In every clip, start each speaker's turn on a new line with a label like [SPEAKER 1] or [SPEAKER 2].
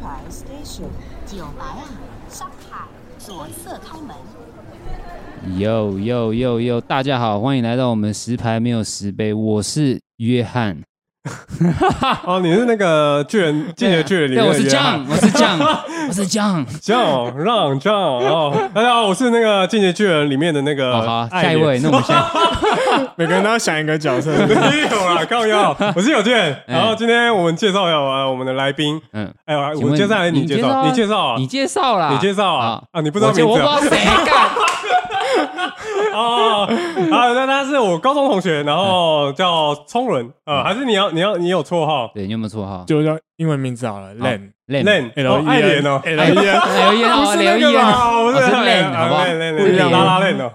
[SPEAKER 1] 牌 Station 九白啊，上海左侧开门。
[SPEAKER 2] 哟哟哟哟！大家好，欢迎来到我们十排没有十杯，我是约翰。
[SPEAKER 3] 哦，你是那个巨人，进击的巨人里
[SPEAKER 2] 对，
[SPEAKER 3] 面
[SPEAKER 2] 我
[SPEAKER 3] 的
[SPEAKER 2] 是
[SPEAKER 3] 约翰
[SPEAKER 2] John，我是 John，我是 John。
[SPEAKER 3] John，让 John 哦，大家好，我是那个进击的巨人里面的那个
[SPEAKER 2] 哦好好，
[SPEAKER 3] 爱
[SPEAKER 2] 下一
[SPEAKER 3] 莲
[SPEAKER 2] 位，那我们 下
[SPEAKER 4] 每个人都要想一个角色。
[SPEAKER 3] 没有啦，靠腰，我是有健。然后今天我们介绍一下啊，我们的来宾，
[SPEAKER 2] 哎嗯，
[SPEAKER 3] 哎呀，
[SPEAKER 2] 请
[SPEAKER 3] 我
[SPEAKER 2] 问
[SPEAKER 3] 介绍还是你介绍？
[SPEAKER 2] 你
[SPEAKER 3] 你介绍啊？
[SPEAKER 2] 你介绍啦，
[SPEAKER 3] 你介绍啊
[SPEAKER 2] 好
[SPEAKER 3] 啊你不知道
[SPEAKER 2] 我就
[SPEAKER 3] 名字啊
[SPEAKER 2] 我不知道谁 干。
[SPEAKER 3] 哦，啊，那他是我高中同学，然后叫聪伦啊，
[SPEAKER 2] 嗯
[SPEAKER 3] 还是你要你要你有绰号
[SPEAKER 2] 对，你有没有绰号？
[SPEAKER 4] 就叫英文名字好了，Len
[SPEAKER 3] Len
[SPEAKER 4] 哦
[SPEAKER 3] 哦，爱莲哦，
[SPEAKER 2] 哎
[SPEAKER 4] L E N，
[SPEAKER 2] 刘燕哦，刘
[SPEAKER 3] 那个
[SPEAKER 2] 燕，
[SPEAKER 3] 吧
[SPEAKER 2] 我
[SPEAKER 3] 我
[SPEAKER 2] 是
[SPEAKER 3] 是
[SPEAKER 2] 哦
[SPEAKER 3] 啊
[SPEAKER 2] Len，好不好？
[SPEAKER 3] Len
[SPEAKER 2] 不一样啊
[SPEAKER 3] Len 拉拉 Len 哦。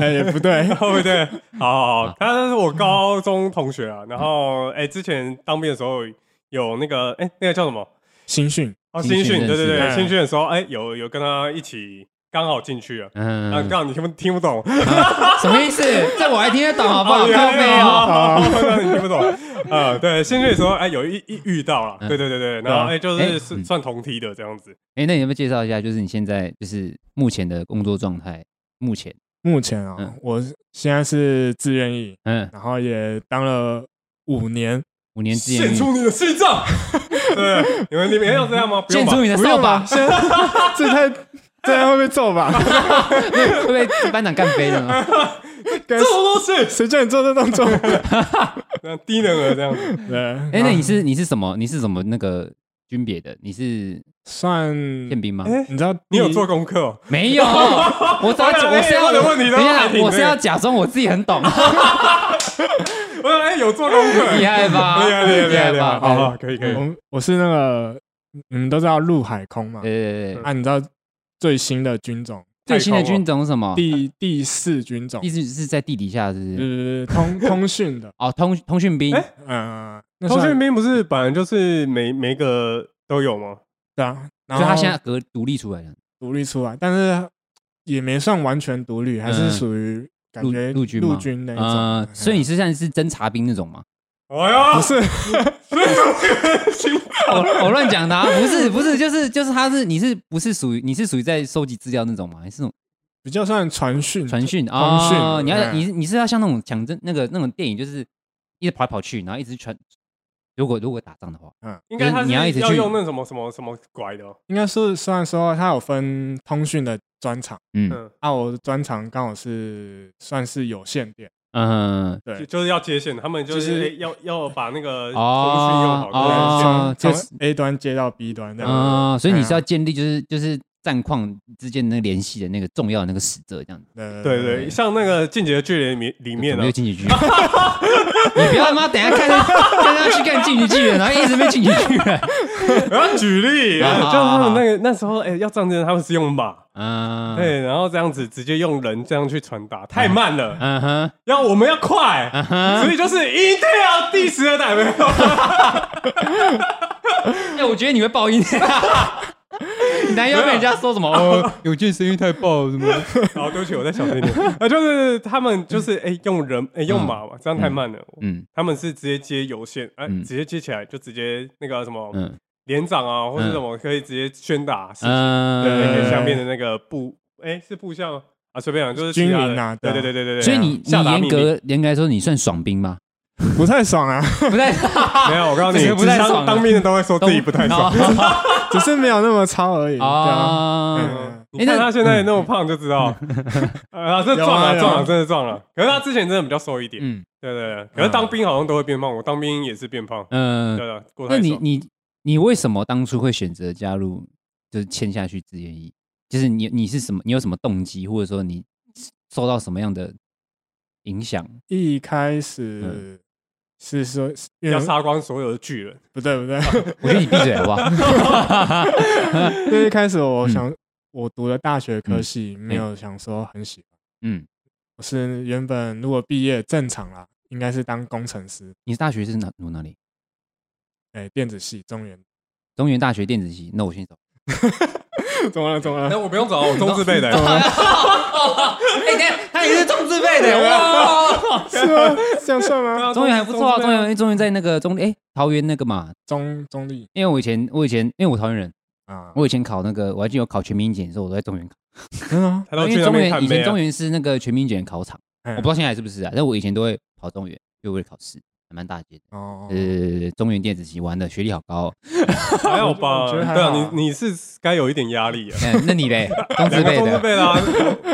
[SPEAKER 4] 哎也不对，
[SPEAKER 3] 哦，不 对，好好好，他是我高中同学啊。然后，
[SPEAKER 2] 嗯
[SPEAKER 3] 哎、之前当兵的时候有那个，哎、那个叫什么？
[SPEAKER 4] 新训
[SPEAKER 3] 哦，
[SPEAKER 2] 新
[SPEAKER 3] 新
[SPEAKER 2] 训
[SPEAKER 3] 训，对对
[SPEAKER 2] 认识
[SPEAKER 3] 对，
[SPEAKER 4] 的
[SPEAKER 3] 新训的时候，哎、有有跟他一起刚好进去了。啊，
[SPEAKER 2] 嗯，
[SPEAKER 3] 刚好你听不听不懂，
[SPEAKER 2] 什么意思？这我还听得懂，好不好？
[SPEAKER 3] 哦，
[SPEAKER 2] 靠背哦。
[SPEAKER 3] 好，你听不懂， 啊，对，新训的时候，哎，有一一遇到了，
[SPEAKER 2] 嗯
[SPEAKER 3] 对对对对，然后哎，就
[SPEAKER 2] 哎
[SPEAKER 3] 是
[SPEAKER 2] 嗯
[SPEAKER 3] 是算同梯的这样子，
[SPEAKER 2] 哎，那你有没有介绍一下，就是你现在就是目前的工作状态？目前，
[SPEAKER 4] 目前啊
[SPEAKER 2] 嗯，
[SPEAKER 4] 我现在是自愿役，
[SPEAKER 2] 嗯，
[SPEAKER 4] 然后也当了五年，
[SPEAKER 2] 五年之
[SPEAKER 3] 献
[SPEAKER 2] 前，
[SPEAKER 3] 出你的心脏， 对，你们你们要这样吗？不用
[SPEAKER 2] 献
[SPEAKER 3] 吧
[SPEAKER 2] 出，你的
[SPEAKER 4] 不
[SPEAKER 2] 扫
[SPEAKER 4] 用
[SPEAKER 2] 把
[SPEAKER 4] 吧，， 现在 这太这样会被揍吧？
[SPEAKER 2] 会被班长干飞的吗？
[SPEAKER 4] 该
[SPEAKER 3] 这么多事，
[SPEAKER 4] 谁叫你做这动作？
[SPEAKER 3] 那低能儿这样子，
[SPEAKER 4] 对，
[SPEAKER 2] 哎，
[SPEAKER 4] 然
[SPEAKER 2] 那
[SPEAKER 4] 后
[SPEAKER 2] 你是你是什么？你是什么那个军别的？你是
[SPEAKER 4] 算
[SPEAKER 2] 宪兵吗？
[SPEAKER 3] 哎
[SPEAKER 4] 你知道
[SPEAKER 3] 你有
[SPEAKER 4] 第
[SPEAKER 3] 做功课哦？
[SPEAKER 2] 没 有，我只要
[SPEAKER 3] 哎
[SPEAKER 2] 我是要
[SPEAKER 3] 问的问题都
[SPEAKER 2] 等一下
[SPEAKER 3] 还挺
[SPEAKER 2] 我是
[SPEAKER 3] 那个
[SPEAKER 2] 要假装我自己很 懂，
[SPEAKER 3] 我哎，有做功课，
[SPEAKER 2] 厉害吧？
[SPEAKER 3] 厉害厉害厉害厉害！
[SPEAKER 2] 吧？嗯
[SPEAKER 3] 好好，可以可以。
[SPEAKER 4] 我我是那个你们都知道陆海空嘛？
[SPEAKER 2] 对对对对，
[SPEAKER 4] 啊，你知道最新的军种
[SPEAKER 2] 最新的军种是什么？
[SPEAKER 4] 第第四军种
[SPEAKER 2] 意，思是在地底下，是不是？
[SPEAKER 4] 就是通通讯的，
[SPEAKER 2] 哦，通通讯兵，
[SPEAKER 3] 哎
[SPEAKER 4] 嗯，那
[SPEAKER 3] 通
[SPEAKER 4] 算
[SPEAKER 3] 讯兵不是本来就是每每个都有吗？
[SPEAKER 4] 对啊，然
[SPEAKER 2] 所
[SPEAKER 4] 后
[SPEAKER 2] 以他现在隔独立出来了。
[SPEAKER 4] 独立出来，但是也没算完全独立，还是
[SPEAKER 2] 嗯
[SPEAKER 4] 属于感
[SPEAKER 2] 陆陆军
[SPEAKER 4] 觉陆
[SPEAKER 2] 吗
[SPEAKER 4] 军那一
[SPEAKER 2] 呃，
[SPEAKER 4] 种。嗯
[SPEAKER 2] 所以你是现在是侦察兵那种吗？
[SPEAKER 3] 哎呀，
[SPEAKER 4] 不是
[SPEAKER 2] 我我乱讲的，啊，不是不是，就是就是他是你是不是属于你是属于在收集资料那种吗？还是那种
[SPEAKER 4] 比较算传讯
[SPEAKER 2] 传讯
[SPEAKER 4] 通讯
[SPEAKER 2] 哦，你要
[SPEAKER 4] 哎
[SPEAKER 2] 你
[SPEAKER 3] 嗯
[SPEAKER 2] 你是要像那种讲真那个那种电影，就是一直跑来跑去，然后一直传。如果如果打仗的话，
[SPEAKER 3] 应该他
[SPEAKER 2] 你要一直
[SPEAKER 3] 是要
[SPEAKER 2] 去
[SPEAKER 3] 用那什么什么什么拐的哦。
[SPEAKER 4] 应该是算说它有分通讯的专场，
[SPEAKER 2] 嗯
[SPEAKER 3] 嗯，
[SPEAKER 4] 啊，我的专场刚好是算是有线电，
[SPEAKER 2] 嗯
[SPEAKER 3] 就
[SPEAKER 4] 对，
[SPEAKER 3] 就是要接线，他们就
[SPEAKER 4] 就是
[SPEAKER 3] 是哎要要把那个通讯
[SPEAKER 2] 哦
[SPEAKER 3] 用好。
[SPEAKER 4] 对
[SPEAKER 2] 哦
[SPEAKER 3] 对
[SPEAKER 4] 从
[SPEAKER 2] 就是
[SPEAKER 4] 从 A 端接到 B 端这样子。
[SPEAKER 2] 嗯，所以你是
[SPEAKER 4] 哎
[SPEAKER 2] 要
[SPEAKER 4] 呀
[SPEAKER 2] 建立就是就是战况之间的那个联系的那个重要的那个使者这样子。
[SPEAKER 4] 对
[SPEAKER 3] 对对，对，像那个《进击的巨人》里面里面啊
[SPEAKER 2] 有
[SPEAKER 3] 哦呢
[SPEAKER 2] 没有，进 击巨人？你不要他妈等一下看他看他去看进击巨人，然后一直被进击巨人。
[SPEAKER 3] 我 要举例，
[SPEAKER 2] 啊
[SPEAKER 3] 哎
[SPEAKER 2] 好
[SPEAKER 3] 就
[SPEAKER 2] 好
[SPEAKER 3] 他
[SPEAKER 2] 好
[SPEAKER 3] 们那个那时候哎要战争，他们是用马，
[SPEAKER 2] 嗯，，
[SPEAKER 3] 对，然后这样子直接用人这样去传达，太慢了，
[SPEAKER 2] 嗯哼，
[SPEAKER 3] 要我们要快，
[SPEAKER 2] 嗯
[SPEAKER 3] 所以就是一定要第十二代没有。
[SPEAKER 2] 哎，我觉得你会爆音。 你男友被人家说什么？ 哦，有件声音太爆了，什么？
[SPEAKER 3] 好，对不起，我再小 声一点。啊，就是他们就是哎、用人哎、用马嘛，这样太慢了。
[SPEAKER 2] 嗯
[SPEAKER 3] 他们是直接接油线，哎、
[SPEAKER 2] 嗯
[SPEAKER 3] 直接接起来就直接那个什么
[SPEAKER 2] 嗯
[SPEAKER 3] 连长啊，或者什么可以直接宣打，是
[SPEAKER 2] 嗯，
[SPEAKER 3] 对对
[SPEAKER 4] 对
[SPEAKER 3] 给下面的那个部哎、是部下吗？啊，随便讲，就是
[SPEAKER 4] 军
[SPEAKER 3] 其他的
[SPEAKER 4] 民啊
[SPEAKER 3] 对
[SPEAKER 4] 对
[SPEAKER 3] 对对
[SPEAKER 4] 啊
[SPEAKER 3] 对对对。
[SPEAKER 2] 所以你你
[SPEAKER 3] 下达
[SPEAKER 2] 严
[SPEAKER 3] 命
[SPEAKER 2] 格严格来说，你算爽兵 吗？
[SPEAKER 4] 不太爽啊，
[SPEAKER 2] 不对，
[SPEAKER 3] 没有，我告诉
[SPEAKER 2] 这
[SPEAKER 3] 你
[SPEAKER 2] 个，不太
[SPEAKER 3] 当
[SPEAKER 2] 爽啊
[SPEAKER 3] 当兵的都会说自己不太爽。
[SPEAKER 2] 哦
[SPEAKER 4] 只是没有那么超而已。对啊，
[SPEAKER 2] 啊。
[SPEAKER 3] 嗯
[SPEAKER 2] 哎
[SPEAKER 3] 你
[SPEAKER 2] 那
[SPEAKER 3] 看他现在那么胖就知道，
[SPEAKER 2] 嗯
[SPEAKER 3] 啊，这
[SPEAKER 4] 有啊
[SPEAKER 3] 撞了
[SPEAKER 4] 有啊
[SPEAKER 3] 撞了，真的撞了。可是他之前真的比较瘦一点，
[SPEAKER 2] 嗯
[SPEAKER 3] 对对对。可是当兵好像都会变胖，我当兵也是变胖。
[SPEAKER 2] 嗯，
[SPEAKER 3] 对了，过太
[SPEAKER 2] 那你
[SPEAKER 3] 爽
[SPEAKER 2] 你你为什么当初会选择加入，就是签下去自愿役？就是你你是什么？你有什么动机，或者说你受到什么样的影响？
[SPEAKER 4] 一开始
[SPEAKER 2] 嗯
[SPEAKER 4] 是说因
[SPEAKER 3] 要
[SPEAKER 4] 为
[SPEAKER 3] 杀光所有的巨人，
[SPEAKER 4] 不对不对，
[SPEAKER 3] 哦
[SPEAKER 2] 我觉得你闭嘴好不 好？
[SPEAKER 4] 因为一开始
[SPEAKER 2] 嗯
[SPEAKER 4] 我想我读的大学科系没有想说很喜欢，
[SPEAKER 2] 嗯，
[SPEAKER 4] 我是原本如果毕业正常啦，应该是当工程师，
[SPEAKER 2] 你是大学是哪读哪里？
[SPEAKER 4] 哎，电子系 中原，
[SPEAKER 2] 中原大学电子系。那我先 走。
[SPEAKER 4] 怎么了怎么了？
[SPEAKER 3] 那我不用找，我 中字辈的，
[SPEAKER 2] 哎、他也是中字辈的哇！
[SPEAKER 4] 是吗？这样算 吗？
[SPEAKER 2] 中原还不错啊，中
[SPEAKER 3] 中
[SPEAKER 2] 原中原在那个中哎、桃园那个嘛，
[SPEAKER 4] 中中立
[SPEAKER 2] 因为我以前我以前因为我桃园人，
[SPEAKER 4] 啊，
[SPEAKER 2] 我以前考那个，我还记得我考全民检的时候，我都在中原考，
[SPEAKER 4] 真的啊，
[SPEAKER 3] 他都
[SPEAKER 2] 因
[SPEAKER 3] 去
[SPEAKER 2] 为
[SPEAKER 3] 那
[SPEAKER 2] 中
[SPEAKER 3] 边
[SPEAKER 2] 原
[SPEAKER 3] 看
[SPEAKER 2] 以前
[SPEAKER 3] 妹啊
[SPEAKER 2] 中。原是那个全民检考场，
[SPEAKER 4] 我
[SPEAKER 2] 我不知道现在还是不是啊，但我以前都会跑中原，就为了考试，还蛮大街的。
[SPEAKER 4] 哦，
[SPEAKER 2] 对对对对对，中原电子棋玩的学历好高哦。
[SPEAKER 3] 还好
[SPEAKER 4] 我
[SPEAKER 3] 吧？
[SPEAKER 4] 觉得还
[SPEAKER 3] 对啊，
[SPEAKER 4] 好
[SPEAKER 3] 你你是该有一点压力啊。
[SPEAKER 2] 嗯那你 嘞，中资辈
[SPEAKER 3] 两个中字
[SPEAKER 2] 的，
[SPEAKER 3] 辈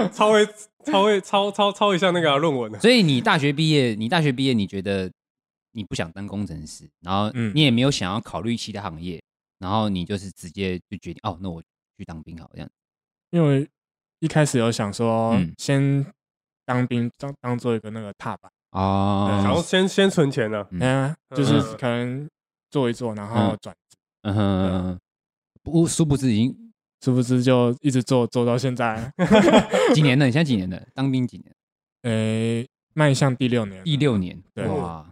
[SPEAKER 3] 啦， 超会超会超超超一下那个啊论文的。
[SPEAKER 2] 所以你大学毕业，你大学毕业，你觉得你不想当工程师，然后
[SPEAKER 4] 嗯
[SPEAKER 2] 你也没有想要考虑其他行业，然后你就是直接就决定哦，那我去当兵好了这样。
[SPEAKER 4] 因为一开始有想说
[SPEAKER 2] 嗯
[SPEAKER 4] 先当兵当当做一个那个踏板，
[SPEAKER 3] 然后
[SPEAKER 2] 哦，
[SPEAKER 3] 先先存钱啊呢，
[SPEAKER 4] 嗯，就是
[SPEAKER 3] 嗯
[SPEAKER 4] 可能做一做，然后
[SPEAKER 2] 嗯
[SPEAKER 4] 转，
[SPEAKER 2] 嗯哼，不，殊不知已经
[SPEAKER 4] 殊不知就一直做做到 现在，
[SPEAKER 2] 几年了？你现在几年了？当兵几年？
[SPEAKER 4] 诶，迈向第六年了，
[SPEAKER 2] 第六年，
[SPEAKER 4] 对
[SPEAKER 2] 哇，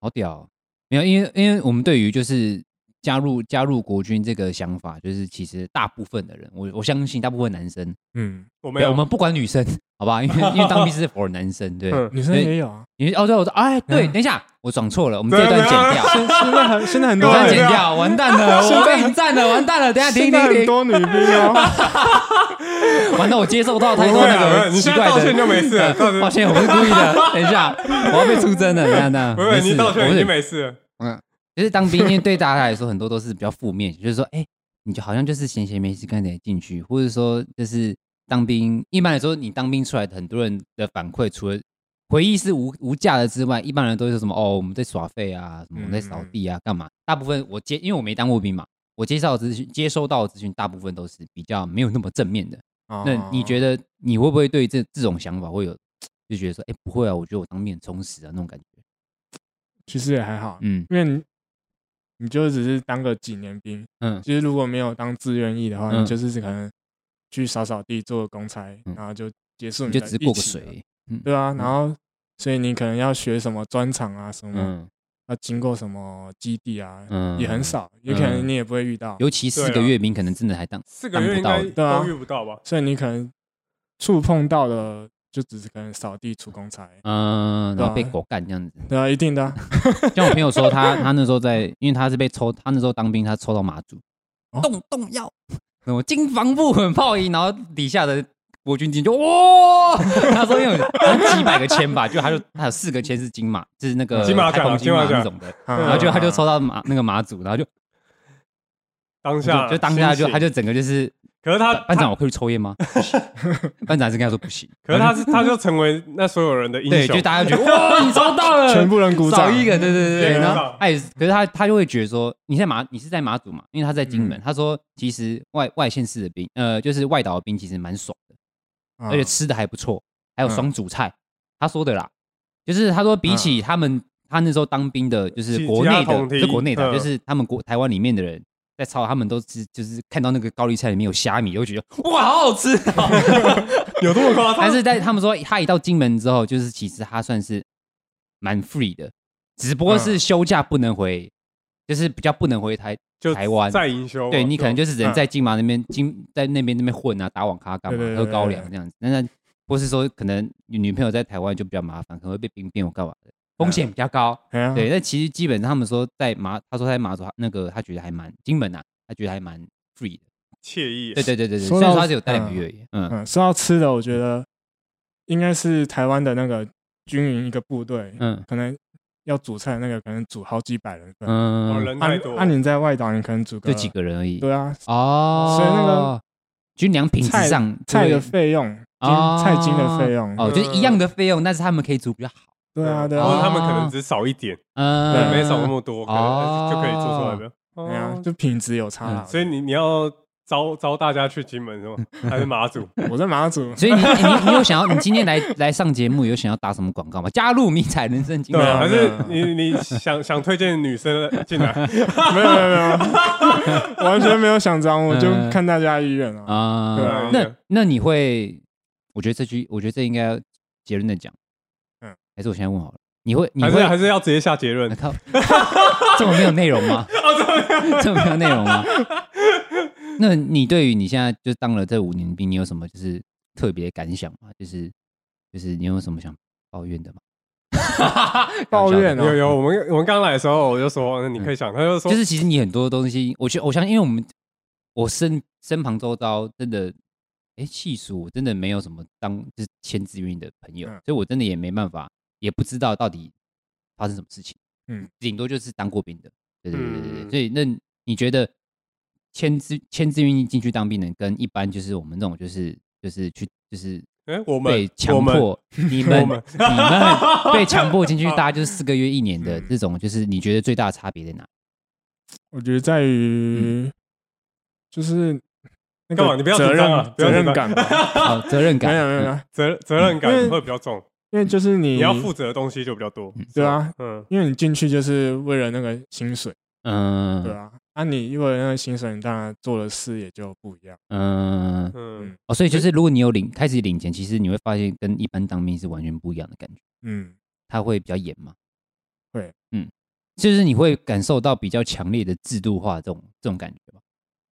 [SPEAKER 2] 好屌哦！没有，因为因为我们对于就是加入加入国军这个想法，就是其实大部分的人，我我相信大部分男生，
[SPEAKER 4] 嗯，
[SPEAKER 3] 我
[SPEAKER 2] 不
[SPEAKER 3] 们
[SPEAKER 2] 要我们不管女生，好吧？因为因为当兵是 for 男生，对。
[SPEAKER 3] 嗯
[SPEAKER 4] 女生也有啊，
[SPEAKER 2] 你哦，对，我说，哎，对，
[SPEAKER 4] 嗯啊
[SPEAKER 2] 等一下，我讲错了，我们这一段剪掉，
[SPEAKER 4] 现现在很现在很
[SPEAKER 2] 这
[SPEAKER 4] 多
[SPEAKER 2] 一段
[SPEAKER 4] 女
[SPEAKER 2] 剪
[SPEAKER 3] 对
[SPEAKER 2] 掉，完蛋 了，
[SPEAKER 4] 啊
[SPEAKER 2] 我被你占了，完蛋了，等一下停
[SPEAKER 4] 现在
[SPEAKER 2] 停
[SPEAKER 4] 很
[SPEAKER 2] 停，
[SPEAKER 4] 多女 兵哦，
[SPEAKER 2] 完了，我接受到
[SPEAKER 3] 不
[SPEAKER 2] 太多
[SPEAKER 3] 会啊，不
[SPEAKER 2] 那
[SPEAKER 3] 会
[SPEAKER 2] 个
[SPEAKER 3] 你
[SPEAKER 2] 奇
[SPEAKER 3] 现在
[SPEAKER 2] 怪
[SPEAKER 3] 道歉
[SPEAKER 2] 的。
[SPEAKER 3] 就没 事了，道歉
[SPEAKER 2] 抱歉，我不是故意的。等一下，我要被出征了。等一下，等一下，
[SPEAKER 3] 不会，
[SPEAKER 2] 没事
[SPEAKER 3] 你道
[SPEAKER 2] 我
[SPEAKER 3] 歉
[SPEAKER 2] 不
[SPEAKER 3] 已
[SPEAKER 2] 是
[SPEAKER 3] 经没事了。
[SPEAKER 2] 就是当兵，因为对大家来说，很多都是比较负面，就是说，哎、你就好像就是闲闲没事干才进去，或者说就是当兵。一般来说，你当兵出来的很多人的反馈，除了回忆是无无价的之外，一般人都会说什么哦，我们在耍废啊，什么我们在扫地啊，干嘛？
[SPEAKER 3] 嗯
[SPEAKER 2] 大部分我接，因为我没当过兵嘛，我接到的资讯，接收到的资讯，大部分都是比较没有那么正面的。
[SPEAKER 4] 哦
[SPEAKER 2] 那你觉
[SPEAKER 4] 得？
[SPEAKER 2] 得你会不会对这这种想法会有，就觉得说，哎、不会啊，我觉得我当兵很充实啊，那种感觉。
[SPEAKER 4] 其实也还好，
[SPEAKER 2] 嗯
[SPEAKER 4] 因为你你就只是当个几年兵，
[SPEAKER 2] 嗯
[SPEAKER 4] 其实如果没有当志愿役的话，
[SPEAKER 2] 嗯
[SPEAKER 4] 你就是可能去扫扫地、做个公差，
[SPEAKER 2] 嗯
[SPEAKER 4] 然后就结束
[SPEAKER 2] 你
[SPEAKER 4] 你
[SPEAKER 2] 就
[SPEAKER 4] 的
[SPEAKER 2] 只是
[SPEAKER 4] 一
[SPEAKER 2] 过个
[SPEAKER 4] 期了
[SPEAKER 2] 水，嗯
[SPEAKER 4] 对啊，
[SPEAKER 2] 嗯
[SPEAKER 4] 然后所以你可能要学什么专场啊，什么
[SPEAKER 2] 嗯。
[SPEAKER 4] 要经过什么基地啊，
[SPEAKER 2] 嗯
[SPEAKER 4] 也很少，也可能你也不会遇到，
[SPEAKER 2] 尤其四
[SPEAKER 3] 对
[SPEAKER 2] 个
[SPEAKER 3] 啊
[SPEAKER 2] 月兵可能真的还当
[SPEAKER 3] 四个月应该
[SPEAKER 2] 当不
[SPEAKER 4] 到
[SPEAKER 3] 都遇不到吧？
[SPEAKER 4] 所以你可能触碰到的就只是可能扫地、出公差，
[SPEAKER 2] 嗯，然后被
[SPEAKER 4] 对啊
[SPEAKER 2] 狗干这样子。
[SPEAKER 4] 对啊，一定的啊，
[SPEAKER 2] 像我朋友说他，他那时候在，因为他是被抽，他那时候当兵，他抽到马祖，
[SPEAKER 4] 哦
[SPEAKER 2] 动动药，什么金防部很炮音，然后底下的国军进就哇，他说因为有好像几百个签吧，就他就他有四个签是金马，是那个
[SPEAKER 3] 金马奖
[SPEAKER 2] 台澎金马
[SPEAKER 3] 金马奖
[SPEAKER 2] 那种的，
[SPEAKER 4] 啊
[SPEAKER 2] 然后就他就抽到马那个马祖，然后就
[SPEAKER 3] 当下
[SPEAKER 2] 就就当下就
[SPEAKER 3] 心情
[SPEAKER 2] 他就整个就是
[SPEAKER 3] 可是他
[SPEAKER 2] 班长，
[SPEAKER 3] 他
[SPEAKER 2] 我可以抽烟吗？不行 班长还是跟他说不行，
[SPEAKER 3] 可是他是他就成为那所有人的英
[SPEAKER 2] 对，
[SPEAKER 3] 雄
[SPEAKER 2] 就。大家觉得哇，你抽 到了，
[SPEAKER 4] 全部人鼓
[SPEAKER 2] 少
[SPEAKER 4] 掌，
[SPEAKER 2] 一个，对对对
[SPEAKER 3] 对
[SPEAKER 2] 对。然
[SPEAKER 3] 鼓
[SPEAKER 2] 后
[SPEAKER 3] 掌
[SPEAKER 2] 他也是，可是他他就会觉得说，你在马，你是在马祖嘛，因为他在金门。
[SPEAKER 4] 嗯
[SPEAKER 2] 他说，其实外外县市的兵，呃，就是外岛的兵，其实蛮爽的，
[SPEAKER 4] 啊
[SPEAKER 3] 嗯
[SPEAKER 2] 而且吃的还不错，还有
[SPEAKER 4] 嗯
[SPEAKER 2] 双煮菜。他说的啦，就是他说比起他们，他那时候当兵的，就是
[SPEAKER 3] 嗯其
[SPEAKER 2] 国
[SPEAKER 3] 其他
[SPEAKER 2] 内的
[SPEAKER 3] 同，梯
[SPEAKER 2] 就国内的啊，
[SPEAKER 3] 嗯
[SPEAKER 2] 就是他们国台湾里面的人。在操，他们都是就是看到那个高丽菜里面有虾米，就觉得哇，好好吃、 哦。
[SPEAKER 3] 有这么夸张？
[SPEAKER 2] 但是在他们说他一到金门之后，就是其实他算是蛮 free 的，只不过
[SPEAKER 3] 嗯
[SPEAKER 2] 是休假不能回，就是比较不能回台
[SPEAKER 3] 就
[SPEAKER 2] 台湾。
[SPEAKER 3] 在营修嘛，
[SPEAKER 2] 对你可能就是人
[SPEAKER 4] 嗯
[SPEAKER 2] 在金马那边，金在那边那边混啊，打网咖干嘛
[SPEAKER 4] 对对，对
[SPEAKER 2] 喝
[SPEAKER 4] 对
[SPEAKER 2] 高
[SPEAKER 4] 对
[SPEAKER 2] 粱这样子。那那或是说可能女女朋友在台湾就比较麻烦，可能会被兵变或干嘛的，风险比较高。
[SPEAKER 4] 哎呀
[SPEAKER 2] 对，，那其实基本上他们说在马，他说他在马祖，他那个他觉得还蛮金门啊，他觉得还蛮 free 的。
[SPEAKER 3] 惬意。
[SPEAKER 2] 对对对对对，虽
[SPEAKER 4] 说
[SPEAKER 2] 然
[SPEAKER 4] 到
[SPEAKER 2] 说他只有待两个
[SPEAKER 4] 嗯
[SPEAKER 2] 月而已，嗯
[SPEAKER 4] 嗯，说到吃的，我觉得应该是台湾的那个军营一个部队，
[SPEAKER 2] 嗯
[SPEAKER 4] 可能要煮菜那个，可能煮好几百人份。
[SPEAKER 3] 哦，
[SPEAKER 2] 嗯，
[SPEAKER 3] 人
[SPEAKER 4] 啊
[SPEAKER 3] 太多，
[SPEAKER 4] 啊，你在外岛，你可能煮
[SPEAKER 2] 就
[SPEAKER 4] 个
[SPEAKER 2] 几？个人而已。
[SPEAKER 4] 对啊，
[SPEAKER 2] 哦，
[SPEAKER 4] 所以那个
[SPEAKER 2] 军粮品质
[SPEAKER 4] 菜
[SPEAKER 2] 上
[SPEAKER 4] 菜
[SPEAKER 2] 就
[SPEAKER 4] 的
[SPEAKER 2] 会
[SPEAKER 4] 费用，金
[SPEAKER 2] 哦
[SPEAKER 4] 菜金的费用。
[SPEAKER 2] 哦，
[SPEAKER 3] 嗯
[SPEAKER 2] 就是一样的费用，但是他们可以煮比较好，
[SPEAKER 4] 对啊，对
[SPEAKER 3] 或者
[SPEAKER 4] 啊，
[SPEAKER 3] 哦他们可能只少一点，
[SPEAKER 2] 嗯，
[SPEAKER 3] 没少那么多，可
[SPEAKER 2] 哦
[SPEAKER 3] 能就可以做出来的。
[SPEAKER 4] 对啊，
[SPEAKER 3] 哦
[SPEAKER 4] 就品质有差
[SPEAKER 2] 嗯
[SPEAKER 4] 啦。
[SPEAKER 3] 所以你你要招招大家去金门是吗？
[SPEAKER 2] 嗯
[SPEAKER 3] 还是马祖？
[SPEAKER 4] 我在 马祖，
[SPEAKER 2] 所以你你你有想要你今天来来上节目有想要打什么广告吗？ 加入迷彩人生经
[SPEAKER 3] 对
[SPEAKER 2] 验
[SPEAKER 3] 啊，还
[SPEAKER 4] 没有
[SPEAKER 3] 是
[SPEAKER 4] 没
[SPEAKER 3] 你你想想推荐女生进来？
[SPEAKER 4] 没有没有没有，完全没有 想着，我就
[SPEAKER 2] 嗯
[SPEAKER 4] 看大家意愿啊。对
[SPEAKER 2] 啊
[SPEAKER 4] 啊？
[SPEAKER 2] 那那你会，我觉得这句，我觉得这应该要结论的讲，嗯
[SPEAKER 4] 嗯，
[SPEAKER 2] 还是我现在问好了，你会 你
[SPEAKER 3] 还
[SPEAKER 2] 会
[SPEAKER 3] 是还是要直接下结 论
[SPEAKER 2] 我？靠，这么没有内容吗？ 这么没有内容吗？那你对于你现在就当了这五年兵，你有什么就是特别感想吗？就是就是你有什么想抱怨的吗？
[SPEAKER 4] 抱怨
[SPEAKER 2] 开玩笑
[SPEAKER 4] 哦
[SPEAKER 2] 的
[SPEAKER 3] 有有，我们我们刚来的时候我就说，嗯你可以想，他就说
[SPEAKER 2] 就，是其实你很多东西，我觉我相信，因为我们我身身旁周遭真的，哎，细数我真的没有什么当就是签志愿的朋友，
[SPEAKER 4] 嗯
[SPEAKER 2] 所以我真的也没办法，也不知道到底发生什么事情。
[SPEAKER 4] 嗯，
[SPEAKER 2] 顶多就是当过兵的，对对对对对。
[SPEAKER 3] 嗯
[SPEAKER 2] 所以那你觉得签志签志愿进去当兵的，跟一般就是我们这种就是就是去就是
[SPEAKER 3] 哎，我
[SPEAKER 2] 被
[SPEAKER 3] 们我
[SPEAKER 2] 强
[SPEAKER 3] 们
[SPEAKER 2] 迫你们
[SPEAKER 3] 我
[SPEAKER 2] 你
[SPEAKER 3] 们
[SPEAKER 2] 们被强迫 进去，大概就是四个月一年的
[SPEAKER 4] 嗯
[SPEAKER 2] 这种，就是你觉得最大的差别在哪？
[SPEAKER 4] 我觉得在于就是那
[SPEAKER 3] 嗯干嘛
[SPEAKER 4] 个
[SPEAKER 3] 你不要紧
[SPEAKER 4] 责任
[SPEAKER 3] 张啊不要
[SPEAKER 4] 责任
[SPEAKER 3] 紧
[SPEAKER 4] 感
[SPEAKER 3] 张
[SPEAKER 4] 吧，
[SPEAKER 2] 好，责任
[SPEAKER 4] 没有
[SPEAKER 2] 感，
[SPEAKER 4] 没有没有，
[SPEAKER 3] 责责任
[SPEAKER 4] 因为
[SPEAKER 3] 感会比较重，
[SPEAKER 4] 因为就是你
[SPEAKER 3] 你要负责的东西就比较多。
[SPEAKER 4] 对啊，
[SPEAKER 3] 嗯，
[SPEAKER 4] 因为你进去就是为了那个薪水，对
[SPEAKER 2] 嗯
[SPEAKER 4] 啊，啊你为了那个薪水，你当然做的事也就不一样，
[SPEAKER 2] 嗯，
[SPEAKER 3] 嗯
[SPEAKER 2] 哦，所以就是如果你有领开始领钱，其实你会发现跟一般当兵是完全不一样的感觉，
[SPEAKER 4] 嗯，
[SPEAKER 2] 他会比较严嘛，
[SPEAKER 4] 会，
[SPEAKER 2] 嗯，就是你会感受到比较强烈的制度化这种这种感觉吧，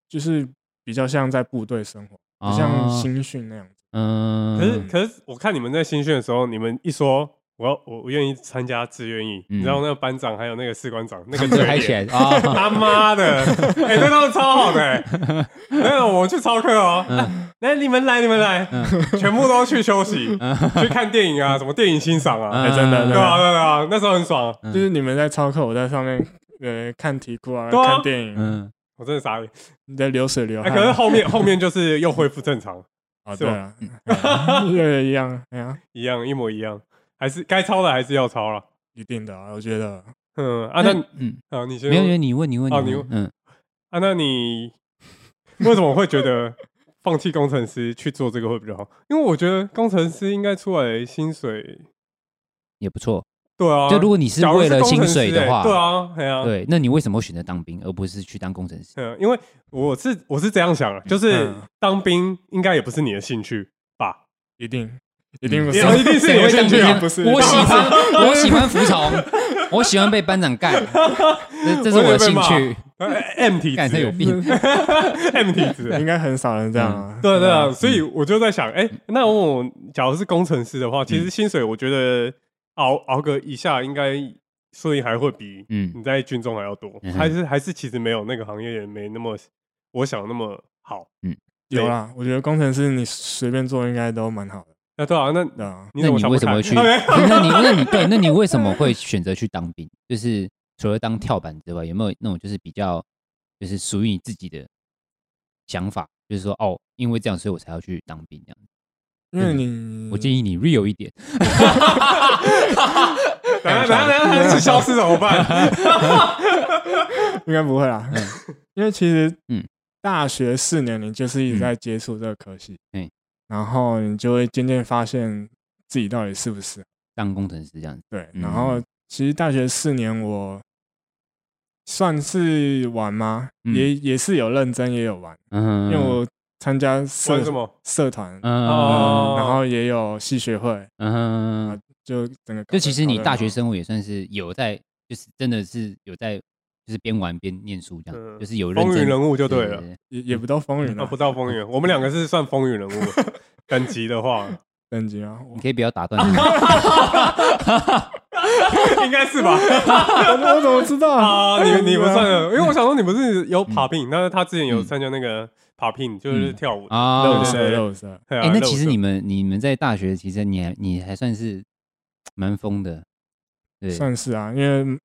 [SPEAKER 4] 就是比较像在部队生活，不像
[SPEAKER 3] 哦
[SPEAKER 4] 新训那样子，
[SPEAKER 2] 哦嗯，
[SPEAKER 3] 可是可是我看你们在新训的时候，你们一说我要我我愿意参加志愿役，
[SPEAKER 2] 嗯
[SPEAKER 3] 你知道那个班长还有那个士官长那
[SPEAKER 2] 他
[SPEAKER 3] 个
[SPEAKER 2] 们就
[SPEAKER 3] 嘴
[SPEAKER 2] 嗨
[SPEAKER 3] 脸
[SPEAKER 2] 起来啊，
[SPEAKER 3] 他妈的，哎、对他们超好的、欸，没有我去操课哦、来你们来你们来，全部都去休息，去看电影啊，什么电影欣赏啊，
[SPEAKER 4] 哎真的
[SPEAKER 3] 对
[SPEAKER 4] 真
[SPEAKER 3] 啊
[SPEAKER 4] 的，
[SPEAKER 3] 对啊，那时候很爽，
[SPEAKER 2] 嗯
[SPEAKER 4] 就是你们在操课，我在上面呃看题库啊，
[SPEAKER 3] 对啊
[SPEAKER 4] 看电影，
[SPEAKER 2] 嗯，
[SPEAKER 3] 我真的傻眼。
[SPEAKER 4] 你在流水流
[SPEAKER 3] 哎、
[SPEAKER 4] 汗，
[SPEAKER 3] 可是后面后面就是又恢复正常，
[SPEAKER 4] 哦
[SPEAKER 3] 是
[SPEAKER 4] 对啊，嗯 对一样，哎呀，
[SPEAKER 3] 一样一模一样，还是该抄的还是要抄了。
[SPEAKER 4] 一定的啊，我觉得
[SPEAKER 3] 嗯啊，那
[SPEAKER 2] 嗯，
[SPEAKER 3] 啊你先
[SPEAKER 2] 没有没有，你问你问
[SPEAKER 3] 哦
[SPEAKER 2] 你
[SPEAKER 3] 你
[SPEAKER 2] 问，嗯，
[SPEAKER 3] 啊，那你为什么会觉得放弃工程师去做这个会比较好？因为我觉得工程师应该出来的薪水，
[SPEAKER 2] 也不错，
[SPEAKER 3] 对啊，
[SPEAKER 2] 就如果你是
[SPEAKER 3] 假如
[SPEAKER 2] 为了
[SPEAKER 3] 工程
[SPEAKER 2] 薪水
[SPEAKER 3] 师
[SPEAKER 2] 的
[SPEAKER 3] 欸
[SPEAKER 2] 话
[SPEAKER 3] 对啊，对啊，
[SPEAKER 2] 对，那你为什么会选择当兵而不是去当工程师？
[SPEAKER 3] 嗯，因为我是我是这样想的，就是
[SPEAKER 4] 嗯
[SPEAKER 3] 当兵应该也不是你的 兴趣吧？
[SPEAKER 4] 一定一定不
[SPEAKER 3] 一
[SPEAKER 4] 是，
[SPEAKER 3] 一定是你的兴趣啊
[SPEAKER 4] 不是
[SPEAKER 2] 我喜 欢，我喜欢服从，我喜欢被班长干，这这是我的兴趣。
[SPEAKER 3] 呃 M 体
[SPEAKER 2] 干他有
[SPEAKER 3] 质
[SPEAKER 2] 病，
[SPEAKER 3] ，M 体 质，
[SPEAKER 4] 应该很少人这样啊，
[SPEAKER 3] 对啊对啊，所
[SPEAKER 2] 嗯
[SPEAKER 3] 以我就在想，哎，那我假如是工程师的话，其实薪水我觉得熬熬个一下，应该说不定还会比
[SPEAKER 2] 嗯
[SPEAKER 3] 你在军中还要多
[SPEAKER 2] 嗯，哼
[SPEAKER 3] 还是还是其实没有那个行业也没那么我想那么好。啊
[SPEAKER 4] 有啦，我觉得工程师你随便做应该都蛮好的，
[SPEAKER 3] 那对啊，那
[SPEAKER 4] 对啊，
[SPEAKER 3] 你
[SPEAKER 2] 那
[SPEAKER 3] 怎么
[SPEAKER 2] 你
[SPEAKER 3] 想
[SPEAKER 2] 为
[SPEAKER 3] 不
[SPEAKER 2] 什么
[SPEAKER 3] 开
[SPEAKER 2] 会 去？那你那你对，那你为什么会选择去当兵？就是除了当跳板之外，有没有那种就是比较就是属于你自己的想法？就是说哦，因为这样，所以我才要去当兵这样。
[SPEAKER 3] 嗯
[SPEAKER 4] 因为你
[SPEAKER 2] 我建议你 real 一点，
[SPEAKER 3] 等一下等一下等一下，他是消失怎 么办？
[SPEAKER 4] 应该不会啦， 因为其实
[SPEAKER 2] 嗯
[SPEAKER 4] 嗯，大学四年你就是一直在接触这个科系，
[SPEAKER 2] 嗯嗯
[SPEAKER 4] 然后你就会渐渐发现自己到底适不适合，
[SPEAKER 2] 当工程师这样子。
[SPEAKER 4] 对，
[SPEAKER 2] 嗯
[SPEAKER 4] 然后其实大学四年我算是玩吗？
[SPEAKER 2] 嗯
[SPEAKER 4] 也也是有认真也有玩，因
[SPEAKER 2] 嗯，
[SPEAKER 4] 为我参加
[SPEAKER 3] 玩
[SPEAKER 4] 社
[SPEAKER 3] 什么？
[SPEAKER 4] 社团，
[SPEAKER 2] 嗯
[SPEAKER 3] 哦
[SPEAKER 4] 然后也有系学会，
[SPEAKER 2] 嗯
[SPEAKER 4] 啊，就整个
[SPEAKER 2] 就
[SPEAKER 4] 搞得
[SPEAKER 2] 其实你
[SPEAKER 4] 搞得很
[SPEAKER 2] 大学
[SPEAKER 4] 好
[SPEAKER 2] 生活也算是有在，就是真的是有在，就是边玩边念书这样，
[SPEAKER 3] 嗯
[SPEAKER 2] 就是有认
[SPEAKER 3] 风
[SPEAKER 2] 真
[SPEAKER 3] 云人物就对了。
[SPEAKER 4] 也也不到风云
[SPEAKER 3] 啊，
[SPEAKER 4] 啊
[SPEAKER 3] 不，到风云，我们两个是算风云 人物等级的话，
[SPEAKER 4] 等级 啊，我
[SPEAKER 2] 你可以不要打断我。
[SPEAKER 3] 应该是吧？
[SPEAKER 4] 我怎么知 道
[SPEAKER 3] 啊，你你不算
[SPEAKER 4] 对啊
[SPEAKER 3] 了，因为我想说你不是有 popping，但是他之前有参加那个 popping，就是
[SPEAKER 2] 嗯
[SPEAKER 3] 跳舞。
[SPEAKER 4] 露
[SPEAKER 2] 啊
[SPEAKER 3] 对对。
[SPEAKER 4] 色露色，
[SPEAKER 3] 哎
[SPEAKER 2] 哎、那其实 你们你们在大学，其实你还你还算是蛮疯的，对，嗯
[SPEAKER 4] 算是啊，因为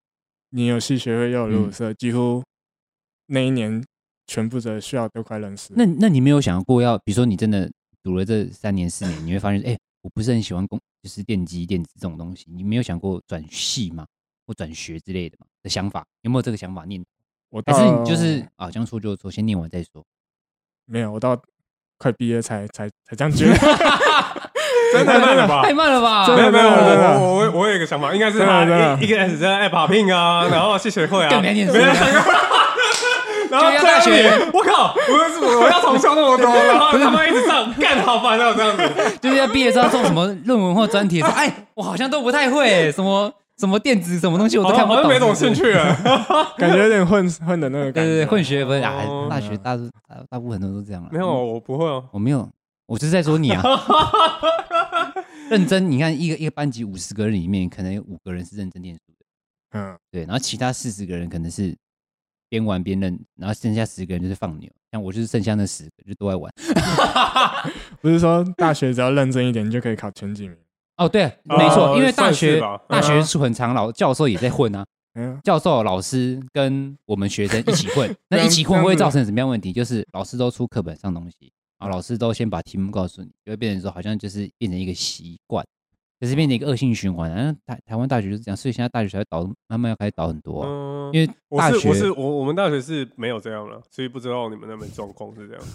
[SPEAKER 4] 你有戏学会又有露色，几乎那一年全部的需要都快认识。
[SPEAKER 2] 那那你没有想过要，比如说你真的读了这三年四年，你会发现，哎、我不是很喜欢工，就是电机电子这种东西，你没有想过转系吗？或转学之类的嘛的想法，有没有这个想法念？
[SPEAKER 4] 我
[SPEAKER 2] 还
[SPEAKER 4] 到
[SPEAKER 2] 是你就是
[SPEAKER 3] 呃
[SPEAKER 2] 啊，将错就错，先念完再说。
[SPEAKER 4] 没有，我到快毕业才才才这样觉得。
[SPEAKER 3] 真的太慢了吧
[SPEAKER 2] 太？慢了吧？
[SPEAKER 3] 没有没有，
[SPEAKER 4] 真
[SPEAKER 3] 我
[SPEAKER 4] 的真的
[SPEAKER 3] 我我我有一个想法，应该是
[SPEAKER 4] 真的
[SPEAKER 3] 他
[SPEAKER 4] 真的
[SPEAKER 3] 一一开始在爱 popping 啊，然后谢谢会啊，
[SPEAKER 2] 更没念书
[SPEAKER 3] 有想过。然后
[SPEAKER 2] 就要
[SPEAKER 3] 在
[SPEAKER 2] 大学
[SPEAKER 3] 那里，我靠！我我要重修那么多，然后他妈一直上，干好烦哦，这样 子。
[SPEAKER 2] 就是要毕业之后做什么论文或专题的时候，哎，我好像都不太 会，什么什么电子什么东西我
[SPEAKER 3] 好
[SPEAKER 2] 都看
[SPEAKER 3] 像
[SPEAKER 2] 不
[SPEAKER 3] 哦好
[SPEAKER 2] 懂，
[SPEAKER 3] 像没种兴。趣了。
[SPEAKER 4] 感觉有点混混的那个
[SPEAKER 2] 对
[SPEAKER 4] 感觉。
[SPEAKER 2] 对对，混学分啊
[SPEAKER 3] 哦，
[SPEAKER 2] 大学大大大部分都是这样了。
[SPEAKER 3] 没有，，我 不会哦。
[SPEAKER 2] 我没有，我就是在说 你啊。认真，你看一个一个班级五十个人里面，可能有五个人是认真念书的，
[SPEAKER 4] 嗯，
[SPEAKER 2] 对，然后其他四十个人可能是边玩边认，然后剩下十个人就是放牛，像我就是剩下那十个，就都在玩。
[SPEAKER 4] 不是说大学只要认真一点，你就可以考前几名。
[SPEAKER 2] 哦，对，没错，因为大
[SPEAKER 3] 啊算是
[SPEAKER 2] 学
[SPEAKER 3] 吧
[SPEAKER 2] 大
[SPEAKER 3] 嗯
[SPEAKER 2] 学
[SPEAKER 3] 啊
[SPEAKER 2] 是很长，老教授也在混啊，
[SPEAKER 4] 嗯，
[SPEAKER 2] 教授、老师跟我们学生一起 混，
[SPEAKER 4] 这
[SPEAKER 2] 那
[SPEAKER 4] 样
[SPEAKER 2] 一起混
[SPEAKER 4] 这样
[SPEAKER 2] 会
[SPEAKER 4] 子
[SPEAKER 2] 造成什么样的问题？就是老师都出课本上东西啊，老师都先把题目告诉你，就会变成说好像就是变成一个习惯，就是变成一个恶性循环啊。然后台台湾大学就是这样，所以现在大学才会倒，慢慢要开始倒很多啊、
[SPEAKER 3] 嗯，
[SPEAKER 2] 因为
[SPEAKER 3] 我
[SPEAKER 2] 大
[SPEAKER 3] 是
[SPEAKER 2] 学
[SPEAKER 3] 我是我我们大学是没有这样了，所以不知道你们那边状况是这样。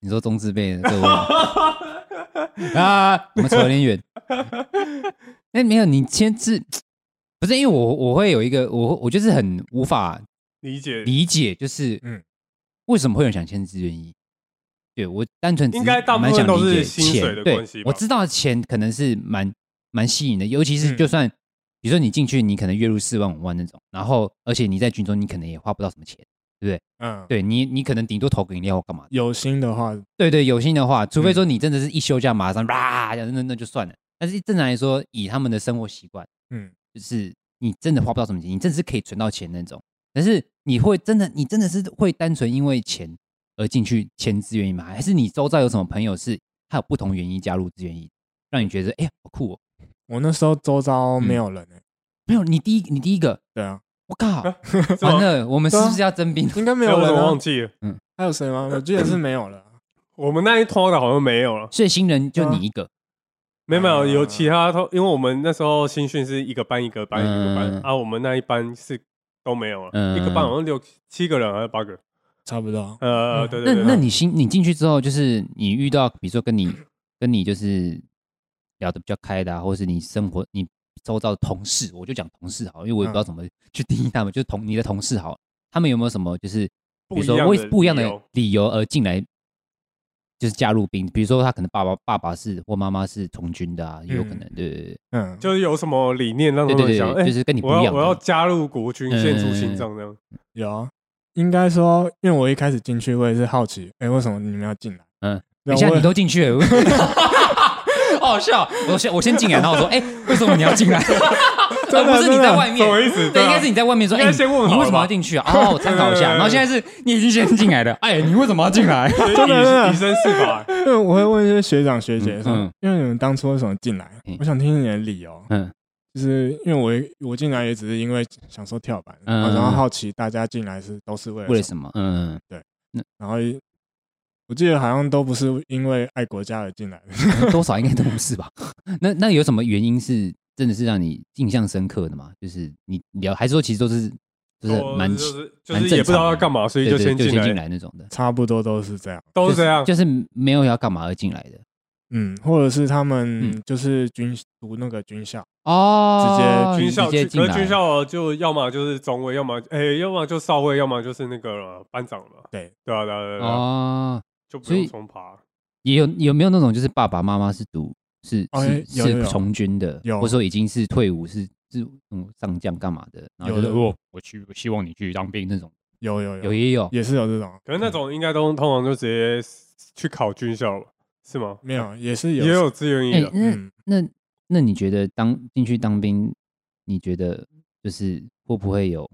[SPEAKER 2] 你说中字辈的各位 啊，我们扯有点远。哎，没有，你先自不是因为我我会有一个我我就是很无法
[SPEAKER 3] 理解，
[SPEAKER 2] 理解，就是
[SPEAKER 4] 嗯
[SPEAKER 2] 嗯，为什么会有人想签志愿役？对我单纯只
[SPEAKER 3] 应该大部分
[SPEAKER 2] 蛮想
[SPEAKER 3] 都是
[SPEAKER 2] 理解
[SPEAKER 3] 薪水
[SPEAKER 2] 钱
[SPEAKER 3] 的
[SPEAKER 2] 对
[SPEAKER 3] 关系吧
[SPEAKER 2] 我知道钱可能是蛮蛮吸引的，尤其是
[SPEAKER 4] 嗯
[SPEAKER 2] 就算、比如说你进去，你可能月入四万五万那种，然后而且你在军中，你可能也花不到什么钱，
[SPEAKER 4] 嗯，
[SPEAKER 2] 对你你可能顶多投个饮料或干嘛的。
[SPEAKER 4] 有心的话，
[SPEAKER 2] 对对，有心的话，除非
[SPEAKER 4] 嗯
[SPEAKER 2] 说你真的是一休假马上啦，那那就算了。但是正常来说，以他们的生活习惯，
[SPEAKER 4] 嗯，
[SPEAKER 2] 就是你真的花不到什么钱，你真的是可以存到钱那种。但是你会真的，你真的是会单纯因为钱而进去签志愿役吗？还是你周遭有什么朋友是他有不同原因加入志愿役，让你觉得哎呀好酷哦？
[SPEAKER 4] 我那时候周遭
[SPEAKER 2] 嗯
[SPEAKER 4] 没有人、欸，
[SPEAKER 2] 没有，你第一你第一个，
[SPEAKER 4] 对啊，
[SPEAKER 2] 我靠，
[SPEAKER 3] 是吗
[SPEAKER 2] 完了，我们是
[SPEAKER 4] 对啊
[SPEAKER 2] 不是要征兵？
[SPEAKER 4] 应该没
[SPEAKER 3] 哎
[SPEAKER 4] 有
[SPEAKER 3] 我怎
[SPEAKER 4] 人、
[SPEAKER 3] 么
[SPEAKER 4] 啊
[SPEAKER 3] 忘。记了？
[SPEAKER 4] 还有谁吗？我记得是没有了。
[SPEAKER 3] 我们那一拖的好像没有了，
[SPEAKER 2] 所以新人就
[SPEAKER 4] 对啊
[SPEAKER 2] 你一个，
[SPEAKER 3] 没有没有，
[SPEAKER 4] 啊
[SPEAKER 3] 有其他通，因为我们那时候新训是一个班一个班一个班
[SPEAKER 2] 嗯
[SPEAKER 3] 啊，我们那一班是都没有了，
[SPEAKER 2] 嗯
[SPEAKER 3] 一个班好像六七个人还是八个，
[SPEAKER 4] 差不多。
[SPEAKER 3] 呃，
[SPEAKER 4] 嗯
[SPEAKER 3] 对
[SPEAKER 2] 那
[SPEAKER 3] 对对
[SPEAKER 2] 那
[SPEAKER 3] 对，
[SPEAKER 2] 你新你进去之后，就是你遇到比如说跟你跟你就是聊得比较开的、啊，或是你生活你周遭的同事，我就讲同事好了，因为我也不
[SPEAKER 3] 嗯
[SPEAKER 2] 知道怎么去定义他们，就是同你的同事好了，他们有没有什么就是比
[SPEAKER 3] 不
[SPEAKER 2] 如
[SPEAKER 3] 一
[SPEAKER 2] 说
[SPEAKER 3] 样
[SPEAKER 2] 为
[SPEAKER 3] 的
[SPEAKER 2] 不一样
[SPEAKER 3] 理
[SPEAKER 2] 的
[SPEAKER 3] 由
[SPEAKER 2] 理由而进来？就是加入兵，比如说他可能爸爸爸爸是或妈妈是从军的啊，也有可能，对对对
[SPEAKER 4] 嗯，
[SPEAKER 3] 就是有什么理念让他
[SPEAKER 2] 对对
[SPEAKER 3] 们
[SPEAKER 2] 对
[SPEAKER 3] 想，
[SPEAKER 2] 对，就
[SPEAKER 3] 哎，
[SPEAKER 2] 是跟你不
[SPEAKER 3] 我
[SPEAKER 2] 一
[SPEAKER 3] 要
[SPEAKER 2] 样的。啊
[SPEAKER 3] 我要加入国军，
[SPEAKER 2] 嗯
[SPEAKER 3] 献出心脏这样。
[SPEAKER 4] 有啊，应该说，因为我一开始进去，我也是好奇，哎、为什么你们要进来？
[SPEAKER 2] 嗯
[SPEAKER 4] 对
[SPEAKER 2] 等
[SPEAKER 4] 啊，
[SPEAKER 2] 一下
[SPEAKER 4] 我
[SPEAKER 2] 你都进 去了，好好笑。我先我先进来，然后我 说，哎、为什么你要进来？
[SPEAKER 4] 真的
[SPEAKER 2] 而不是你
[SPEAKER 4] 真的
[SPEAKER 2] 在外面，
[SPEAKER 3] 什么意思
[SPEAKER 2] 对，
[SPEAKER 3] 对啊
[SPEAKER 2] 应该是你在外面说，
[SPEAKER 3] 应
[SPEAKER 2] 哎、
[SPEAKER 3] 该先问好了吧
[SPEAKER 2] 你为什么要进去啊？哦，我参考一下。然后现在是你已经先进来 了，哎、你为什么要进来？
[SPEAKER 3] 所以
[SPEAKER 4] 真的真
[SPEAKER 2] 啊
[SPEAKER 4] 的
[SPEAKER 3] 以以身试 法，
[SPEAKER 4] 因为我会问一些学长学姐
[SPEAKER 2] 嗯
[SPEAKER 4] 说，
[SPEAKER 2] 嗯
[SPEAKER 4] 因为你们当初为什么进来？
[SPEAKER 2] 嗯
[SPEAKER 4] 我想听听你的理由。
[SPEAKER 2] 嗯
[SPEAKER 4] 就是因为我也我进来也只是因为想说跳板，
[SPEAKER 2] 嗯
[SPEAKER 4] 然后好奇大家进来是都是为了
[SPEAKER 2] 为了
[SPEAKER 4] 什
[SPEAKER 2] 什么？嗯，
[SPEAKER 4] 么，然后也我记得好像都不是因为爱国家而进来的，
[SPEAKER 2] 嗯多少应该都不是吧？ 那那有什么原因是真的是让你印象深刻的吗？就是你聊，还是说其实都是就是
[SPEAKER 3] 我
[SPEAKER 2] 蛮
[SPEAKER 3] 就是就
[SPEAKER 2] 蛮
[SPEAKER 3] 是也不知
[SPEAKER 2] 正常
[SPEAKER 3] 道
[SPEAKER 2] 的
[SPEAKER 3] 要干嘛，所以
[SPEAKER 2] 对
[SPEAKER 3] 哦就
[SPEAKER 2] 对
[SPEAKER 3] 先
[SPEAKER 2] 就
[SPEAKER 3] 进
[SPEAKER 2] 先进
[SPEAKER 3] 来，
[SPEAKER 2] 来那种的，
[SPEAKER 4] 差不多都是这样。
[SPEAKER 3] 都是这样。
[SPEAKER 2] 就是没有要干嘛而进来的
[SPEAKER 4] 嗯，或者是他们
[SPEAKER 2] 嗯
[SPEAKER 4] 就是军读那个军校，
[SPEAKER 2] 哦，
[SPEAKER 3] 军校，
[SPEAKER 2] 直接
[SPEAKER 3] 军
[SPEAKER 2] 进
[SPEAKER 3] 可
[SPEAKER 2] 来
[SPEAKER 3] 是军校就要么就是中尉，要么哎、要么就少尉，要么就是那个了班长嘛。
[SPEAKER 4] 对
[SPEAKER 3] 对啊，对啊，对啊，对啊
[SPEAKER 2] 哦，
[SPEAKER 3] 就不
[SPEAKER 2] 所以
[SPEAKER 3] 用重爬。
[SPEAKER 2] 也有有没有那种就是爸爸妈妈是读是
[SPEAKER 4] 哦
[SPEAKER 2] 是
[SPEAKER 4] 有有有
[SPEAKER 2] 是从军的，
[SPEAKER 4] 有
[SPEAKER 2] 或者说已经是退伍是是嗯上将干嘛的，然后就是
[SPEAKER 4] 有有啊
[SPEAKER 2] 我我去我希望你去当兵那种，
[SPEAKER 4] 有有有
[SPEAKER 2] 有也有
[SPEAKER 4] 也是有这种，
[SPEAKER 3] 可是那种应该都通常就直接去考军校吧？是吗？
[SPEAKER 4] 嗯没有也是有
[SPEAKER 3] 也有志愿役的
[SPEAKER 2] 哎，那
[SPEAKER 4] 嗯
[SPEAKER 2] 那那你觉得当进去当兵，你觉得就是会不会有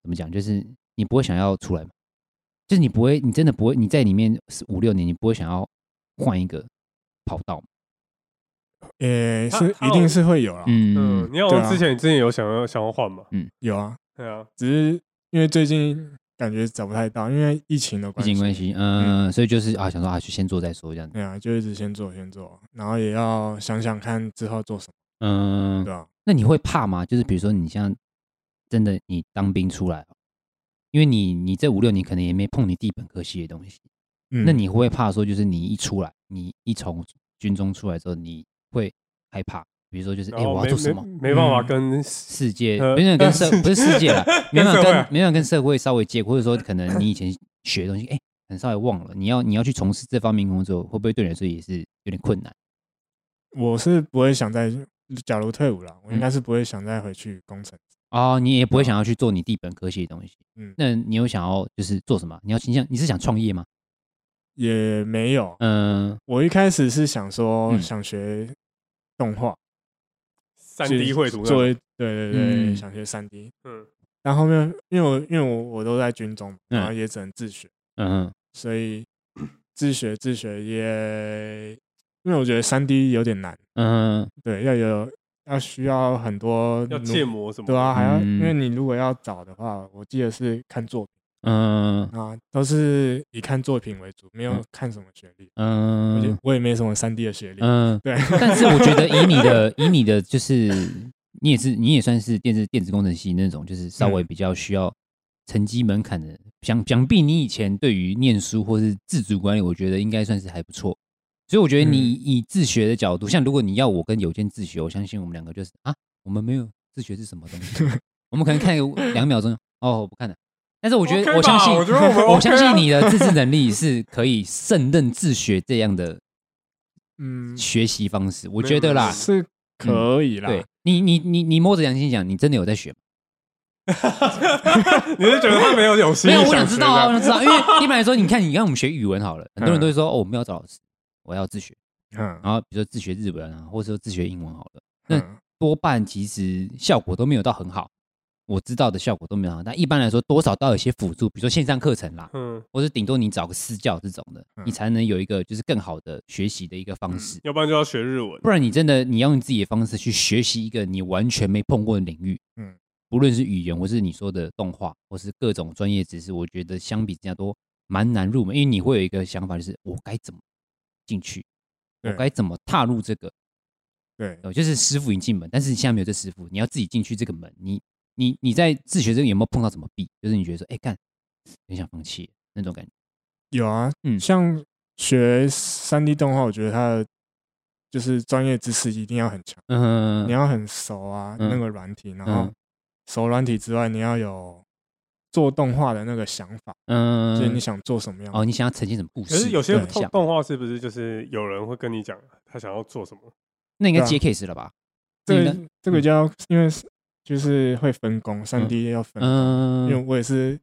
[SPEAKER 2] 怎么讲？就是你不会想要出来吗？就是你不会，你真的不会，你在里面五六年，你不会想要换一个跑道吗？
[SPEAKER 4] 也
[SPEAKER 3] 他
[SPEAKER 4] 是
[SPEAKER 3] 他
[SPEAKER 4] 一定是会有啦，
[SPEAKER 3] 嗯
[SPEAKER 2] 嗯，，
[SPEAKER 3] 你好
[SPEAKER 4] 对
[SPEAKER 3] 像
[SPEAKER 4] 啊
[SPEAKER 3] 之前你之前有想要想要换嘛？
[SPEAKER 4] 有啊，
[SPEAKER 3] 对啊，
[SPEAKER 4] 只是因为最近感觉找不太到，因为疫情的
[SPEAKER 2] 疫
[SPEAKER 4] 关系，
[SPEAKER 2] 情关系，嗯，所以就是啊，想说啊，去先做再说这样子，
[SPEAKER 4] 对啊，就一直先做先做，然后也要想想看之后做什么，
[SPEAKER 2] 嗯
[SPEAKER 4] 对，啊吧、
[SPEAKER 2] 那你会怕吗？就是比如说你像真的你当兵出来，哦因为你你这五六年可能也没碰你地本科系的东西，
[SPEAKER 4] 嗯，
[SPEAKER 2] 那你会不会怕说，就是你一出来，你一从军中出来之后，你会害怕？比如说，就是哎、
[SPEAKER 3] 然后
[SPEAKER 2] 我
[SPEAKER 3] 哦没
[SPEAKER 2] 要做什么？
[SPEAKER 3] 没没办
[SPEAKER 4] 嗯
[SPEAKER 3] 法跟
[SPEAKER 2] 世界
[SPEAKER 3] 呃
[SPEAKER 2] 没有跟社
[SPEAKER 3] 呃
[SPEAKER 2] 不是世界了，没办
[SPEAKER 3] 社
[SPEAKER 2] 法
[SPEAKER 3] 会
[SPEAKER 2] 跟
[SPEAKER 3] 啊
[SPEAKER 2] 没办法跟社会稍微接轨，或者说可能你以前学的东西，哎、很稍微忘了。你要你要去从事这方面工作，会不会对你来说也是有点困难？
[SPEAKER 4] 我是不会想再，假如退伍了，我应
[SPEAKER 2] 嗯
[SPEAKER 4] 该是不会想再回去工程。
[SPEAKER 2] 哦，你也不会想要去做你地本科系的东西。
[SPEAKER 4] 啊嗯
[SPEAKER 2] 那你有想要就是做什么？你要倾向你是想创业吗？
[SPEAKER 4] 也没有，
[SPEAKER 2] 嗯、
[SPEAKER 4] 我一开始是想说
[SPEAKER 2] 嗯
[SPEAKER 4] 想学动画，
[SPEAKER 3] 三
[SPEAKER 4] 就
[SPEAKER 3] D 绘图那
[SPEAKER 4] 作
[SPEAKER 3] 种，
[SPEAKER 4] 为对对对，
[SPEAKER 2] 嗯
[SPEAKER 4] 想学三 D。
[SPEAKER 3] 嗯，
[SPEAKER 4] 但后面因为我因为我我都在军中嘛，
[SPEAKER 2] 嗯
[SPEAKER 4] 然后也只能自学，
[SPEAKER 2] 嗯，
[SPEAKER 4] 所以自学自学也，因为我觉得三 D 有点难，
[SPEAKER 2] 嗯
[SPEAKER 4] 对，要有要需要很多
[SPEAKER 3] 要
[SPEAKER 4] 努
[SPEAKER 3] 建模什么的？
[SPEAKER 4] 对啊，还要、因为
[SPEAKER 2] 嗯
[SPEAKER 4] 你如果要找的话，我记得是看作
[SPEAKER 2] 嗯
[SPEAKER 4] 品啊，都是以看作品为主，没有
[SPEAKER 2] 嗯
[SPEAKER 4] 看什么学历，我觉得
[SPEAKER 2] 嗯
[SPEAKER 4] 我也没什么三 D 的学历，
[SPEAKER 2] 嗯，
[SPEAKER 4] 对，
[SPEAKER 2] 但是我觉得以你的 以你的就是你也是你也算是电子电子工程系那种，就是稍
[SPEAKER 3] 嗯
[SPEAKER 2] 微比较需要成绩门槛的，想想必你以前对于念书或是自主管理，我觉得应该算是还不错。所以我觉得你
[SPEAKER 4] 嗯
[SPEAKER 2] 以自学的角度，像如果你要我跟有健自学，我相信我们两个就是啊，我们没有自学是什么东西，啊 我们可能看个两秒钟，哦，我不看了。但是我觉
[SPEAKER 3] OK
[SPEAKER 2] 得，
[SPEAKER 3] 吧
[SPEAKER 2] 我相信，
[SPEAKER 3] 我觉得我们 OK 啊
[SPEAKER 2] 相信你的自制能力是可以胜任自学这样的
[SPEAKER 4] 嗯，
[SPEAKER 2] 学习方 式，我觉得啦，
[SPEAKER 4] 是可以啦，
[SPEAKER 2] 嗯对你，你，你，你摸着良心讲，你真的有在学吗？
[SPEAKER 3] 你是觉得他没有有心？
[SPEAKER 2] 没有，我想知道啊，我。想知道，因为 一般来说，你看，你看我们学语文好了，很多人都会说，哦，我们要找老师，我要自学，
[SPEAKER 4] 嗯
[SPEAKER 2] 然后比如说自学日文啊，或者说自学英文好了，那
[SPEAKER 4] 嗯
[SPEAKER 2] 多半其实效果都没有到很好，我知道的效果都没有很好，但一般来说，多少都要有一些辅助，比如说线上课程啦，
[SPEAKER 3] 嗯，
[SPEAKER 2] 或者顶多你找个私教这种的，
[SPEAKER 4] 嗯
[SPEAKER 2] 你才能有一个就是更好的学习的一个方式。
[SPEAKER 3] 要不然就要学日文。
[SPEAKER 2] 不然你真的你要用自己的方式去学习一个你完全没碰过的领域，嗯
[SPEAKER 4] 嗯，
[SPEAKER 2] 不论是语言，或是你说的动画，或是各种专业知识，我觉得相比之下都蛮难入门，因为你会有一个想法，就是我该怎么进去，我
[SPEAKER 4] 对嗯
[SPEAKER 2] 该怎么踏入这个，
[SPEAKER 4] 对，
[SPEAKER 2] 呃就是师傅引进门，但是你现在没有这师傅，你要自己进去这个门，你你你在自学这个有没有碰到什么壁？就是你觉得说，哎、干，很想放弃那种感觉，
[SPEAKER 4] 有啊，
[SPEAKER 2] 嗯
[SPEAKER 4] 像学三 D 动画，我觉得它的就是专业知识一定要很强，
[SPEAKER 2] 嗯
[SPEAKER 4] 你要很熟啊、
[SPEAKER 2] 嗯
[SPEAKER 4] 那个软体，然后
[SPEAKER 2] 嗯
[SPEAKER 4] 熟软体之外，你要有做动画的那个想法，
[SPEAKER 2] 嗯
[SPEAKER 4] 就是你想做什么样的。
[SPEAKER 2] 哦，你想要呈现什么故事？
[SPEAKER 3] 可是有些
[SPEAKER 2] 对
[SPEAKER 3] 动
[SPEAKER 2] 像
[SPEAKER 3] 动画是不是就是有人会跟你讲他想要做什么？
[SPEAKER 2] 那应该
[SPEAKER 4] 对啊
[SPEAKER 2] 接 case 了吧？
[SPEAKER 4] 这
[SPEAKER 2] 应该
[SPEAKER 4] 个这个就要因为是就是会分工，三 D 要分工，因为
[SPEAKER 2] 嗯，
[SPEAKER 4] 我也是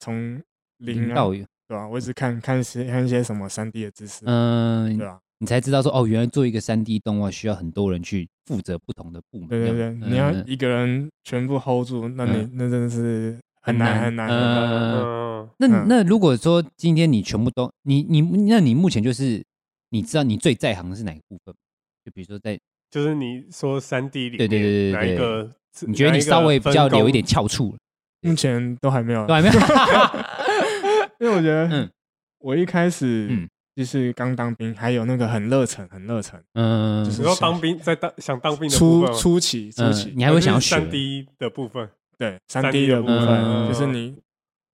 [SPEAKER 4] 从零
[SPEAKER 2] 零
[SPEAKER 4] 啊
[SPEAKER 2] 到，有，
[SPEAKER 4] 对吧、我也是看看一些看一些什么三 D 的知识，对啊
[SPEAKER 2] 嗯，
[SPEAKER 4] 吧、
[SPEAKER 2] 你才知道说哦，原来做一个三 D 动画需要很多人去负责不同的部门。
[SPEAKER 4] 对对
[SPEAKER 2] 这
[SPEAKER 4] 对，
[SPEAKER 2] 样
[SPEAKER 4] 你要
[SPEAKER 2] 嗯嗯
[SPEAKER 4] 一个人全部 hold 住，那你
[SPEAKER 2] 嗯
[SPEAKER 4] 那真的是很
[SPEAKER 2] 很
[SPEAKER 4] 难
[SPEAKER 2] 难
[SPEAKER 4] 很难。
[SPEAKER 2] 嗯
[SPEAKER 4] 很难
[SPEAKER 3] 嗯，
[SPEAKER 2] 那
[SPEAKER 4] 嗯
[SPEAKER 2] 那如果说今天你全部都你你那你目前就是你知道你最在行的是哪个部分吗？就比如说在
[SPEAKER 3] 就是你说三 D 里
[SPEAKER 2] 对
[SPEAKER 3] 面
[SPEAKER 2] 对对对对
[SPEAKER 3] 哪一个？
[SPEAKER 2] 你觉得你稍微比较留一点翘楚了，
[SPEAKER 4] 目前都还没有，
[SPEAKER 2] 对吧没有？
[SPEAKER 4] 因为我觉
[SPEAKER 2] 嗯
[SPEAKER 4] 得，我一开
[SPEAKER 2] 嗯
[SPEAKER 4] 始就是刚当兵，还有那个很热忱，很热忱，
[SPEAKER 2] 嗯，
[SPEAKER 4] 就是
[SPEAKER 3] 你说当兵在当想当兵的部
[SPEAKER 4] 初
[SPEAKER 3] 分吗，
[SPEAKER 4] 初期初
[SPEAKER 2] 嗯
[SPEAKER 4] 期
[SPEAKER 2] 你，还会想要学
[SPEAKER 3] 三 D 的部分，
[SPEAKER 4] 对三
[SPEAKER 3] 3D
[SPEAKER 4] D 的部分，
[SPEAKER 2] 嗯
[SPEAKER 4] 就是你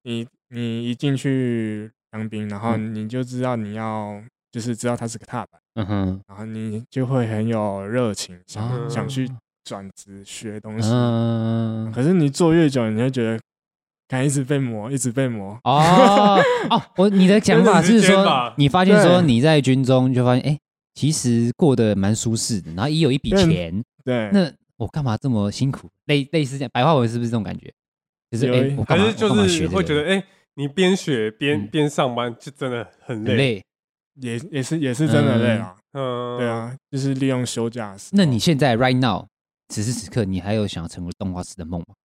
[SPEAKER 4] 你你一进去当兵，然后你就知道你要就是知道它是个踏板，
[SPEAKER 2] 嗯哼，
[SPEAKER 4] 然后你就会很有热情，想
[SPEAKER 2] 啊
[SPEAKER 4] 想去转职学东西。
[SPEAKER 2] 嗯，
[SPEAKER 4] 可是你做越久，你会觉得，看一直被磨，一直被磨。
[SPEAKER 2] 哦哦，我你的想法是
[SPEAKER 3] 就是时间
[SPEAKER 2] 说
[SPEAKER 3] 吧，
[SPEAKER 2] 你发现说
[SPEAKER 4] 对
[SPEAKER 2] 你在军中就发现，哎，其实过得蛮舒适的，然后也有一笔
[SPEAKER 4] 对
[SPEAKER 2] 钱，
[SPEAKER 4] 对，
[SPEAKER 2] 那我干嘛这么辛苦？类类似这样，白话文是不是这种感觉？就是
[SPEAKER 4] 有
[SPEAKER 2] 哎、
[SPEAKER 4] 一
[SPEAKER 2] 我干
[SPEAKER 3] 还
[SPEAKER 2] 嘛
[SPEAKER 3] 是就
[SPEAKER 2] 我干嘛
[SPEAKER 3] 是
[SPEAKER 2] 学
[SPEAKER 3] 会觉得
[SPEAKER 2] 得
[SPEAKER 3] 哎，你边学边
[SPEAKER 2] 嗯
[SPEAKER 3] 边上班就真的很
[SPEAKER 2] 很
[SPEAKER 3] 累。
[SPEAKER 2] 累。
[SPEAKER 4] 也也是也是真的累啦。
[SPEAKER 3] 嗯，
[SPEAKER 4] 对，啊，就是利用休假的时候
[SPEAKER 2] 那你现在 right now 此时此刻，你还有想要成为动画师的梦 吗？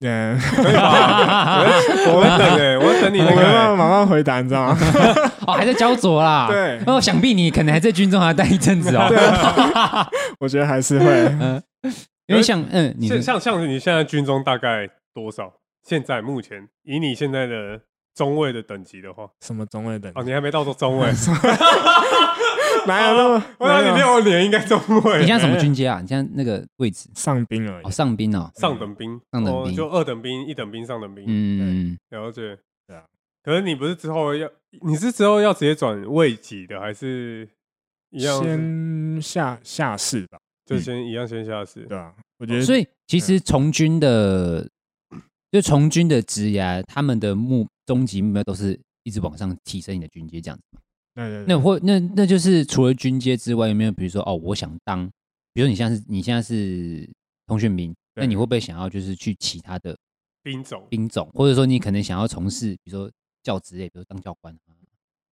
[SPEAKER 4] 嗯，
[SPEAKER 3] 可以吧？我在我在等哎，我 在等你
[SPEAKER 4] 我
[SPEAKER 3] 那
[SPEAKER 4] 没
[SPEAKER 3] 个
[SPEAKER 4] 办法
[SPEAKER 3] 哎。
[SPEAKER 4] 马上回答，你知道吗？
[SPEAKER 2] 哦，还在焦灼啦。
[SPEAKER 4] 对
[SPEAKER 2] 哦，想必你可能还在军中还要待一阵子哦。
[SPEAKER 4] 对啊，我觉得 还是会。
[SPEAKER 2] 嗯， 因为像嗯，你
[SPEAKER 3] 像像像是你现在军中大概多少？现在目前以你现在的中尉的等级的话，
[SPEAKER 4] 什么中尉等级
[SPEAKER 3] 哦，？你还没到中尉，
[SPEAKER 4] 哪有那么？
[SPEAKER 3] 我想你
[SPEAKER 4] 哪有
[SPEAKER 3] 六年应该中
[SPEAKER 2] 你
[SPEAKER 3] 尉
[SPEAKER 2] 现，在什么军阶啊？你现在那个位置
[SPEAKER 4] 上兵而已
[SPEAKER 2] 哦，。上兵哦。
[SPEAKER 3] 上等兵，
[SPEAKER 2] 上等
[SPEAKER 3] 哦
[SPEAKER 2] 兵
[SPEAKER 3] 就二等兵、一等兵、上等兵，
[SPEAKER 2] 嗯，
[SPEAKER 3] 了解。
[SPEAKER 4] 对啊，
[SPEAKER 3] 可是你不是之后要，你是之后要直接转位级的，还是一样是？
[SPEAKER 4] 先下下士吧，
[SPEAKER 3] 就先一样先下士。
[SPEAKER 4] 对啊，我觉得
[SPEAKER 2] 哦所以其实
[SPEAKER 4] 啊
[SPEAKER 2] 从军的，就从军的职涯，他们的目终极目标都是一直往上提升你的军阶，这样子。
[SPEAKER 4] 对对对
[SPEAKER 2] 那或那那就是除了军阶之外，有没有比如说哦，我想当，比如说你现在是你现在是通讯兵，那
[SPEAKER 4] 对
[SPEAKER 2] 你会不会想要就是去其他的
[SPEAKER 3] 兵种，
[SPEAKER 2] 兵种，或者说你可能想要从事比如说教职类，比如当教官啊，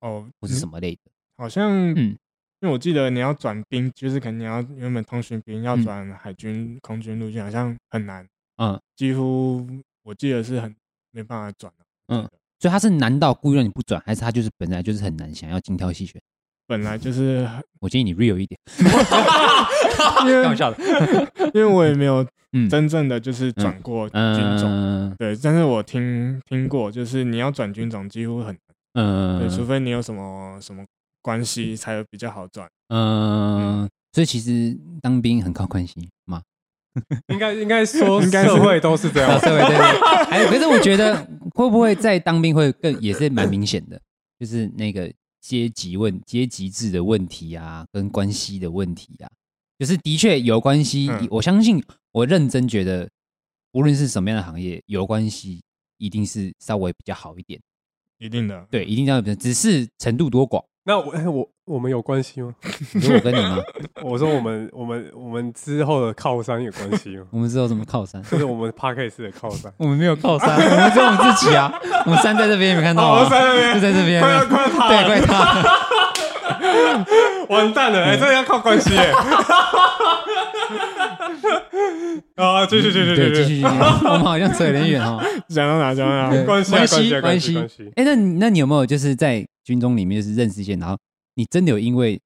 [SPEAKER 4] 哦，
[SPEAKER 2] 或是什么类的？
[SPEAKER 4] 好像，
[SPEAKER 2] 嗯
[SPEAKER 4] 因为我记得你要转兵，就是可能你要原本通讯兵要
[SPEAKER 2] 嗯
[SPEAKER 4] 转海军、空军、陆军，好像很难，
[SPEAKER 2] 嗯
[SPEAKER 4] 几乎我记得是很没办法转的。
[SPEAKER 2] 嗯所以他是难道故意让你不转，还是他就是本来就是很难，想要精挑细选？
[SPEAKER 4] 本来就是
[SPEAKER 2] 我建议你 real 一 点，
[SPEAKER 4] 因
[SPEAKER 2] 开玩
[SPEAKER 4] 为
[SPEAKER 2] 笑的。
[SPEAKER 4] 因为我也没有
[SPEAKER 2] 嗯
[SPEAKER 4] 真正的就是转过军种，
[SPEAKER 2] 嗯
[SPEAKER 4] 对，但是我听听过，就是你要转军种几乎很
[SPEAKER 2] 嗯
[SPEAKER 4] 对，除非你有什么什么关系才有比较好转。
[SPEAKER 2] 嗯，所以其实当兵很靠关系嘛。
[SPEAKER 3] 应该应该说，
[SPEAKER 4] 应该是
[SPEAKER 3] 社会都是这 样
[SPEAKER 2] 啊，。社会 对对。哎，可是我觉得会不会在当兵会更也是蛮明显的，就是那个阶级问阶级制的问题啊，跟关系的问题啊，就是的确有关系。
[SPEAKER 4] 嗯
[SPEAKER 2] 我相信，我认真觉得，无论是什么样的行业，有关系一定是稍微比较好一点。
[SPEAKER 4] 一定的，
[SPEAKER 2] 对，一定要有比较，只是程度多广。
[SPEAKER 3] 那我哎我我们有关系吗？
[SPEAKER 2] 你说我跟你吗？
[SPEAKER 3] 我说我们我们我们之后的靠山有关系吗？
[SPEAKER 2] 我们知道什么靠山？
[SPEAKER 3] 就是我们 p a r k a s 的靠山。
[SPEAKER 2] 我们没有靠 山，我们只有我们自己啊。我们山在这边，你们看到
[SPEAKER 3] 哦，
[SPEAKER 2] 吗？
[SPEAKER 3] 我在那边，
[SPEAKER 2] 就在这边，啊
[SPEAKER 3] 快要快要塌
[SPEAKER 2] 对，
[SPEAKER 3] 了，
[SPEAKER 2] 怪他。
[SPEAKER 3] 完
[SPEAKER 2] 嗯
[SPEAKER 3] 蛋了，哎，这要靠关系 耶。啊，继续继续
[SPEAKER 2] 嗯对，继续
[SPEAKER 3] 继续，
[SPEAKER 2] 继续，我们好像扯有点远哈。
[SPEAKER 4] 讲到哪讲到 哪，
[SPEAKER 3] 关系啊
[SPEAKER 2] 关
[SPEAKER 3] 关系
[SPEAKER 2] 系关
[SPEAKER 3] 啊关系
[SPEAKER 2] 系
[SPEAKER 3] 关系。
[SPEAKER 2] 哎，那你那你有没有就是在军中里面就是认识一些，然后你真的有因为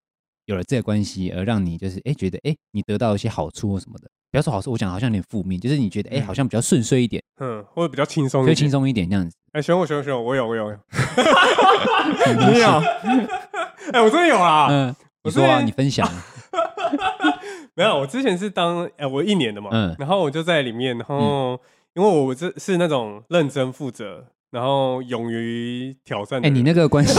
[SPEAKER 2] 有了这个关系而让你就是哎觉得哎你得到一些好处或什么的？不要说好处，我讲好像有点负面，就是你觉得哎好像比较顺遂一点，
[SPEAKER 3] 嗯，或者比较轻松一
[SPEAKER 2] 可以
[SPEAKER 3] 点，
[SPEAKER 2] 轻松一点这样子。
[SPEAKER 3] 哎，选我选我选我，我有我有，我有
[SPEAKER 4] 你有
[SPEAKER 3] 哎，我真的有啊。
[SPEAKER 2] 嗯，你
[SPEAKER 3] 我
[SPEAKER 2] 说啊，
[SPEAKER 3] 是
[SPEAKER 2] 你分 享。
[SPEAKER 3] 没有，我之前是当哎我一年的嘛
[SPEAKER 2] 嗯，
[SPEAKER 3] 然后我就在里面，然后因为我这是那种认真负责，然后勇于挑战的
[SPEAKER 2] 哎，
[SPEAKER 3] 人。
[SPEAKER 2] 你那个关系，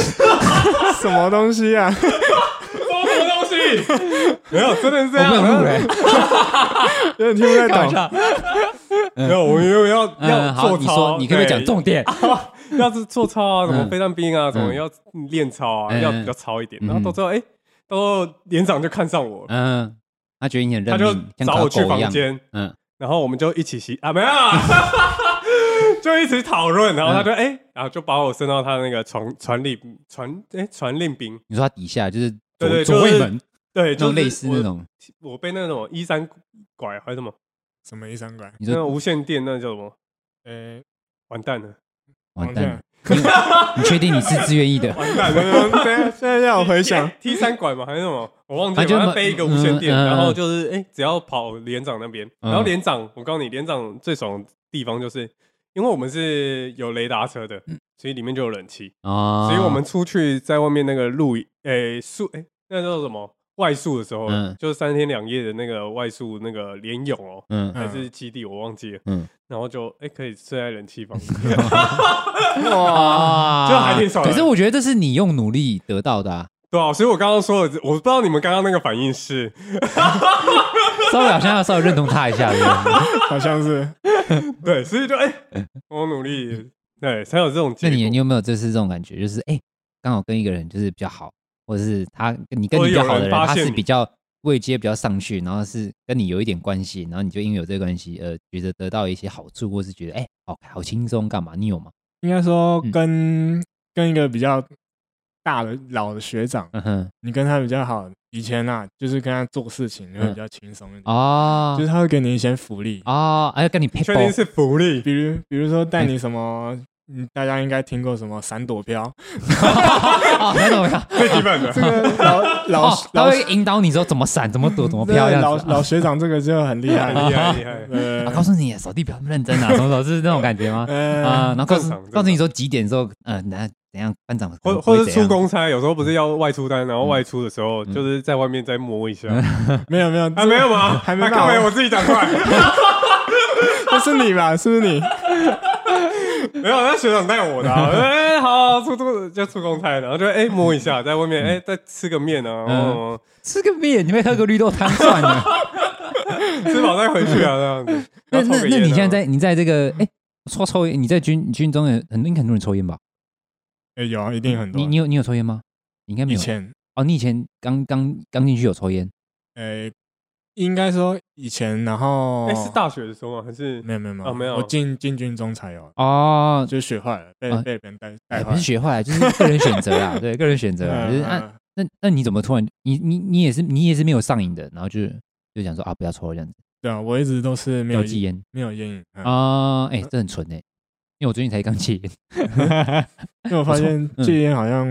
[SPEAKER 4] 什么东西啊？
[SPEAKER 3] 说什么东西？ 没有，真的是这
[SPEAKER 2] 我
[SPEAKER 3] 样。
[SPEAKER 2] 不能录
[SPEAKER 3] 然后
[SPEAKER 2] 哎，
[SPEAKER 4] 有点听不 太
[SPEAKER 2] 开玩
[SPEAKER 4] 懂。
[SPEAKER 2] 笑。
[SPEAKER 3] 没有，我因为要要
[SPEAKER 2] 啊嗯，好，
[SPEAKER 3] 做
[SPEAKER 2] 你
[SPEAKER 3] 操，
[SPEAKER 2] 说，你可不可以
[SPEAKER 3] 对
[SPEAKER 2] 讲重点？
[SPEAKER 3] 要是做操啊，什么
[SPEAKER 2] 嗯
[SPEAKER 3] 飞弹兵啊，什么
[SPEAKER 2] 嗯
[SPEAKER 3] 要练操啊，
[SPEAKER 2] 嗯
[SPEAKER 3] 要比较操一点。
[SPEAKER 2] 嗯
[SPEAKER 3] 然后到最后，哎，到最后连长就看上我了，
[SPEAKER 2] 嗯，他觉得你很
[SPEAKER 3] 他
[SPEAKER 2] 认
[SPEAKER 3] 就
[SPEAKER 2] 命，像
[SPEAKER 3] 找
[SPEAKER 2] 条
[SPEAKER 3] 我去
[SPEAKER 2] 狗一
[SPEAKER 3] 房
[SPEAKER 2] 样。
[SPEAKER 3] 间，
[SPEAKER 2] 嗯
[SPEAKER 3] 然后我们就一起洗啊， 没有啊，就一起讨论。然后他
[SPEAKER 2] 嗯
[SPEAKER 3] 就哎，然后就把我升到他那个传传令传哎传令兵，
[SPEAKER 2] 你说他底下就是左
[SPEAKER 3] 对对
[SPEAKER 2] 左
[SPEAKER 3] 就是
[SPEAKER 2] 卫门
[SPEAKER 3] 对，
[SPEAKER 2] 那
[SPEAKER 3] 就
[SPEAKER 2] 种
[SPEAKER 3] 是
[SPEAKER 2] 类似那
[SPEAKER 3] 我。
[SPEAKER 2] 种，
[SPEAKER 3] 我被那种一三拐还是什么，
[SPEAKER 4] 什么一三拐？
[SPEAKER 2] 你
[SPEAKER 3] 那种
[SPEAKER 2] 说
[SPEAKER 3] 无线电那叫什么？
[SPEAKER 4] 呃，
[SPEAKER 3] 完蛋了，
[SPEAKER 2] 完蛋了，你确定你是自愿意 的？
[SPEAKER 3] 完蛋
[SPEAKER 4] 我
[SPEAKER 3] 了。
[SPEAKER 4] 们现在现在让我 回想
[SPEAKER 3] T 三管嘛还是什么，我忘记
[SPEAKER 2] 反正
[SPEAKER 3] 了。
[SPEAKER 2] 就
[SPEAKER 3] 他背一个无线电，
[SPEAKER 2] 嗯嗯嗯
[SPEAKER 3] 然后就是哎、只要跑连长那边，
[SPEAKER 2] 嗯
[SPEAKER 3] 然后连长，我告诉你，连长最爽的地方就是，因为我们是有雷达车的，
[SPEAKER 2] 嗯
[SPEAKER 3] 所以里面就有冷气，
[SPEAKER 2] 哦，
[SPEAKER 3] 所以我们出去在外面那个露营，哎宿哎那叫什么外宿的时候，
[SPEAKER 2] 嗯
[SPEAKER 3] 就是三天两夜的那个外宿那个连泳哦、
[SPEAKER 2] 嗯
[SPEAKER 3] 还是基地我忘记了，
[SPEAKER 2] 嗯
[SPEAKER 3] 然后就哎、可以睡在冷气房，
[SPEAKER 2] 哇
[SPEAKER 3] 就还挺爽的
[SPEAKER 2] 可是我觉得这是你用努力得到的啊，
[SPEAKER 3] 对啊，所以我刚刚说的，我不知道你们刚刚那个反应是，
[SPEAKER 2] 稍微好像要稍微认同他一下，对不对
[SPEAKER 4] 好像是
[SPEAKER 3] 对，所以就哎、我努力，对，才有这种
[SPEAKER 2] 嗯
[SPEAKER 3] 结
[SPEAKER 2] 那
[SPEAKER 3] 果。
[SPEAKER 2] 你你有没有就是这种感觉，就是哎，刚好跟一个人就是比较好，或者是他你跟你
[SPEAKER 3] 或者
[SPEAKER 2] 比较好的
[SPEAKER 3] 有人
[SPEAKER 2] 人，
[SPEAKER 3] 发
[SPEAKER 2] 他
[SPEAKER 3] 现
[SPEAKER 2] 是
[SPEAKER 3] 你
[SPEAKER 2] 比较位阶比较上去，然后是跟你有一点关系，然后你就因为有这个关系，呃，觉得得到一些好处，或是觉得哎，好好轻松，干嘛？你有吗？
[SPEAKER 4] 应该说跟跟一个比较大的老的学长，
[SPEAKER 2] 嗯哼，
[SPEAKER 4] 你跟他比较好，以前啊，就是跟他做事情会比较轻松一
[SPEAKER 3] 嗯
[SPEAKER 4] 点，
[SPEAKER 2] 哦
[SPEAKER 4] 就是他会给你一些福利，
[SPEAKER 2] 哦，哎，跟你配
[SPEAKER 3] 确定是 福利？
[SPEAKER 4] 比如比如说带你什么。嗯，大家应该听过什么闪躲飘，
[SPEAKER 2] 哦，那怎么 样？
[SPEAKER 3] 最基本 的
[SPEAKER 4] 这，个老老
[SPEAKER 2] 哦，他
[SPEAKER 4] 老
[SPEAKER 2] 会引导你说怎么闪、怎么躲、 怎么飘，这
[SPEAKER 4] 对
[SPEAKER 2] 样
[SPEAKER 4] 老
[SPEAKER 2] 子。
[SPEAKER 4] 老学长这个就很厉害，
[SPEAKER 3] 厉害厉害。
[SPEAKER 2] 啊
[SPEAKER 4] 呃
[SPEAKER 2] 告诉你扫地不要那么认真啊，什么什么是那种感觉 吗？啊，
[SPEAKER 4] 呃，
[SPEAKER 2] 然后告诉
[SPEAKER 3] 嗯正常正常
[SPEAKER 2] 告诉你说几点之后，呃，那怎样班长
[SPEAKER 3] 或或是出
[SPEAKER 2] 工，
[SPEAKER 3] 公差，有时候不是要外出单，然后外出的时候
[SPEAKER 2] 嗯
[SPEAKER 3] 就是在外面再摸一下
[SPEAKER 4] 没有没有，
[SPEAKER 3] 啊，没有 吗？
[SPEAKER 4] 还没
[SPEAKER 3] 啊
[SPEAKER 4] 到
[SPEAKER 3] 靠北我自己讲出来，
[SPEAKER 4] 这是你吧？是不是你？
[SPEAKER 3] 没有，那学长带我的啊。哎，好，出出就出公差，然后就哎摸一下，在外
[SPEAKER 2] 嗯
[SPEAKER 3] 面哎再吃个面啊，哦，
[SPEAKER 2] 吃个面，你会喝个绿豆汤算 了。
[SPEAKER 3] 吃饱再回去啊，这样子。
[SPEAKER 2] 那
[SPEAKER 3] 然后
[SPEAKER 2] 那
[SPEAKER 3] 抽个
[SPEAKER 2] 那
[SPEAKER 3] 烟
[SPEAKER 2] 你
[SPEAKER 3] 啊
[SPEAKER 2] 现在在你在这个哎。抽抽烟，你在军军中有很多，应该很多人抽烟吧？
[SPEAKER 4] 哎，有啊，一定很多。
[SPEAKER 2] 你你有你有抽烟吗？你应该没
[SPEAKER 4] 以
[SPEAKER 2] 有。
[SPEAKER 4] 前，
[SPEAKER 2] 哦，你以前刚刚刚进去有抽烟，
[SPEAKER 4] 呃，应该说以前，然后
[SPEAKER 3] 哎
[SPEAKER 2] 哦
[SPEAKER 3] 是大学的时候吗？还是
[SPEAKER 4] 没有没有没
[SPEAKER 3] 哦
[SPEAKER 4] 有
[SPEAKER 3] 没有
[SPEAKER 4] 我进进军中才有，啊
[SPEAKER 2] 哦，
[SPEAKER 4] 就学坏了，被
[SPEAKER 2] 啊
[SPEAKER 4] 被别人带带
[SPEAKER 2] 哎，不
[SPEAKER 4] 坏了
[SPEAKER 2] 是。学 坏，就是个人选择啦， 对，个人选择啦，就是按
[SPEAKER 4] 嗯
[SPEAKER 2] 那那你怎么突然你你你也是你也是没有上瘾的，然后就就想说啊不要抽了这样子，
[SPEAKER 4] 对啊，我一直都是没
[SPEAKER 2] 不要
[SPEAKER 4] 有
[SPEAKER 2] 戒烟哦
[SPEAKER 4] 没有烟瘾啊，
[SPEAKER 2] 啊，哎、这很纯哎、因为我最近才刚戒烟。
[SPEAKER 4] 因为我发现
[SPEAKER 2] 嗯
[SPEAKER 4] 戒烟好像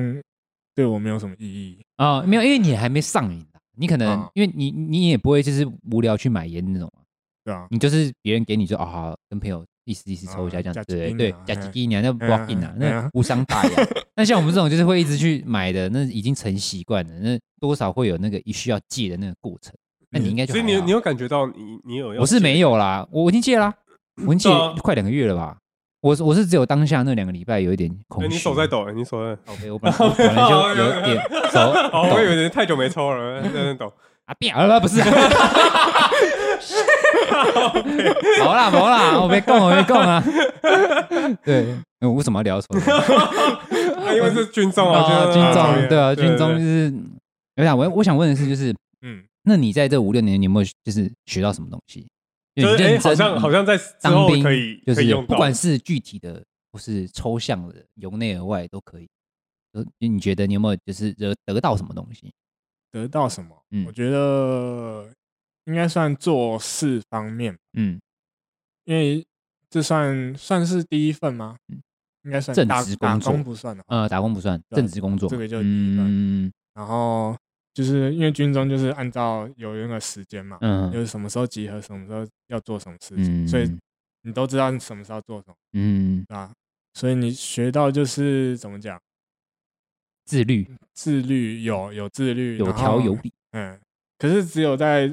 [SPEAKER 4] 对我没有什么意义。
[SPEAKER 2] 啊、没有，因为你还没上瘾啊你可能、
[SPEAKER 4] 嗯
[SPEAKER 2] 因为你你也不会就是无聊去买烟那种啊，
[SPEAKER 4] 对啊，
[SPEAKER 2] 你就是别人给你就啊、好跟朋友意思意思抽一下这样，
[SPEAKER 4] 啊
[SPEAKER 2] 子，对对假
[SPEAKER 4] 夹几斤啊，
[SPEAKER 2] 几
[SPEAKER 4] 嗯
[SPEAKER 2] 斤啊，那不要硬啊，
[SPEAKER 4] 嗯
[SPEAKER 2] 那
[SPEAKER 4] 嗯
[SPEAKER 2] 无伤大雅。那像我们这种就是会一直去买的，那已经成习惯了，那多少会有那个一需要戒的那个过程。那你应该就
[SPEAKER 3] 所以
[SPEAKER 2] 还
[SPEAKER 3] 你有
[SPEAKER 2] 好
[SPEAKER 3] 你有感觉到你你有要
[SPEAKER 2] 我是没有啦，我我已经戒啦，我已经
[SPEAKER 3] 对啊
[SPEAKER 2] 戒快两个月了吧。我是我是只有当下那两个礼拜有一点空
[SPEAKER 3] 哎
[SPEAKER 2] 虚，
[SPEAKER 3] 你手在抖，哎你手在。
[SPEAKER 2] 靠背，我本来我本来就有点手
[SPEAKER 3] 哦，
[SPEAKER 2] 抖
[SPEAKER 3] 我以为你太久没抽了，在那 抖。
[SPEAKER 2] 啊，变啊，不是。 好啦，好啦，我没供，我没供啊。 对，那我为什么要聊什么？
[SPEAKER 3] 啊因为是军中啊，
[SPEAKER 2] 啊，
[SPEAKER 3] 就是
[SPEAKER 2] 军
[SPEAKER 3] 啊抽
[SPEAKER 2] 中，
[SPEAKER 3] 烟
[SPEAKER 2] 对啊，军中就
[SPEAKER 3] 对
[SPEAKER 2] 是。我想，我我想问的是，就是，
[SPEAKER 4] 嗯，
[SPEAKER 2] 那你在这五六年，你有没有就是学到什么东西？
[SPEAKER 3] 对就是
[SPEAKER 2] 你
[SPEAKER 3] 哎，
[SPEAKER 2] 认真
[SPEAKER 3] 好像好像在之
[SPEAKER 2] 当
[SPEAKER 3] 后
[SPEAKER 2] 兵
[SPEAKER 3] 可以
[SPEAKER 2] 就
[SPEAKER 3] 可以
[SPEAKER 2] 是
[SPEAKER 3] 用
[SPEAKER 2] 不
[SPEAKER 3] 到，
[SPEAKER 2] 管是具体的或是抽象的，由内而外都可以。就你觉得你有没有就是得得到什么东西？
[SPEAKER 4] 得到什么？
[SPEAKER 2] 嗯
[SPEAKER 4] 我觉得应该算做事方面，
[SPEAKER 2] 嗯，
[SPEAKER 4] 因为这算算是第一份吗？应该算
[SPEAKER 2] 嗯正
[SPEAKER 4] 打
[SPEAKER 2] 职
[SPEAKER 4] 打
[SPEAKER 2] 工作
[SPEAKER 4] 工不算啊。
[SPEAKER 2] 呃，打工不算，
[SPEAKER 4] 对啊
[SPEAKER 2] 正职工作嘛，
[SPEAKER 4] 这个就
[SPEAKER 2] 嗯
[SPEAKER 4] 然后就是因为军中就是按照有那个时间嘛，就
[SPEAKER 2] 嗯
[SPEAKER 4] 是什么时候集合，什么时候要做什么事情，
[SPEAKER 2] 嗯，
[SPEAKER 4] 所以你都知道你什么时候做什么，
[SPEAKER 2] 嗯
[SPEAKER 4] 对吧？所以你学到就是怎么讲，
[SPEAKER 2] 自律、
[SPEAKER 3] 嗯
[SPEAKER 4] 自律有有自律，
[SPEAKER 2] 有
[SPEAKER 4] 然后
[SPEAKER 2] 条有，理，
[SPEAKER 4] 嗯。可是只有在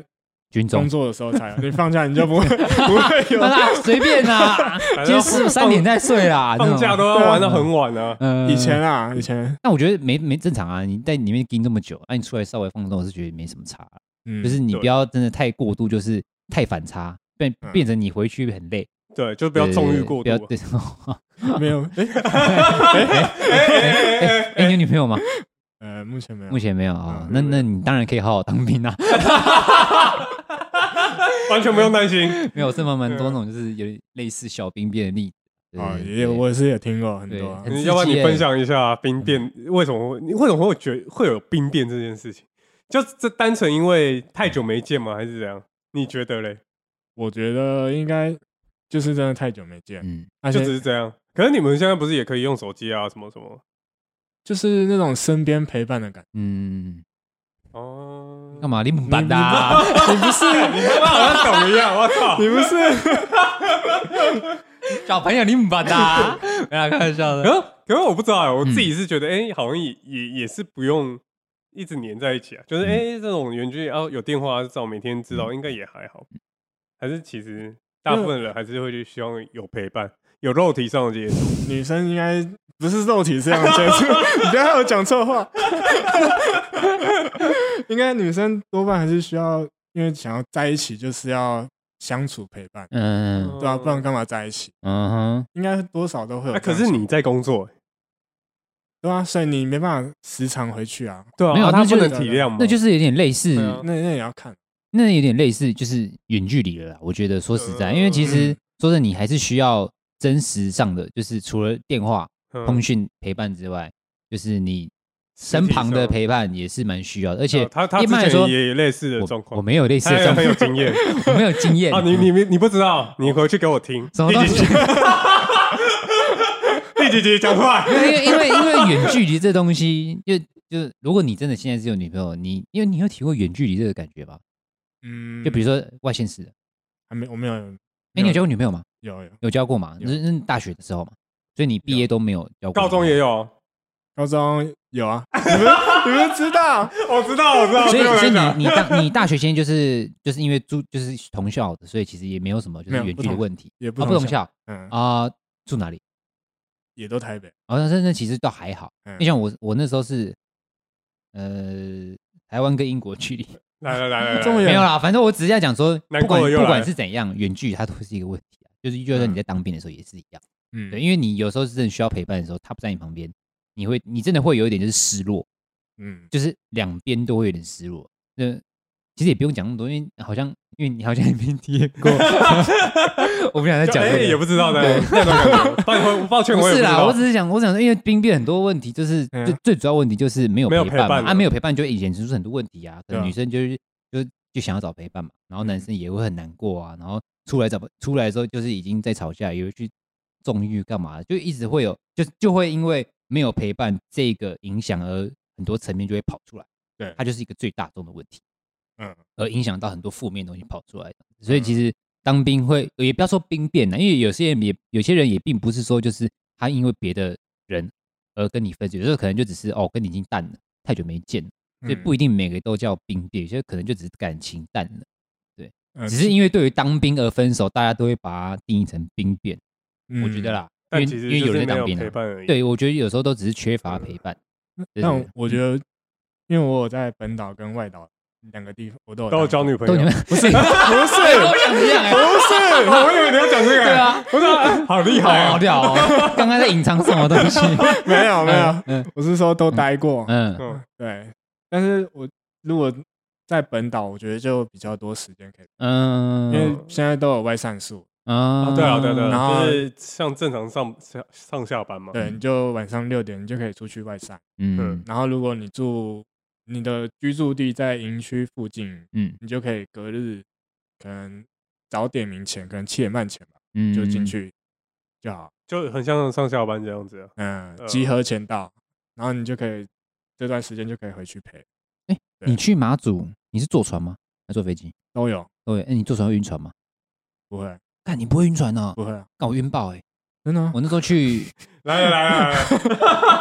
[SPEAKER 2] 军中
[SPEAKER 4] 工。作的时候才有，你放假你就不会不会有
[SPEAKER 2] 那啦，啊随便 啦，今
[SPEAKER 3] 反正
[SPEAKER 2] 天四三点再睡 啦，
[SPEAKER 3] 放假都要玩到很晚啊。
[SPEAKER 2] 呃
[SPEAKER 4] 以前。啊，以前，
[SPEAKER 2] 但我觉得没没正常啊，你在里面盯这么久，啊那、你出来稍微放松，我是觉得没什么差、
[SPEAKER 4] 嗯，
[SPEAKER 2] 就是你
[SPEAKER 3] 对
[SPEAKER 2] 不要真的太过度，就是太反差，变
[SPEAKER 4] 嗯
[SPEAKER 2] 变成你回去很累，
[SPEAKER 3] 对，就不要纵欲过
[SPEAKER 2] 对
[SPEAKER 3] 度
[SPEAKER 2] 对
[SPEAKER 3] 啊。
[SPEAKER 2] 对 不要对。
[SPEAKER 4] 没有，诶
[SPEAKER 3] 哎哎哎哎哎
[SPEAKER 2] 哎，你有女朋友吗？
[SPEAKER 4] 呃，目前没有
[SPEAKER 2] 目，前没有啊
[SPEAKER 4] 嗯。
[SPEAKER 2] 那那你当然可以好好当兵啊。
[SPEAKER 3] 完全不用担心。
[SPEAKER 2] 没有，这蛮蛮多那种就是有点类似小兵变的例子。对
[SPEAKER 3] 哦
[SPEAKER 4] 啊，
[SPEAKER 2] 对
[SPEAKER 4] 也有
[SPEAKER 2] 对
[SPEAKER 4] 我也是也听过很
[SPEAKER 2] 对
[SPEAKER 4] 多啊，
[SPEAKER 2] 很刺激
[SPEAKER 3] 要不然你
[SPEAKER 2] 耶
[SPEAKER 3] 分享一下兵变为什么会你为什么会觉会有兵变这件事情？就这单纯因为太久没见吗？还是怎样？你觉得嘞？
[SPEAKER 4] 我觉得应该就是真的太久没见，
[SPEAKER 2] 嗯，
[SPEAKER 4] 而
[SPEAKER 3] 就
[SPEAKER 4] 且
[SPEAKER 3] 只是这样。可是你们现在不是也可以用手机啊，什么什么？
[SPEAKER 4] 就是那种身边陪伴的感
[SPEAKER 2] 嗯，
[SPEAKER 3] 哦，
[SPEAKER 2] 干？嘛？你母班的啊？
[SPEAKER 3] 你不是 你他妈好像懂一样，我操！
[SPEAKER 4] 觉。你不是？
[SPEAKER 2] 小朋友，你母班的啊？ 没有啦开玩笑的。
[SPEAKER 3] 可是可是我不知道啊，我自己是觉得，
[SPEAKER 2] 嗯
[SPEAKER 3] 哎、好像也也也是不用一直黏在一起啊，就是
[SPEAKER 2] 嗯
[SPEAKER 3] 哎、诶这种远距离啊，有电话至少每天知道，应该也还好。还是其
[SPEAKER 2] 嗯
[SPEAKER 3] 实大部分人还是会去希望有陪伴，有肉体上的接触。
[SPEAKER 4] 女生应该不是肉体上的接 触，你不要让我讲错话。 应该女生多半还是需要，因为想要在一起就是要相处陪伴，
[SPEAKER 2] 嗯
[SPEAKER 4] 对啊，不然干嘛在一起？
[SPEAKER 2] 嗯哼，
[SPEAKER 4] 应该多少都会有
[SPEAKER 3] 啊
[SPEAKER 4] 这样想。
[SPEAKER 3] 可是你在工作、
[SPEAKER 4] 对啊，所以你没办法时常回去啊，
[SPEAKER 3] 对啊，
[SPEAKER 2] 没有
[SPEAKER 3] 啊
[SPEAKER 2] 那
[SPEAKER 3] 他不
[SPEAKER 2] 就
[SPEAKER 3] 能
[SPEAKER 4] 是
[SPEAKER 3] 体谅吗？
[SPEAKER 2] 那就是有点类似
[SPEAKER 3] 对啊
[SPEAKER 4] 那那也要看。
[SPEAKER 2] 那有点类似就是远距离了啦。我觉得说实
[SPEAKER 3] 嗯
[SPEAKER 2] 在，因为其实说真的，你还是需要真实上的，就是除了电话、
[SPEAKER 3] 嗯
[SPEAKER 2] 通讯陪伴之外，就是你
[SPEAKER 3] 际上
[SPEAKER 2] 身旁的陪伴也是蛮需要的。而
[SPEAKER 3] 对
[SPEAKER 2] 且
[SPEAKER 3] 啊他他
[SPEAKER 2] 一
[SPEAKER 3] 之
[SPEAKER 2] 般来
[SPEAKER 3] 前
[SPEAKER 2] 说，
[SPEAKER 3] 也有类似的状
[SPEAKER 2] 我我
[SPEAKER 3] 况，
[SPEAKER 2] 没有类似
[SPEAKER 3] 他
[SPEAKER 2] 的
[SPEAKER 3] 也
[SPEAKER 2] 状
[SPEAKER 3] 很
[SPEAKER 2] 况
[SPEAKER 3] 有，经 验
[SPEAKER 2] 我没有经验
[SPEAKER 3] 啊。你你你不知道，你回去给我听。
[SPEAKER 2] 什么东西
[SPEAKER 3] 第几集？ 第几集讲出来？
[SPEAKER 2] 因为因为因为远距离这东西，就就如果你真的现在是有女朋友，你因为你有体会远距离这个感觉吧？
[SPEAKER 4] 嗯，
[SPEAKER 2] 就比如说外县市的，
[SPEAKER 4] 还没我没有
[SPEAKER 2] 哎，你有交过女朋友吗？
[SPEAKER 4] 有啊有
[SPEAKER 2] 有交过嘛？
[SPEAKER 4] 有
[SPEAKER 2] 那那大学的时候嘛，所以你毕业都没有交过。
[SPEAKER 3] 高中也，有，
[SPEAKER 4] 高中有啊，你们你们知道？
[SPEAKER 3] 我哦 知道，我知道。
[SPEAKER 2] 所以
[SPEAKER 3] 这个
[SPEAKER 2] 所以
[SPEAKER 3] 人讲
[SPEAKER 2] 你你大你大学先就是就是因为住就是同校的，所以其实也没有什么就
[SPEAKER 4] 没
[SPEAKER 2] 是
[SPEAKER 4] 有
[SPEAKER 2] 远距
[SPEAKER 4] 不
[SPEAKER 2] 离
[SPEAKER 4] 同
[SPEAKER 2] 问题。
[SPEAKER 4] 也不
[SPEAKER 2] 啊，不
[SPEAKER 4] 同
[SPEAKER 2] 同校
[SPEAKER 4] 嗯，
[SPEAKER 2] 啊，住哪里？
[SPEAKER 4] 也都台北。
[SPEAKER 2] 哦，那那那其实倒还好，
[SPEAKER 4] 嗯
[SPEAKER 2] 因为像我我那时候是呃台湾跟英国距离
[SPEAKER 3] 来来来来来，
[SPEAKER 4] 这么对远啊
[SPEAKER 2] 没有啦，反正我只是要讲说，
[SPEAKER 3] 难
[SPEAKER 2] 不
[SPEAKER 3] 过
[SPEAKER 2] 管
[SPEAKER 3] 了嗯又来
[SPEAKER 2] 不管是怎样，远距离它都是一个问题啊。就是就是说你在当兵的时候也是一样，
[SPEAKER 4] 嗯，
[SPEAKER 2] 对，因为你有时候是真的需要陪伴的时候，他不在你旁边，你会你真的会有一点就是失落，
[SPEAKER 4] 嗯，
[SPEAKER 2] 就是两边都会有点失落。那其实也不用讲那么多，因为好像因为你好像也没体验过， 我不想再
[SPEAKER 3] 就
[SPEAKER 2] 讲
[SPEAKER 3] 哎
[SPEAKER 2] 这个。
[SPEAKER 3] 也不知道的那种感觉。抱歉，抱歉，
[SPEAKER 2] 不
[SPEAKER 3] 我也
[SPEAKER 2] 是
[SPEAKER 3] 知
[SPEAKER 2] 啦，
[SPEAKER 3] 道。
[SPEAKER 2] 我只是想，我想说，因为兵变很多问题，就是
[SPEAKER 4] 嗯
[SPEAKER 2] 最最主要问题就是没有
[SPEAKER 3] 没有陪
[SPEAKER 2] 伴
[SPEAKER 3] 伴
[SPEAKER 2] 嘛，
[SPEAKER 3] 了
[SPEAKER 2] 啊，没有陪伴就衍生出很多问题啊。可能
[SPEAKER 4] 对啊
[SPEAKER 2] 女生就是就就想要找陪伴
[SPEAKER 3] 嗯
[SPEAKER 2] 嘛，然后男生也会很难过啊，然后出来找不出来的时候就是已经在吵架，也会去纵欲干嘛的，就一直会有，就就会因为没有陪伴这个影响，而很多层面就会跑出来。
[SPEAKER 4] 对
[SPEAKER 2] 它就是一个最大众的问题，
[SPEAKER 4] 嗯，
[SPEAKER 2] 而影响到很多负面的东西跑出来。所以
[SPEAKER 3] 嗯
[SPEAKER 2] 其实当兵会，也不要说兵变了，因为有些人也有些人也并不是说就是他因为别的人而跟你分手，有时候可能就只是哦跟你已经淡了，太久没见了，所以
[SPEAKER 3] 嗯
[SPEAKER 2] 不一定每个都叫兵变，有些可能就只是感情淡了。
[SPEAKER 3] 呃
[SPEAKER 4] 嗯，
[SPEAKER 2] 只是因为对于当兵而分手，大家都会把它定义成兵变，
[SPEAKER 4] 嗯
[SPEAKER 2] 我觉得啦，因为
[SPEAKER 3] 但其
[SPEAKER 2] 因
[SPEAKER 3] 实
[SPEAKER 2] 为
[SPEAKER 3] 就
[SPEAKER 2] 有
[SPEAKER 3] 是
[SPEAKER 2] 人
[SPEAKER 3] 没
[SPEAKER 2] 在当
[SPEAKER 3] 有
[SPEAKER 2] 兵
[SPEAKER 3] 陪
[SPEAKER 2] 啊，
[SPEAKER 3] 伴而已。，
[SPEAKER 2] 对我觉得有时候都只是缺乏陪伴，对
[SPEAKER 4] 但
[SPEAKER 2] 对嗯
[SPEAKER 4] 我觉得，因为我有在本岛跟外岛两个地方，我都有
[SPEAKER 3] 呃都有
[SPEAKER 4] 当
[SPEAKER 3] 交 女朋
[SPEAKER 2] 都你
[SPEAKER 3] 友
[SPEAKER 2] 们。不是 不是，我想这样哎，
[SPEAKER 3] 是，我以为你要讲这个。
[SPEAKER 2] 对啊，
[SPEAKER 3] 我说好厉 害
[SPEAKER 2] 好
[SPEAKER 3] 啊！
[SPEAKER 2] 屌哦，刚刚在隐藏什么东西？
[SPEAKER 4] 没有没有，
[SPEAKER 2] 嗯
[SPEAKER 4] 我是说都待过，
[SPEAKER 2] 嗯
[SPEAKER 3] 嗯，
[SPEAKER 4] 对。但是我如果在本岛，我觉得就比较多时间可以，因
[SPEAKER 2] 嗯
[SPEAKER 4] 为现在都有外散宿，
[SPEAKER 2] 啊
[SPEAKER 3] 哦对啊，对啊对
[SPEAKER 4] 然
[SPEAKER 3] 啊，
[SPEAKER 4] 后
[SPEAKER 3] 就是像正常上上上下班嘛。
[SPEAKER 4] 对，你就晚上六点你就可以出去外散。
[SPEAKER 2] 嗯
[SPEAKER 4] 然后如果你住你的居住地在营区附近，
[SPEAKER 2] 嗯
[SPEAKER 4] 你就可以隔日可能早点名前，可能七点半前吧，
[SPEAKER 2] 嗯
[SPEAKER 4] 就进，去就好。
[SPEAKER 3] 就很像上下班这 样子啊。
[SPEAKER 4] 嗯，
[SPEAKER 3] 呃
[SPEAKER 4] 集合前到，然后你就可以这段时间就可以回去陪，
[SPEAKER 2] 你去马祖，你是坐船吗？还是坐飞机？
[SPEAKER 4] 都有，
[SPEAKER 2] 对，哎，你坐船会晕船吗？
[SPEAKER 4] 不会
[SPEAKER 2] 看你不会晕船哦，
[SPEAKER 4] 不会啊，
[SPEAKER 2] 干我晕爆哎！
[SPEAKER 4] 真的啊
[SPEAKER 2] 我那时候 去
[SPEAKER 3] 来了来了来了，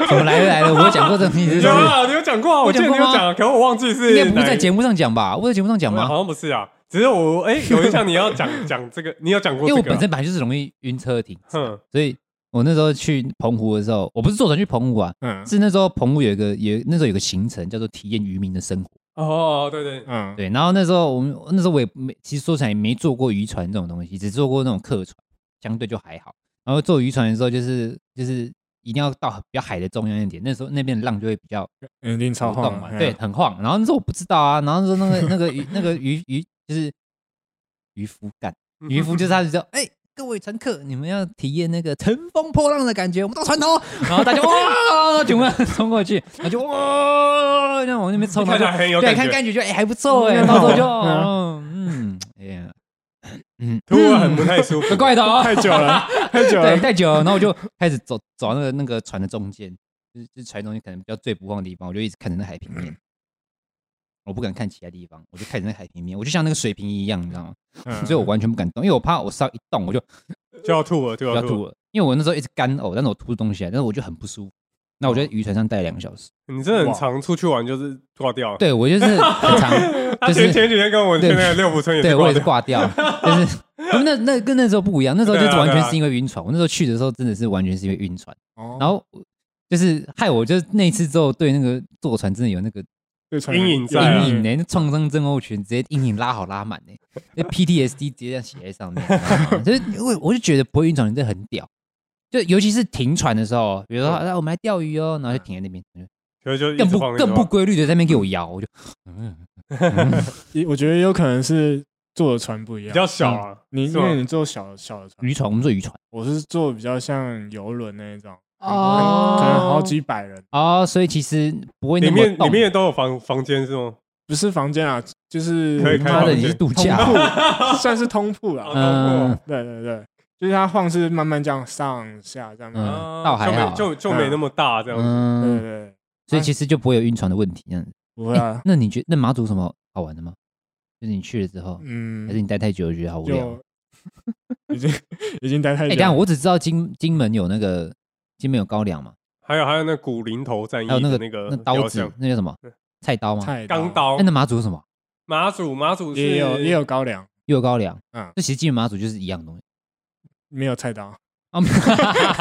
[SPEAKER 2] 怎么来了来了？我有讲过这个名字，
[SPEAKER 3] 有啊，你有讲过啊，我记得你有
[SPEAKER 2] 我讲过
[SPEAKER 3] 讲，可我忘记是
[SPEAKER 2] 应该不是在节
[SPEAKER 3] 目
[SPEAKER 2] 目上讲吧？我在节目上讲吗？
[SPEAKER 3] 好像不是啊，只是我哎有印象你要讲讲这个，你有讲 过
[SPEAKER 2] 因为
[SPEAKER 3] 这
[SPEAKER 2] 我
[SPEAKER 3] 个嗯
[SPEAKER 2] 本
[SPEAKER 3] 啊。
[SPEAKER 2] 身本来就是容易晕车停，
[SPEAKER 3] 哼，
[SPEAKER 2] 所以我那时候去澎湖的时候，我不是坐船去澎湖啊，
[SPEAKER 4] 嗯
[SPEAKER 2] 是那时候澎湖有一个也那时候有个行程叫做体验渔民的生活。
[SPEAKER 3] 哦，对对，
[SPEAKER 4] 嗯，
[SPEAKER 2] 对，然后那时候我们那时候我也没，其实说起来也没坐过渔船这种东西，只坐过那种客船，相对就还好。然后坐渔船的时候，就是就是一定要到比较海的中央一点，那时候那边的浪就会比较
[SPEAKER 4] 嗯一定超
[SPEAKER 2] 流
[SPEAKER 4] 晃
[SPEAKER 2] 动
[SPEAKER 4] 啊
[SPEAKER 2] 嘛，对，，很晃。然后那时候我不知道啊，然后那时候那个那个渔那个渔渔就是渔夫干，
[SPEAKER 4] 嗯
[SPEAKER 2] 渔夫就是他就说，哎、各位乘客，你们要体验那个乘风破浪的感觉，我们到船头，然后大家哇，全部冲过去，然后就哇，然后往那边冲，
[SPEAKER 3] 看
[SPEAKER 2] 然
[SPEAKER 3] 起
[SPEAKER 2] 后
[SPEAKER 3] 来
[SPEAKER 2] 就
[SPEAKER 3] 很有
[SPEAKER 2] 对，
[SPEAKER 3] 感
[SPEAKER 2] 看
[SPEAKER 3] 觉，
[SPEAKER 2] 感觉就哎、还不错哎、到时 候就嗯嗯嗯，
[SPEAKER 3] 突然很不太舒服。
[SPEAKER 2] 怪的哦，
[SPEAKER 4] 太 久了，太久了嗯
[SPEAKER 2] 对，，太久 了，然后我就开始走走到那个那个船的中间，就是就是船中间可能比较最不晃的地方，我就一直看着那海平面，我不敢看其他地方，我就看着那海平面，我就像那个水平一样，你知道吗？
[SPEAKER 4] 嗯
[SPEAKER 2] 所以我完全不敢动，因为我怕我稍一动我就
[SPEAKER 3] 就要吐了，就
[SPEAKER 2] 我要
[SPEAKER 3] 要吐
[SPEAKER 2] 吐
[SPEAKER 3] 了。
[SPEAKER 2] 了，因为我那时候一直干呕，但是我吐出东西来，但是我就很不舒服。那我就在渔船上待了两个小时，
[SPEAKER 3] 你真的很常出去玩就是挂掉。
[SPEAKER 2] 对我就是很长，
[SPEAKER 3] 他
[SPEAKER 2] 就
[SPEAKER 3] 前
[SPEAKER 2] 是
[SPEAKER 3] 前几天跟我去那个六福村也
[SPEAKER 2] 对
[SPEAKER 3] 是
[SPEAKER 2] 我
[SPEAKER 3] 挂
[SPEAKER 2] 也是
[SPEAKER 3] 掉，
[SPEAKER 2] 挂掉，就是那那跟那时候不一样，那时候就是完全是因为晕船。我那时候去的时候真的是完全是因为晕船，
[SPEAKER 4] 哦
[SPEAKER 2] 然后就是害我就是那一次之后对那个坐船真的有那个
[SPEAKER 4] 对传
[SPEAKER 3] 阴
[SPEAKER 4] 染
[SPEAKER 3] 影在啊
[SPEAKER 2] 阴影呢、那创伤症候群直接阴影拉好拉满呢、那 PTSD 直接这样写在上面，你知道吗就是因为我就觉得不会晕船真的很屌，就尤其是停船的时候，比如说、啊、我们来钓鱼哦，然后就停在那边，
[SPEAKER 3] 所以就一直
[SPEAKER 2] 更不
[SPEAKER 3] 放一直
[SPEAKER 2] 更不啊
[SPEAKER 3] 放
[SPEAKER 2] 规律的在那边给我摇，我就嗯
[SPEAKER 4] 一我觉得有可能是坐的船不一
[SPEAKER 3] 比
[SPEAKER 4] 样，
[SPEAKER 3] 较小
[SPEAKER 2] 嗯
[SPEAKER 3] 啊。
[SPEAKER 4] 你因
[SPEAKER 3] 是吗
[SPEAKER 4] 为你坐小小的船，
[SPEAKER 2] 渔船，我们坐渔船。
[SPEAKER 4] 我是坐比较像游轮那一种，
[SPEAKER 2] 哦
[SPEAKER 4] 可能好几百人，
[SPEAKER 2] 哦，所以其实不会那
[SPEAKER 3] 里
[SPEAKER 2] 么
[SPEAKER 3] 面
[SPEAKER 2] 动
[SPEAKER 3] 里面也都有房房间是吗？
[SPEAKER 4] 不是房间啊，就是
[SPEAKER 3] 可以开
[SPEAKER 2] 妈的，
[SPEAKER 3] 房
[SPEAKER 2] 你
[SPEAKER 3] 间
[SPEAKER 2] 是度
[SPEAKER 4] 通
[SPEAKER 2] 假哦，
[SPEAKER 4] 铺，算是通铺啊啦
[SPEAKER 3] 哦。
[SPEAKER 2] 嗯，
[SPEAKER 4] 对对对，就是它晃是慢慢这样上下这样，
[SPEAKER 2] 嗯
[SPEAKER 4] 慢
[SPEAKER 3] 啊
[SPEAKER 2] 倒还
[SPEAKER 3] 就没
[SPEAKER 2] 好
[SPEAKER 3] 就就没那么大这样子。啊
[SPEAKER 4] 慢对
[SPEAKER 2] 嗯，
[SPEAKER 4] 对对，
[SPEAKER 2] 所以其实就不会有晕船的问题。这样子，
[SPEAKER 4] 不会啊
[SPEAKER 2] 诶，那你觉得那马祖有什么好玩的吗？就是你去了之后，还是
[SPEAKER 4] 嗯，
[SPEAKER 2] 你待太久了觉得好无聊？
[SPEAKER 4] 就 已经已经待太
[SPEAKER 2] 哎，等
[SPEAKER 4] 久
[SPEAKER 2] 一下
[SPEAKER 4] 了，
[SPEAKER 2] 我只知道金金门有那个金门有高粱嘛，
[SPEAKER 3] 还有还有那古林头战役
[SPEAKER 2] 还有
[SPEAKER 3] 的
[SPEAKER 2] 那个
[SPEAKER 3] 那
[SPEAKER 2] 那
[SPEAKER 3] 个雕
[SPEAKER 2] 刀子
[SPEAKER 3] 像，
[SPEAKER 2] 那叫什么
[SPEAKER 3] 对
[SPEAKER 2] 菜刀吗？
[SPEAKER 4] 菜
[SPEAKER 3] 钢刀
[SPEAKER 2] 哎，那马祖有什么？
[SPEAKER 3] 马祖马祖是
[SPEAKER 4] 也有也有高粱，
[SPEAKER 2] 又有高粱，
[SPEAKER 4] 嗯
[SPEAKER 2] 这其实金门马祖就是一样的东西。
[SPEAKER 4] 没有菜刀，
[SPEAKER 2] 啊，没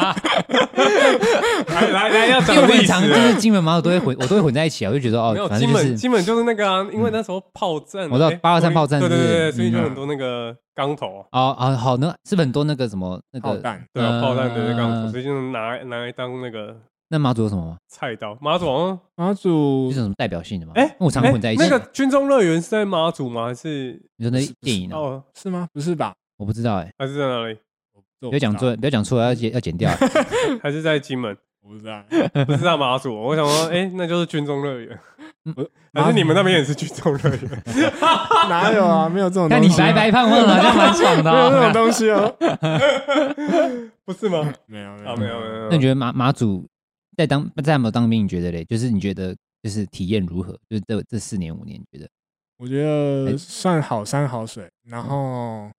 [SPEAKER 2] 有
[SPEAKER 3] 来来来要
[SPEAKER 2] 因为
[SPEAKER 3] 讲
[SPEAKER 2] 我
[SPEAKER 3] 历
[SPEAKER 2] 很
[SPEAKER 3] 史
[SPEAKER 2] 常就
[SPEAKER 3] 啊。
[SPEAKER 2] 是金门马祖都会混，我都会混在一起啊，我就觉得哦
[SPEAKER 3] 没有，，
[SPEAKER 2] 反正
[SPEAKER 3] 金
[SPEAKER 2] 就
[SPEAKER 3] 门
[SPEAKER 2] 是嗯
[SPEAKER 3] 金门就是那个啊，因为那时候炮战嘛，
[SPEAKER 2] 我知道
[SPEAKER 3] 哎
[SPEAKER 2] 823炮战
[SPEAKER 3] 对对
[SPEAKER 2] 是
[SPEAKER 3] 对
[SPEAKER 2] 不是
[SPEAKER 3] 对，所以就
[SPEAKER 4] 嗯
[SPEAKER 3] 很多那个钢头，啊
[SPEAKER 2] 哦哦好，那是不是很多那个什么那
[SPEAKER 4] 炮
[SPEAKER 2] 个
[SPEAKER 4] 弹，
[SPEAKER 3] 对啊，
[SPEAKER 2] 嗯
[SPEAKER 3] 炮弹对对钢头，所以就拿来拿来当那个
[SPEAKER 2] 那马祖有什么吗？
[SPEAKER 3] 菜刀。马祖好像
[SPEAKER 4] 马祖
[SPEAKER 2] 这是有什么代表性的吗？
[SPEAKER 3] 哎
[SPEAKER 2] 因为我常
[SPEAKER 3] 哎
[SPEAKER 2] 混在一起。啊
[SPEAKER 3] 那个军中乐园是在马祖吗？还是
[SPEAKER 2] 你说那电影啊，
[SPEAKER 3] 哦，
[SPEAKER 4] 是吗？不是吧？
[SPEAKER 2] 我不知道哎，
[SPEAKER 3] 还是在哪里？
[SPEAKER 4] 我不
[SPEAKER 2] 不要讲
[SPEAKER 4] 知道
[SPEAKER 2] 错，不要讲错，要剪要剪掉欸。
[SPEAKER 3] 还是在金门？
[SPEAKER 4] 我不知道，
[SPEAKER 3] 不知道马祖，我想说，哎，那就是军中乐园， 还
[SPEAKER 2] 嗯
[SPEAKER 4] 马
[SPEAKER 3] 是你们那边也是军中乐园？
[SPEAKER 4] 哪有啊？没有这种
[SPEAKER 2] 但
[SPEAKER 4] 东
[SPEAKER 2] 你
[SPEAKER 4] 西，
[SPEAKER 2] 白白胖胖的，好像蛮爽的
[SPEAKER 4] 没有这种
[SPEAKER 2] 啊。
[SPEAKER 4] 东西哦。
[SPEAKER 3] 不是吗？
[SPEAKER 4] 没有没
[SPEAKER 3] 啊，
[SPEAKER 4] 有
[SPEAKER 3] 没有没有，没 有
[SPEAKER 2] 那你觉得马马祖在当在没有当兵，你觉得嘞？就是你觉得就是体验如何？就是这这四年五年，你觉得
[SPEAKER 4] 我觉得算好山好水，
[SPEAKER 2] 嗯
[SPEAKER 4] 然后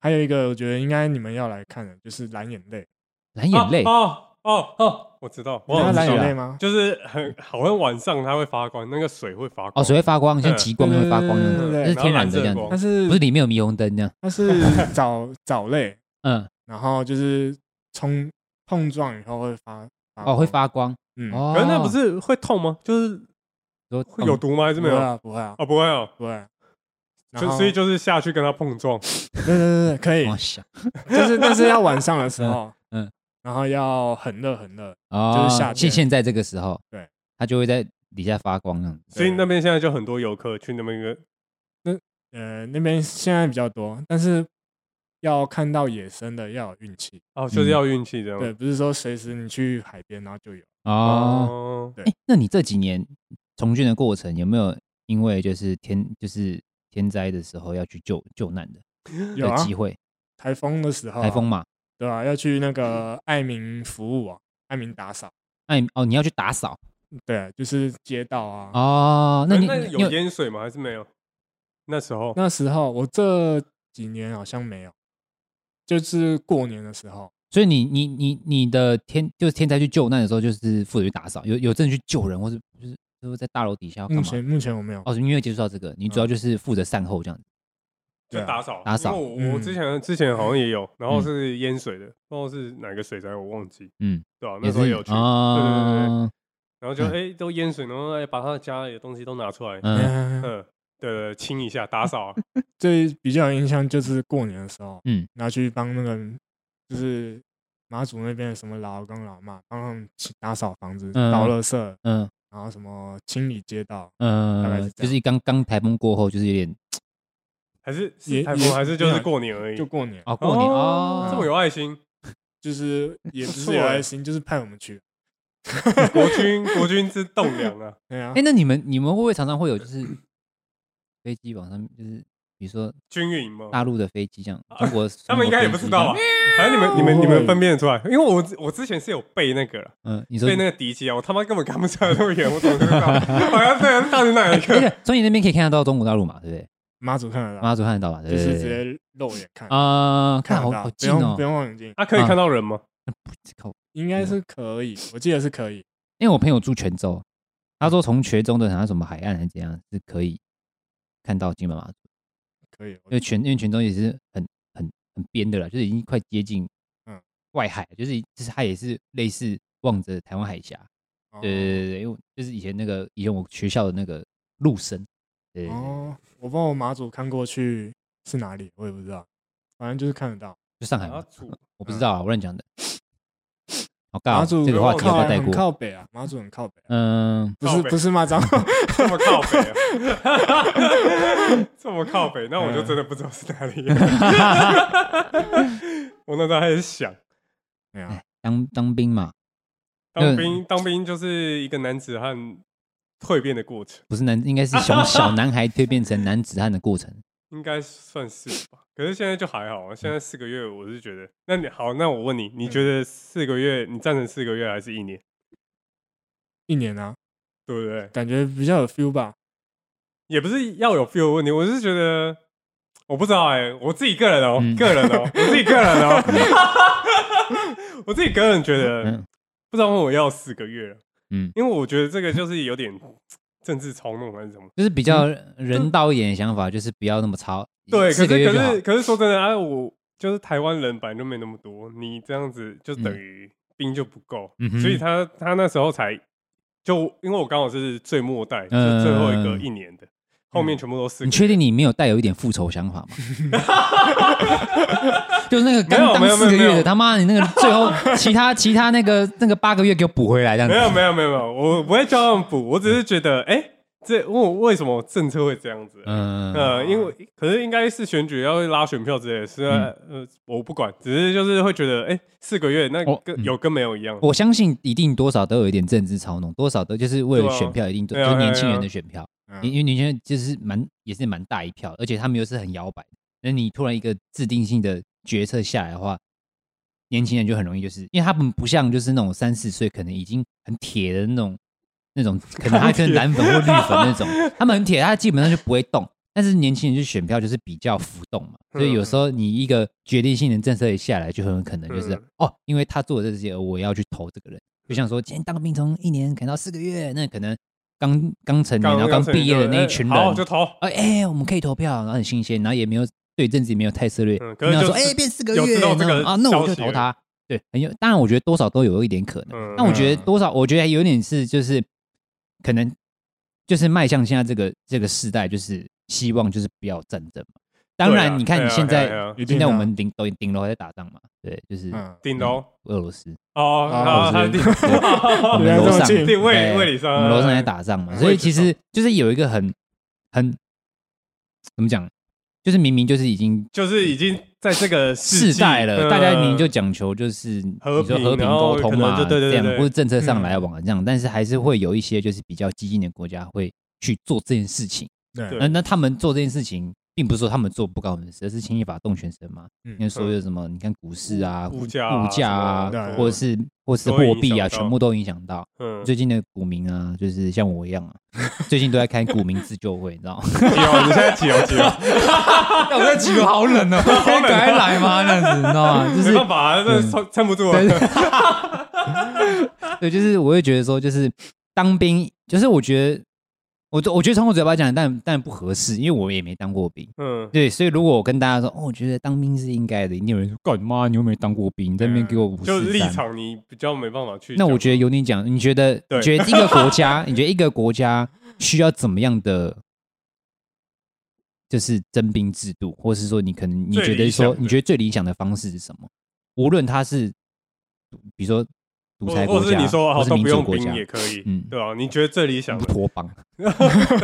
[SPEAKER 4] 还有一个我觉得应该你们要来看的，就是蓝眼泪。
[SPEAKER 2] 蓝眼泪
[SPEAKER 3] 哦哦哦，我知道，
[SPEAKER 4] 你
[SPEAKER 3] 我
[SPEAKER 4] 知道
[SPEAKER 3] 好像
[SPEAKER 4] 蓝
[SPEAKER 2] 是
[SPEAKER 4] 眼
[SPEAKER 2] 啊
[SPEAKER 4] 泪吗？
[SPEAKER 3] 就是很好像晚上它会发光，那个水会发光，
[SPEAKER 2] 哦，水会发光，像
[SPEAKER 3] 嗯
[SPEAKER 2] 极光会发光那
[SPEAKER 4] 对
[SPEAKER 2] 种，
[SPEAKER 4] 对对
[SPEAKER 2] 那是天然的这样
[SPEAKER 3] 然后蓝色
[SPEAKER 2] 子，
[SPEAKER 3] 的
[SPEAKER 4] 它是
[SPEAKER 2] 哦不 是里面有霓虹灯这样。
[SPEAKER 4] 它是藻藻类，
[SPEAKER 2] 嗯，
[SPEAKER 4] 然后就是冲碰撞以后会发发
[SPEAKER 2] 哦，会
[SPEAKER 4] 光，
[SPEAKER 2] 发光。
[SPEAKER 4] 嗯，
[SPEAKER 2] 哦，
[SPEAKER 3] 可是那不是会痛吗？就是
[SPEAKER 2] 说
[SPEAKER 3] 会有
[SPEAKER 2] 嗯
[SPEAKER 3] 毒吗？还是
[SPEAKER 4] 不
[SPEAKER 3] 没
[SPEAKER 4] 会
[SPEAKER 3] 有？
[SPEAKER 4] 啊，不会啊，
[SPEAKER 3] 哦，不会哦，
[SPEAKER 4] 不会啊。然
[SPEAKER 3] 就
[SPEAKER 4] 后
[SPEAKER 3] 所以就是下去跟它碰撞，
[SPEAKER 4] 对对对对，可以
[SPEAKER 2] 哇，塞
[SPEAKER 4] 就是但是要晚上的时候，
[SPEAKER 2] 哦 嗯嗯，
[SPEAKER 4] 然后要很热很热，
[SPEAKER 2] 哦，
[SPEAKER 4] 就是夏
[SPEAKER 2] 现
[SPEAKER 4] 天
[SPEAKER 2] 现在这个时候，
[SPEAKER 4] 对，
[SPEAKER 2] 它就会在底下发光那样子。
[SPEAKER 3] 所以那边现在就很多游客去那边跟
[SPEAKER 4] 呃，那边现在比较多，但是要看到野生的要有运气，
[SPEAKER 3] 哦，就是要运气这样。
[SPEAKER 4] 嗯对，不是说随时你去海边然后就有。
[SPEAKER 2] 哦，
[SPEAKER 3] 哦，
[SPEAKER 4] 对
[SPEAKER 2] 哎，那你这几年从军的过程有没有因为就是天就是天灾的时候要去救救难的
[SPEAKER 4] 有
[SPEAKER 2] 的
[SPEAKER 4] 啊
[SPEAKER 2] 机，会？
[SPEAKER 4] 台风的时
[SPEAKER 3] 哦
[SPEAKER 4] 候啊，
[SPEAKER 2] 台风嗯嘛，
[SPEAKER 4] 对啊，要去那个爱民服务啊，爱民打扫，
[SPEAKER 2] 那你哦你要去打扫
[SPEAKER 4] 对，就是街道啊。
[SPEAKER 2] 哦，那
[SPEAKER 3] 可
[SPEAKER 2] 你
[SPEAKER 3] 是嗯哎那
[SPEAKER 2] 你
[SPEAKER 3] 有淹水吗？还是没有？那时候
[SPEAKER 4] 那时候我这几年好像没有，就是过年的时候，
[SPEAKER 2] 所以你你你你的天就是天灾去救难的时候，就是负责去打扫，有有真的去救人，或是就是就是在大楼底
[SPEAKER 3] 嗯
[SPEAKER 2] 下要干
[SPEAKER 4] 目
[SPEAKER 2] 嘛？
[SPEAKER 4] 前目前我没有。
[SPEAKER 2] 哦，你没有接触到这个，你主要就是负责善后这样子。
[SPEAKER 3] 就
[SPEAKER 4] 对啊
[SPEAKER 3] 打扫
[SPEAKER 2] 打扫
[SPEAKER 3] 因为我我
[SPEAKER 4] 嗯
[SPEAKER 3] 之前之前好像也有，然
[SPEAKER 2] 嗯
[SPEAKER 3] 后是淹水的，不知道是哪个水灾，我忘记。
[SPEAKER 2] 嗯，
[SPEAKER 3] 对啊，那时候也有去，对对对对，
[SPEAKER 2] 哦
[SPEAKER 3] 然后就哎都淹水，然后哎把他家里的东西都拿出来，
[SPEAKER 2] 嗯
[SPEAKER 4] 嗯，
[SPEAKER 3] 嗯，对对，清一下 打扫啊，
[SPEAKER 4] 最比较有印象就是过年的时候，
[SPEAKER 2] 嗯，
[SPEAKER 4] 然后去帮那个就是马祖那边的什么老公老妈，帮他们清打扫房子、
[SPEAKER 2] 嗯
[SPEAKER 4] 倒垃圾，
[SPEAKER 2] 嗯
[SPEAKER 4] 然后什么清理街道，大概是
[SPEAKER 2] 嗯，
[SPEAKER 4] 这
[SPEAKER 2] 就
[SPEAKER 4] 样
[SPEAKER 2] 是刚刚台风过后，就是有点
[SPEAKER 3] 还是
[SPEAKER 4] 也
[SPEAKER 3] 是台
[SPEAKER 4] 也
[SPEAKER 3] 风，还是就是过年而已
[SPEAKER 4] 就。过年，
[SPEAKER 2] 哦过年
[SPEAKER 3] 这么
[SPEAKER 2] 哦，
[SPEAKER 3] 有爱心，
[SPEAKER 4] 就是也不
[SPEAKER 3] 不
[SPEAKER 4] 是
[SPEAKER 3] 错
[SPEAKER 4] 有
[SPEAKER 3] 欸
[SPEAKER 4] 爱心，就是派我们去。
[SPEAKER 3] 国军国军之栋梁啊，
[SPEAKER 4] 对啊
[SPEAKER 2] 哎，，那你们你们会不会常常会有就是 飞机往上面就是比如说
[SPEAKER 3] 军营
[SPEAKER 4] 哦
[SPEAKER 3] 吗？
[SPEAKER 2] 大陆的飞机这样，
[SPEAKER 4] 啊
[SPEAKER 2] 中国
[SPEAKER 3] 他们应该也不知道啊，，反正你们你们你们分辨得出来，因为我我之前是有背那个啦，
[SPEAKER 2] 中国飞机这样嗯，嗯你说
[SPEAKER 3] 背那个敌机啊，我他妈根本看不出来那么远，我怎么知 道？好像对啊，到底哪一
[SPEAKER 2] 而
[SPEAKER 3] 个？
[SPEAKER 2] 且从你那边哎可以看得到中国大陆嘛，对不对？
[SPEAKER 4] 马祖看得到，
[SPEAKER 2] 妈祖看得到吧？对
[SPEAKER 4] 啊就
[SPEAKER 2] 不对？
[SPEAKER 4] 是直接肉眼看，
[SPEAKER 2] 啊，看
[SPEAKER 4] 看
[SPEAKER 2] 好
[SPEAKER 4] 得到
[SPEAKER 2] 好，
[SPEAKER 4] 不
[SPEAKER 2] 近
[SPEAKER 4] 用
[SPEAKER 2] 哦
[SPEAKER 4] 不，用望远镜，
[SPEAKER 3] 啊，可以看到人吗？
[SPEAKER 2] 靠
[SPEAKER 4] 应该是可以，我记得是可以。
[SPEAKER 2] 因为我朋友住泉州，
[SPEAKER 4] 嗯
[SPEAKER 2] 他说从泉州的好像什么海岸还是怎样是可以看到金门马祖，
[SPEAKER 4] 可以，
[SPEAKER 2] 因为泉因为泉州也是很很很边的了，就是已经快接近
[SPEAKER 4] 嗯
[SPEAKER 2] 外海，就是就是它也是类似望着台湾海峡，
[SPEAKER 4] 我
[SPEAKER 3] 哦
[SPEAKER 2] 对对对对，因为就是以前那个以前我学校的那个陆生，对对对
[SPEAKER 4] 哦，我帮我马祖看过去是哪里，我也不知道，反正就是看得到。
[SPEAKER 2] 就上海
[SPEAKER 3] 啊
[SPEAKER 2] 嘛，，
[SPEAKER 3] 主
[SPEAKER 2] 我不知道啊，我乱讲的。好尬
[SPEAKER 4] 马
[SPEAKER 2] 哦，
[SPEAKER 4] 祖
[SPEAKER 2] 这个话
[SPEAKER 4] 很
[SPEAKER 2] 题要
[SPEAKER 4] 靠
[SPEAKER 2] 不要带
[SPEAKER 4] 很
[SPEAKER 2] 过？
[SPEAKER 3] 哦
[SPEAKER 4] 靠北啊，马祖很靠北啊，
[SPEAKER 2] 嗯，
[SPEAKER 4] 不
[SPEAKER 3] 靠
[SPEAKER 4] 是
[SPEAKER 3] 北
[SPEAKER 4] 不是骂 脏话，
[SPEAKER 3] 这么靠北啊， 这么靠北，那我就真的不知道是哪里。
[SPEAKER 2] 嗯
[SPEAKER 3] 我那时候还在想，
[SPEAKER 4] 没有，
[SPEAKER 2] 哎当当兵嘛，
[SPEAKER 3] 当
[SPEAKER 2] 嗯
[SPEAKER 3] 兵当兵就是一个男子汉蜕变的过程，
[SPEAKER 2] 不是男，应该是小小男孩蜕变成男子汉的过程。
[SPEAKER 3] 应该算是吧。可是现在就还好啊，
[SPEAKER 2] 嗯
[SPEAKER 3] 现在四个月，我是觉得，那你好，那我问你，你觉得四个月你站成四个月还是一年，
[SPEAKER 4] 一年啊，
[SPEAKER 3] 对不 对？
[SPEAKER 4] 感觉比较有 feel 吧。
[SPEAKER 3] 也不是要有 feel 的问题，我是觉得我不知道哎、我自己个人哦、
[SPEAKER 2] 嗯
[SPEAKER 3] 个人哦、我自己个人 哦、 我自己个人觉得，
[SPEAKER 2] 嗯
[SPEAKER 3] 不知道为什么要四个月了，
[SPEAKER 2] 嗯，
[SPEAKER 3] 因为我觉得这个就是有点政治操弄还是什么。
[SPEAKER 2] 就是比较人道一点的想法，就是不要那么超，
[SPEAKER 3] 嗯对，可
[SPEAKER 2] 四
[SPEAKER 3] 是
[SPEAKER 2] 个月
[SPEAKER 3] 可
[SPEAKER 2] 就好
[SPEAKER 3] 是。可是说真的啊，我就是台湾人本来就没那么多，你这样子就等于兵就不够，
[SPEAKER 2] 嗯哼
[SPEAKER 3] 所以他他那时候才就因为我刚好是最末代，
[SPEAKER 2] 嗯
[SPEAKER 3] 是最后一个一年的，后面全部都四
[SPEAKER 2] 你
[SPEAKER 3] 个月。
[SPEAKER 2] 确定你没有带有一点复仇想法吗？ 就是那个
[SPEAKER 3] 没有
[SPEAKER 2] 刚当
[SPEAKER 3] 没有
[SPEAKER 2] 四个
[SPEAKER 3] 没有
[SPEAKER 2] 月
[SPEAKER 3] 没
[SPEAKER 2] 的，
[SPEAKER 3] 有
[SPEAKER 2] 他妈你那个最后其他其他那个那个八个月给我补回来这样
[SPEAKER 3] 没有
[SPEAKER 2] 子。嗯
[SPEAKER 3] 没有没有没有，我不会叫他们补，我只是觉得哎、这问为什么政策会这样子？
[SPEAKER 2] 嗯
[SPEAKER 3] 呃，因为可是应该是选举要拉选票之类的，是啊呃，我不管，只是就是会觉得，哎，四个月那
[SPEAKER 2] 嗯哦
[SPEAKER 3] 跟
[SPEAKER 2] 嗯
[SPEAKER 3] 有跟没有一样，
[SPEAKER 2] 我相信一定多少都有一点政治操弄，多少都就是为了
[SPEAKER 3] 对啊
[SPEAKER 2] 选票，一定都
[SPEAKER 3] 对啊
[SPEAKER 2] 就是年
[SPEAKER 3] 对啊
[SPEAKER 2] 轻人
[SPEAKER 3] 对
[SPEAKER 2] 的
[SPEAKER 3] 啊
[SPEAKER 2] 选票。
[SPEAKER 4] 嗯
[SPEAKER 2] 因因为年轻人就是蛮也是蛮大一票，而且他们又是很摇摆。那你突然一个制定性的决策下来的话，年轻人就很容易就是，因为他们不像就是那种三四岁可能已经很铁的那种那种，可能他跟蓝粉或绿粉那种，他们很铁，他基本上就不会动。但是年轻人就选票就是比较浮动嘛，所以有时候你一个决定性的政策一下来，就很有可能就是、
[SPEAKER 3] 嗯
[SPEAKER 2] 哦，因为他做了这些，我要去投这个人。就像说，今天当兵从一年可能到四个月，那可能刚刚成年，然啊后刚
[SPEAKER 3] 成
[SPEAKER 2] 毕业
[SPEAKER 3] 就
[SPEAKER 2] 的那
[SPEAKER 3] 哎
[SPEAKER 2] 一群人，
[SPEAKER 3] 好就投，
[SPEAKER 2] 哎、哎，我们可以投票，然后很新鲜，然后也没有对政治也没有太涉略，
[SPEAKER 3] 嗯可
[SPEAKER 2] 然
[SPEAKER 3] 是
[SPEAKER 2] 后说
[SPEAKER 3] 就
[SPEAKER 2] 哎、
[SPEAKER 3] 是
[SPEAKER 2] 变四个
[SPEAKER 3] 有
[SPEAKER 2] 月
[SPEAKER 3] 知道这个
[SPEAKER 2] 那啊，那我就
[SPEAKER 3] 消息而
[SPEAKER 2] 投
[SPEAKER 3] 已
[SPEAKER 2] 他。对，很有，当然我觉得多少都有一点可能，
[SPEAKER 3] 嗯
[SPEAKER 2] 但我觉得
[SPEAKER 4] 嗯
[SPEAKER 2] 多少，我觉得有点是就是可能就是迈向现在这个这个时代，就是希望就是不要战争嘛。当
[SPEAKER 3] 对啊
[SPEAKER 2] 然，你看
[SPEAKER 3] 对
[SPEAKER 2] 你
[SPEAKER 3] 啊
[SPEAKER 2] 现在、
[SPEAKER 3] 对啊对
[SPEAKER 4] 啊
[SPEAKER 2] 现在我们顶楼顶楼还在打仗嘛，对，就是
[SPEAKER 4] 嗯，
[SPEAKER 3] 顶楼
[SPEAKER 2] 俄罗斯，
[SPEAKER 3] 哦，
[SPEAKER 4] 啊
[SPEAKER 3] 然后他
[SPEAKER 2] 我
[SPEAKER 3] 顶
[SPEAKER 2] 觉得我们
[SPEAKER 4] 原来
[SPEAKER 2] 楼
[SPEAKER 4] 这么
[SPEAKER 2] 上
[SPEAKER 4] 近
[SPEAKER 3] 对卫
[SPEAKER 2] 对
[SPEAKER 3] 卫理上，
[SPEAKER 2] 我们楼上在打仗嘛，
[SPEAKER 3] 嗯
[SPEAKER 2] 所以其实就是有一个很很怎么讲，就是明明就是已经
[SPEAKER 3] 就是已经在这个世
[SPEAKER 2] 世
[SPEAKER 3] 纪
[SPEAKER 2] 代了，大家明明就
[SPEAKER 3] 呃
[SPEAKER 2] 讲求就是
[SPEAKER 3] 和
[SPEAKER 2] 你说
[SPEAKER 3] 平
[SPEAKER 2] 和平
[SPEAKER 3] 然后
[SPEAKER 2] 沟通
[SPEAKER 3] 可能
[SPEAKER 2] 嘛，
[SPEAKER 3] 就对对
[SPEAKER 2] 这样
[SPEAKER 3] 对对嗯
[SPEAKER 2] 或者政策上来往这样，但是还是会有一些就是比较激进的国家会去做这件事情。
[SPEAKER 4] 对
[SPEAKER 3] 对
[SPEAKER 2] 那那他们做这件事情，并不是说他们做不关我们的事，而是牵一发动全身嘛。
[SPEAKER 4] 嗯
[SPEAKER 2] 因为所有什么，你看股市啊、
[SPEAKER 3] 物
[SPEAKER 2] 股
[SPEAKER 3] 价啊
[SPEAKER 2] 物价啊
[SPEAKER 4] 什么的，
[SPEAKER 2] 或者是或是
[SPEAKER 3] 都会
[SPEAKER 2] 货币
[SPEAKER 3] 影
[SPEAKER 2] 啊，
[SPEAKER 3] 响到
[SPEAKER 2] 全部都影响到。
[SPEAKER 3] 嗯，
[SPEAKER 2] 最近的股民啊，就是像我一样啊， 最近都在开股民自救会，你知道吗？
[SPEAKER 3] 几号？你现在哦几号？几号？
[SPEAKER 2] 我在几个好冷 哦，
[SPEAKER 3] 冷啊
[SPEAKER 2] 赶快来嘛，这样子，你知道 吗？就
[SPEAKER 3] 没
[SPEAKER 2] 是
[SPEAKER 3] 办法啊，这
[SPEAKER 2] 嗯
[SPEAKER 3] 撑撑不住啊。
[SPEAKER 2] 对， 对，就是我会觉得说，就是当兵，就是我觉得，我我觉得从我嘴巴讲，但但不合适，因为我也没当过兵。
[SPEAKER 3] 嗯，
[SPEAKER 2] 对，所以如果我跟大家说，哦，我觉得当兵是应该的，一定有人说，干妈，你又没当过兵，你在那边给我五
[SPEAKER 3] 嗯就
[SPEAKER 2] 四
[SPEAKER 3] 立
[SPEAKER 2] 三。
[SPEAKER 3] 场你比较没办法去讲。
[SPEAKER 2] 那我觉得有你讲，你觉得
[SPEAKER 3] 对
[SPEAKER 2] 你觉得一个国家， 你觉得一个国家需要怎么样的，就是征兵制度，或是说你可能你
[SPEAKER 3] 最
[SPEAKER 2] 觉得
[SPEAKER 3] 理想
[SPEAKER 2] 说
[SPEAKER 3] 的
[SPEAKER 2] 你觉得最理想的方式是什么？无论它是比如说独裁
[SPEAKER 3] 或
[SPEAKER 2] 国
[SPEAKER 3] 或是
[SPEAKER 2] 家，
[SPEAKER 3] 你说好
[SPEAKER 2] 或是
[SPEAKER 3] 都
[SPEAKER 2] 民
[SPEAKER 3] 不
[SPEAKER 2] 主
[SPEAKER 3] 用
[SPEAKER 2] 国
[SPEAKER 3] 兵
[SPEAKER 2] 家，
[SPEAKER 3] 也可以，
[SPEAKER 2] 嗯
[SPEAKER 3] 对吧？你觉得最 理想的，
[SPEAKER 2] 托邦，
[SPEAKER 3] 那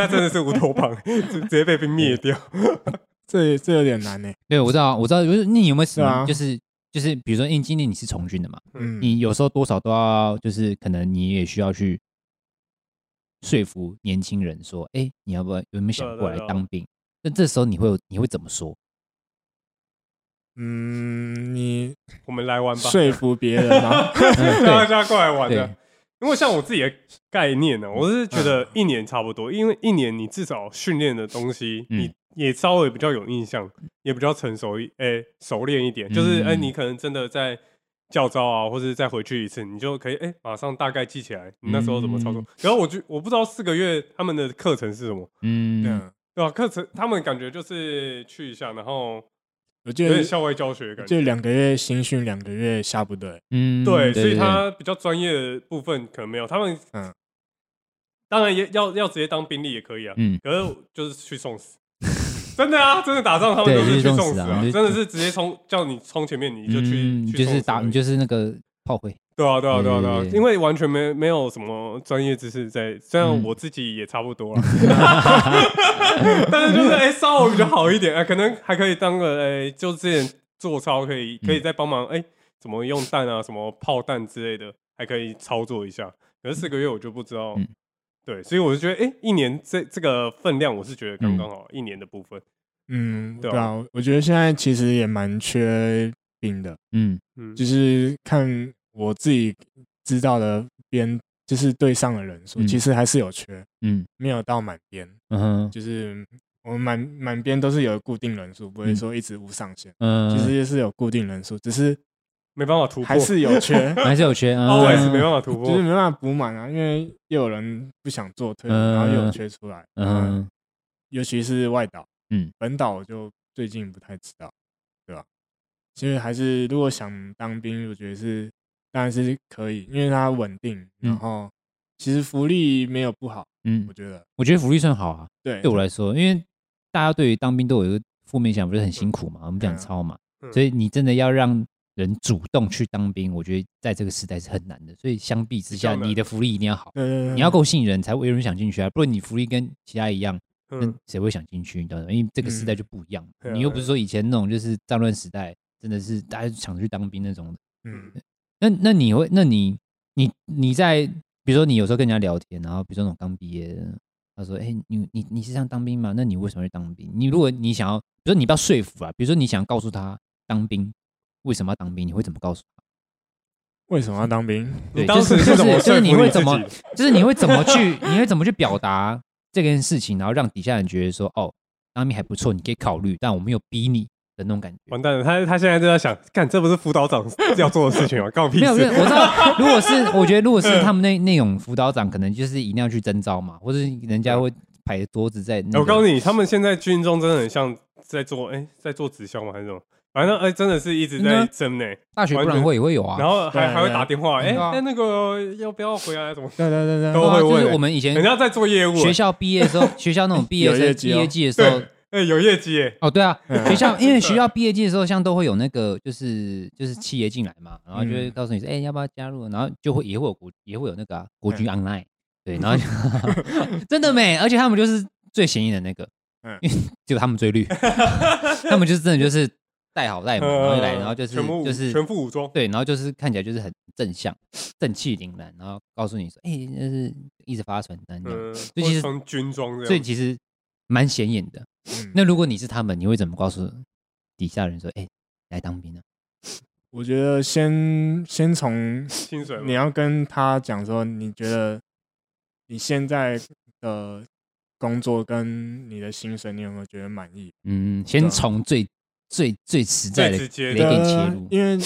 [SPEAKER 3] 真的是无头棒， 直直接被兵灭掉。
[SPEAKER 4] 这这有点难呢。
[SPEAKER 2] 对我知道，我知道，就是那你有没有什
[SPEAKER 4] 对
[SPEAKER 2] 么
[SPEAKER 4] 啊
[SPEAKER 2] 就是？就是比如说，因为今天你是从军的嘛，
[SPEAKER 4] 嗯，
[SPEAKER 2] 你有时候多少都要，就是可能你也需要去说服年轻人说，哎、你要不要有没有想
[SPEAKER 3] 对
[SPEAKER 2] 过
[SPEAKER 3] 对
[SPEAKER 2] 来
[SPEAKER 3] 对
[SPEAKER 2] 当兵？那这时候你会有你会怎么 说？
[SPEAKER 4] 嗯，你
[SPEAKER 3] 我们来玩吧，
[SPEAKER 4] 说服别人吗？
[SPEAKER 3] 大家过来玩
[SPEAKER 2] 嗯对嗯
[SPEAKER 3] 的。因为像我自己的概念呢，我是觉得一年差不多，因为一年你至少训练的东西，
[SPEAKER 2] 嗯
[SPEAKER 3] 你也稍微比较有印象，也比较成熟一，诶，熟练一点。就是
[SPEAKER 2] 嗯
[SPEAKER 3] 诶，你可能真的在教招啊，或者再回去一次，你就可以诶，哎马上大概记起来你那时候怎么操作
[SPEAKER 2] 嗯。
[SPEAKER 3] 然后我就我不知道四个月他们的课程是什么，
[SPEAKER 2] 嗯，
[SPEAKER 4] 嗯，
[SPEAKER 3] 对吧？课程他们感觉就是去一下，然后
[SPEAKER 4] 我
[SPEAKER 3] 有
[SPEAKER 4] 觉
[SPEAKER 3] 点
[SPEAKER 4] 得
[SPEAKER 3] 校外教学的感觉。
[SPEAKER 4] 就两个月新训，两个月下部队。
[SPEAKER 2] 嗯，
[SPEAKER 3] 对，所以
[SPEAKER 2] 对
[SPEAKER 3] 他比较专业的部分可能没有，他们
[SPEAKER 4] 嗯
[SPEAKER 3] 当然也要要直接当兵力也可以啊，
[SPEAKER 2] 嗯
[SPEAKER 3] 可是就是去送死， 真的啊，真的打仗他们
[SPEAKER 2] 对
[SPEAKER 3] 都
[SPEAKER 2] 就是
[SPEAKER 3] 是去
[SPEAKER 2] 送
[SPEAKER 3] 送
[SPEAKER 2] 死
[SPEAKER 3] 死
[SPEAKER 2] 啊
[SPEAKER 3] 啊，
[SPEAKER 2] 就
[SPEAKER 3] 真的是直接冲叫你冲前面你就去，
[SPEAKER 2] 嗯你
[SPEAKER 3] 去
[SPEAKER 2] 就
[SPEAKER 3] 送
[SPEAKER 2] 是
[SPEAKER 3] 死
[SPEAKER 2] 打，
[SPEAKER 3] 而已
[SPEAKER 2] 你就是那个炮灰，
[SPEAKER 3] 对啊对啊对啊对
[SPEAKER 2] 对
[SPEAKER 3] 啊
[SPEAKER 2] 嗯对，对
[SPEAKER 3] 因为完全没没有什么专业知识在，虽然
[SPEAKER 2] 嗯
[SPEAKER 3] 我自己也差 不多了， 但是就是哎稍微比较好一点，哎可能还可以当个哎就之前做操可
[SPEAKER 2] 嗯
[SPEAKER 3] 以可以再帮忙哎怎么用弹啊什么炮弹之类的，还可以操作一下。可是四个月我就不知道
[SPEAKER 2] 嗯，
[SPEAKER 3] 对，所以我就觉得哎一年这这个分量我是觉得刚刚好一年的部分，
[SPEAKER 4] 嗯，
[SPEAKER 3] 对
[SPEAKER 4] 对
[SPEAKER 3] 啊
[SPEAKER 4] 啊，我觉得现在其实也蛮缺兵的，
[SPEAKER 2] 嗯
[SPEAKER 3] 嗯
[SPEAKER 4] 就是看我自己知道的边，就是对上的人数，
[SPEAKER 2] 嗯
[SPEAKER 4] 其实还是有缺，
[SPEAKER 2] 嗯
[SPEAKER 4] 没有到满编，
[SPEAKER 2] 嗯哼
[SPEAKER 4] 就是我们满满编都是有固定人数，不会
[SPEAKER 2] 嗯
[SPEAKER 4] 说一直无上限，
[SPEAKER 2] 嗯，。
[SPEAKER 4] 其实也是有固定人数，只是
[SPEAKER 3] 没办法突破，
[SPEAKER 4] 还是有缺
[SPEAKER 2] 还是有缺啊，
[SPEAKER 3] always 没办法突
[SPEAKER 4] 就是
[SPEAKER 3] 破，嗯
[SPEAKER 4] 没办法补满啊，因为又有人不想做退伍，
[SPEAKER 2] 嗯
[SPEAKER 4] 然后又有缺出来，嗯，
[SPEAKER 2] 嗯
[SPEAKER 4] 尤其是外岛，
[SPEAKER 2] 嗯，
[SPEAKER 4] 本岛我就最近不太知道，对吧？其实还是如果想当兵，我觉得是当然是可以，因为它稳定，然后其实福利没有不好，
[SPEAKER 2] 嗯
[SPEAKER 4] 我，觉得
[SPEAKER 2] 我觉得福利算好啊，
[SPEAKER 4] 对
[SPEAKER 2] 对我来说，因为大家对于当兵都有一个负面想法，就是很辛苦嘛，我们讲
[SPEAKER 4] 嗯
[SPEAKER 2] 操嘛，
[SPEAKER 3] 嗯
[SPEAKER 2] 所以你真的要让人主动去当兵，我觉得在这个时代是很难的。所以相比之下，
[SPEAKER 3] 比较难
[SPEAKER 2] 你的福利一定要好，
[SPEAKER 4] 对对对，
[SPEAKER 2] 你要够吸引人才会有人想进去啊。不然你福利跟其他一样，那
[SPEAKER 3] 嗯，
[SPEAKER 2] 谁会想进去？你懂吗？因为这个时代就不一样
[SPEAKER 3] 对，啊
[SPEAKER 2] 你又不是说以前那种就是战乱时代，真的是大家抢着去当兵那种的。
[SPEAKER 4] 嗯
[SPEAKER 2] 那那你会，那你你你在，比如说你有时候跟人家聊天，然后比如说那种刚毕业的，他说：“哎、你你你是想当兵吗？那你为什么会当兵？你如果你想要，比如说你不要说服啊，比如说你想告诉他当兵为什么要当兵，你会怎么告诉他？
[SPEAKER 4] 为什么要当 兵？
[SPEAKER 2] 对，
[SPEAKER 3] 你当时
[SPEAKER 2] 就是是
[SPEAKER 3] 怎
[SPEAKER 2] 就
[SPEAKER 3] 么
[SPEAKER 2] 是
[SPEAKER 3] 说服
[SPEAKER 2] 你会
[SPEAKER 3] 自
[SPEAKER 2] 怎么
[SPEAKER 3] 己？
[SPEAKER 2] 就是你会怎么去，你会怎么去表达这件事情，然后让底下人觉得说，哦，当兵还不错，你可以考虑，但我没有逼你的那种感觉。
[SPEAKER 3] 完蛋了，他他现在就在想，干这不是辅导长要做的事情吗？干我 屁
[SPEAKER 2] 没有，没有
[SPEAKER 3] 事！
[SPEAKER 2] 我知道，如果是我觉得如果 是他们那那种辅导长，可能就是一定要去征招嘛，或者人家会排桌子在、那
[SPEAKER 3] 哎
[SPEAKER 2] 个
[SPEAKER 3] 我告诉你，他们现在军中真的很像在做，哎，在做直销吗？还是什么？反正哎，真的是一直在
[SPEAKER 2] 嗯啊
[SPEAKER 3] 争呢，
[SPEAKER 2] 大学博览会也会有啊，
[SPEAKER 3] 然后
[SPEAKER 4] 对
[SPEAKER 3] 还
[SPEAKER 4] 啊
[SPEAKER 3] 还会打电话，哎，
[SPEAKER 2] 对啊
[SPEAKER 3] 那那个要不要回来？怎么？
[SPEAKER 4] 对对对
[SPEAKER 3] 都
[SPEAKER 2] 对
[SPEAKER 4] 对，
[SPEAKER 2] 啊
[SPEAKER 3] 会问
[SPEAKER 2] 就是我们以前
[SPEAKER 3] 人家在做业务，啊
[SPEAKER 2] 学校毕业的 时候，学校那种毕业
[SPEAKER 4] 有业
[SPEAKER 2] 生
[SPEAKER 4] 绩
[SPEAKER 2] 毕
[SPEAKER 4] 哦
[SPEAKER 2] 业季的时候，
[SPEAKER 3] 哎，有业绩哎，
[SPEAKER 2] 哦，对啊，
[SPEAKER 4] 嗯
[SPEAKER 2] 学校因为学校毕业季的时候，像都会有那个就是就是企业进来嘛，然后就会
[SPEAKER 4] 嗯
[SPEAKER 2] 告诉你说，哎、要不要加入？然后就会也会有国也会有那个、啊、国
[SPEAKER 3] 嗯
[SPEAKER 2] 军 online，、对，然后就 真的美，而且他们就是最显眼的那个，
[SPEAKER 4] 嗯
[SPEAKER 2] 因为就他们最 绿，他们就是真的就是戴好戴满，然后一来，
[SPEAKER 3] 呃
[SPEAKER 2] 然后就是
[SPEAKER 3] 全部武
[SPEAKER 2] 就是
[SPEAKER 3] 全副武装，
[SPEAKER 2] 对，然后就是看起来就是很正向、正气凛然，然后告诉你说，哎、就是一直发传单这样，
[SPEAKER 3] 嗯，
[SPEAKER 2] 以其实
[SPEAKER 3] 或者穿军装这
[SPEAKER 2] 所以
[SPEAKER 3] 样，
[SPEAKER 2] 其实蛮显眼的。
[SPEAKER 4] 嗯
[SPEAKER 2] 那如果你是他们，你会怎么告诉底下人说：“哎、来当兵啊
[SPEAKER 4] 我觉得先先从
[SPEAKER 3] 薪水嘛
[SPEAKER 4] 你要跟他讲说，你觉得你现在的工作跟你的薪水，你有没有觉得满意？？”
[SPEAKER 2] 嗯，先从最最最实在的
[SPEAKER 3] 啊最直接
[SPEAKER 2] 雷
[SPEAKER 3] 的
[SPEAKER 2] 点切
[SPEAKER 4] 呃
[SPEAKER 2] 入。
[SPEAKER 4] 因为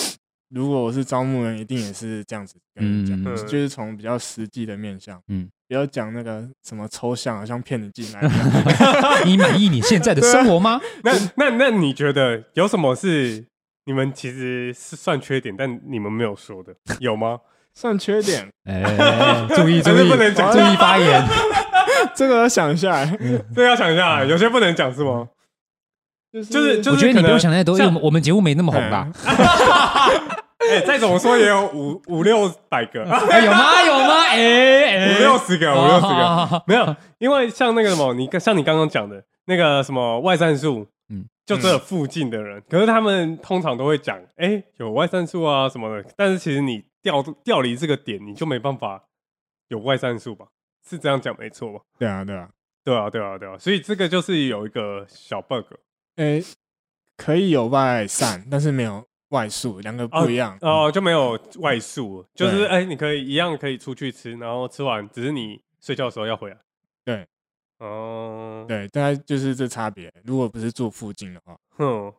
[SPEAKER 4] 如果我是招募人，一定也是这样子跟你讲，
[SPEAKER 2] 嗯
[SPEAKER 4] 就是从比较实际的面向，
[SPEAKER 2] 嗯
[SPEAKER 4] 嗯，不要讲那个什么抽象，好像骗你进来 一样。
[SPEAKER 3] 啊
[SPEAKER 2] 你满意你现在的生活 吗？
[SPEAKER 3] 那那那你觉得有什么是你们其实是算缺点，但你们没有说的，有吗？
[SPEAKER 4] 算缺点，
[SPEAKER 2] 哎、注意注
[SPEAKER 3] 还是
[SPEAKER 2] 意
[SPEAKER 3] 不能讲
[SPEAKER 2] 注意发言。
[SPEAKER 4] 这个要想 一下来，
[SPEAKER 3] 这要想一下，有些不能讲是吗？
[SPEAKER 4] 就是
[SPEAKER 3] 就是就
[SPEAKER 2] 嗯我
[SPEAKER 3] 是
[SPEAKER 2] 觉得你
[SPEAKER 3] 可
[SPEAKER 2] 不
[SPEAKER 3] 能
[SPEAKER 2] 用想太多，因为我
[SPEAKER 3] 像
[SPEAKER 2] 们我们节目没那么红吧？
[SPEAKER 3] 哎，再怎么说也有 五五六百个，五
[SPEAKER 2] 哎有吗？有吗？哎、哎
[SPEAKER 3] 六十个， 五六十
[SPEAKER 2] 好
[SPEAKER 3] 个，
[SPEAKER 2] 好好
[SPEAKER 3] 没有，因为像那个什么，你像你刚刚讲的那个什么外战术。嗯
[SPEAKER 2] 嗯，
[SPEAKER 3] 就只有附近的人，可是他们通常都会讲，哎、有外战术啊什么的。但是其实你调调离这个点，你就没办法有外战术吧？是这样讲没错吧？
[SPEAKER 4] 对啊对啊，
[SPEAKER 3] 对啊，对啊，对啊，所以这个就是有一个小 bug
[SPEAKER 4] 诶，可以有外散，但是没有外宿，两个不一样。
[SPEAKER 3] 哦、就没有外宿，就是
[SPEAKER 4] 嗯对
[SPEAKER 3] 哎、你可以一样可以出去吃，然后吃完，只是你睡觉的时候要回来。
[SPEAKER 4] 对，
[SPEAKER 3] 哦、，
[SPEAKER 4] 对，大概就是这差别。如果不是住附近的话，
[SPEAKER 3] 哼，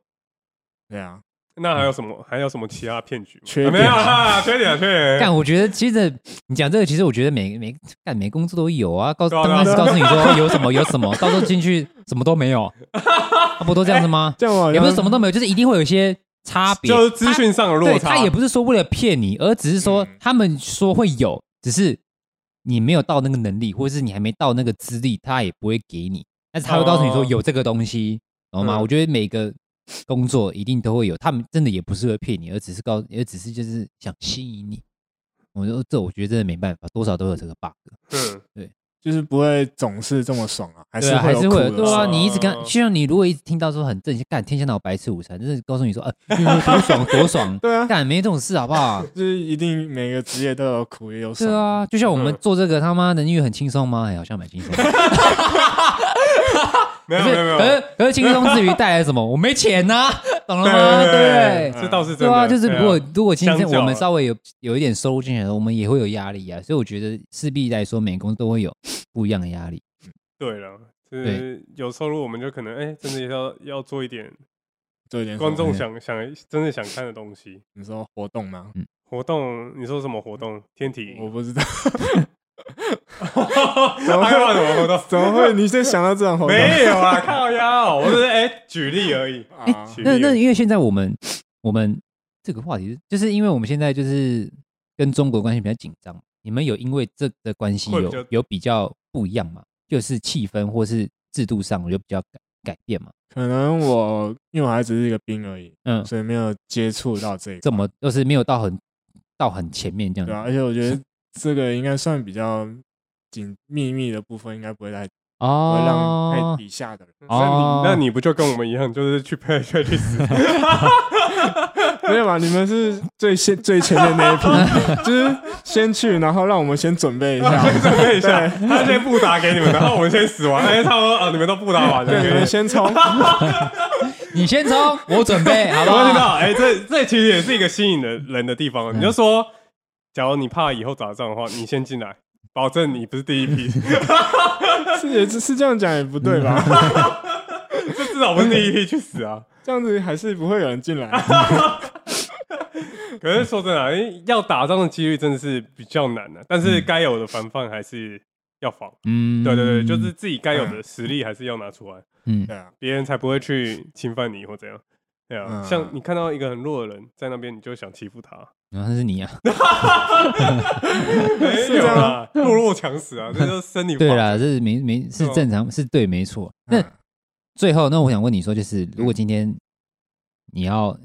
[SPEAKER 4] 对啊，
[SPEAKER 3] 那还有什么？还有什么其他骗局吗？
[SPEAKER 4] 缺
[SPEAKER 3] 啊
[SPEAKER 4] 点
[SPEAKER 3] 没有 啊，缺点啊，缺点啊。
[SPEAKER 2] 干，我觉得其实你讲这个，其实我觉得每每干每工作都有啊。告诉
[SPEAKER 3] 对啊
[SPEAKER 2] 刚
[SPEAKER 3] 对啊
[SPEAKER 2] 开始告诉你说有什么有什么，到时候进去什么都没有，啊不都这样子吗？
[SPEAKER 4] 这样我好像
[SPEAKER 2] 也不是什么都没有，就是一定会有一些差别。
[SPEAKER 3] 就是资讯上的
[SPEAKER 2] 他
[SPEAKER 3] 落
[SPEAKER 2] 对
[SPEAKER 3] 差，
[SPEAKER 2] 他也不是说为了骗你，而只是说
[SPEAKER 4] 嗯
[SPEAKER 2] 他们说会有，只是你没有到那个能力，或者是你还没到那个资历，他也不会给你。但是他会告诉你
[SPEAKER 3] 哦
[SPEAKER 2] 说有这个东西，懂吗？
[SPEAKER 3] 嗯
[SPEAKER 2] 我觉得每个工作一定都会有，他们真的也不是会骗你，而只是告，而只是就是想吸引你。我说这我觉得真的没办法，多少都有这个 bug。
[SPEAKER 3] 嗯，
[SPEAKER 4] 就是不会总是这么爽啊，还
[SPEAKER 2] 对
[SPEAKER 4] 是
[SPEAKER 2] 啊，还
[SPEAKER 4] 有
[SPEAKER 2] 是
[SPEAKER 4] 苦
[SPEAKER 2] 会
[SPEAKER 4] 的
[SPEAKER 2] 有对啊，
[SPEAKER 4] 时候嗯
[SPEAKER 2] 你一直跟，
[SPEAKER 3] 哦
[SPEAKER 2] 就像你如果一直听到说很正经，干天下哪有白吃午餐，就是告诉你说，呃，多爽多爽，
[SPEAKER 4] 对啊，
[SPEAKER 2] 干没这种事好不好？
[SPEAKER 4] 就是一定每个职业都有苦也有
[SPEAKER 2] 对
[SPEAKER 4] 爽。
[SPEAKER 2] 啊，就像我们
[SPEAKER 3] 嗯
[SPEAKER 2] 做这个，他妈的，因为很轻松吗？哎，好像蛮轻 松的。
[SPEAKER 3] 没
[SPEAKER 2] 可是
[SPEAKER 3] 有没
[SPEAKER 2] 可
[SPEAKER 3] 有没有，
[SPEAKER 2] 是可是轻松之余带来什么？我没钱呐，懂了
[SPEAKER 3] 对
[SPEAKER 2] 吗？ 呃啊
[SPEAKER 3] 对
[SPEAKER 2] 对
[SPEAKER 3] 对
[SPEAKER 2] 不对？
[SPEAKER 3] 对这倒是真
[SPEAKER 2] 对
[SPEAKER 3] 的。
[SPEAKER 2] 啊，就是如果如果今
[SPEAKER 3] 相
[SPEAKER 2] 天
[SPEAKER 3] 较
[SPEAKER 2] 我们
[SPEAKER 3] 啊
[SPEAKER 2] 稍微有有一点收入进来的时候，我们也会有压力啊。所以我觉得势必来说，每个工都会有不一样的压力。
[SPEAKER 3] 对了，就是有收入，我们就可能哎，真的要要做一点
[SPEAKER 4] 做一点什么
[SPEAKER 3] 观众想想真的想看的东西。
[SPEAKER 4] 你说活动吗？
[SPEAKER 3] 活动，你说什么活动？天体
[SPEAKER 4] 我不知道，么
[SPEAKER 3] 还有什么活动？
[SPEAKER 4] 怎么会？你先想到这种活动？
[SPEAKER 3] 没有啦，靠腰，我是哎举例而已。
[SPEAKER 4] 啊
[SPEAKER 3] 举
[SPEAKER 2] 那
[SPEAKER 3] 例而
[SPEAKER 2] 那
[SPEAKER 3] 已
[SPEAKER 2] 因为现在我们我们这个话题是，就是因为我们现在就是跟中国关系比较紧张，你们有因为这个关系
[SPEAKER 3] 会比
[SPEAKER 2] 有
[SPEAKER 3] 较
[SPEAKER 2] 有比较不一样吗？就是气氛或是制度上有比较改改变嘛？
[SPEAKER 4] 可能我因为我还只是一个兵而已，
[SPEAKER 2] 嗯，
[SPEAKER 4] 所以没有接触到这一
[SPEAKER 2] 这
[SPEAKER 4] 块，
[SPEAKER 2] 么就是没有到很到很前面这样
[SPEAKER 4] 对
[SPEAKER 2] 子。
[SPEAKER 4] 啊，而且我觉得这个应该算比较紧秘密的部分，应该不会太不会让太
[SPEAKER 2] 哦，
[SPEAKER 4] 底下的人。
[SPEAKER 3] 那
[SPEAKER 2] 哦
[SPEAKER 3] 你那你不就跟我们一样，就是去配去去死？
[SPEAKER 4] 没有吧？你们是最先最前面那 一批，就是先去，然后让我们先准备一下，
[SPEAKER 3] 准备一下， 他先不打给你们，然后我们先死完，哎，差不多啊，你们都不打完 了，
[SPEAKER 4] 对，你们先冲。
[SPEAKER 2] 你先冲，我准 备，好不
[SPEAKER 3] 我
[SPEAKER 2] 好？
[SPEAKER 3] 知道，哎、这这其实也是一个吸引人人的地
[SPEAKER 2] 嗯
[SPEAKER 3] 方。你就说，假如你怕以后打仗的话，你先进来，保证你不是第一批，
[SPEAKER 4] 是也是是这样讲也不 对吧？
[SPEAKER 3] 这至少不是第一批去死啊。
[SPEAKER 4] 这样子还是不会有 人进来。
[SPEAKER 3] 可是说真的啊、哎要打仗的几率真的是比较难的、但是该有的防范还是要防。
[SPEAKER 2] 嗯，啊
[SPEAKER 3] 对对对，就是自己该有的实力还是要拿出来，
[SPEAKER 2] 嗯，
[SPEAKER 4] 对啊，
[SPEAKER 3] 别人才不会去侵犯你或怎样。对啊，
[SPEAKER 4] 嗯
[SPEAKER 3] 像你看到一个很弱的人在那边，你就想欺负 他，
[SPEAKER 2] 然后是你 啊，
[SPEAKER 3] 没有啦，弱肉强食啊，这就是生理
[SPEAKER 2] 对
[SPEAKER 3] 法
[SPEAKER 2] 啦，这是没没是
[SPEAKER 3] 对啊
[SPEAKER 2] 正常，是对，没错。那
[SPEAKER 4] 嗯
[SPEAKER 2] 最后，那我想问你说，就是
[SPEAKER 3] 嗯
[SPEAKER 2] 如果今天你要，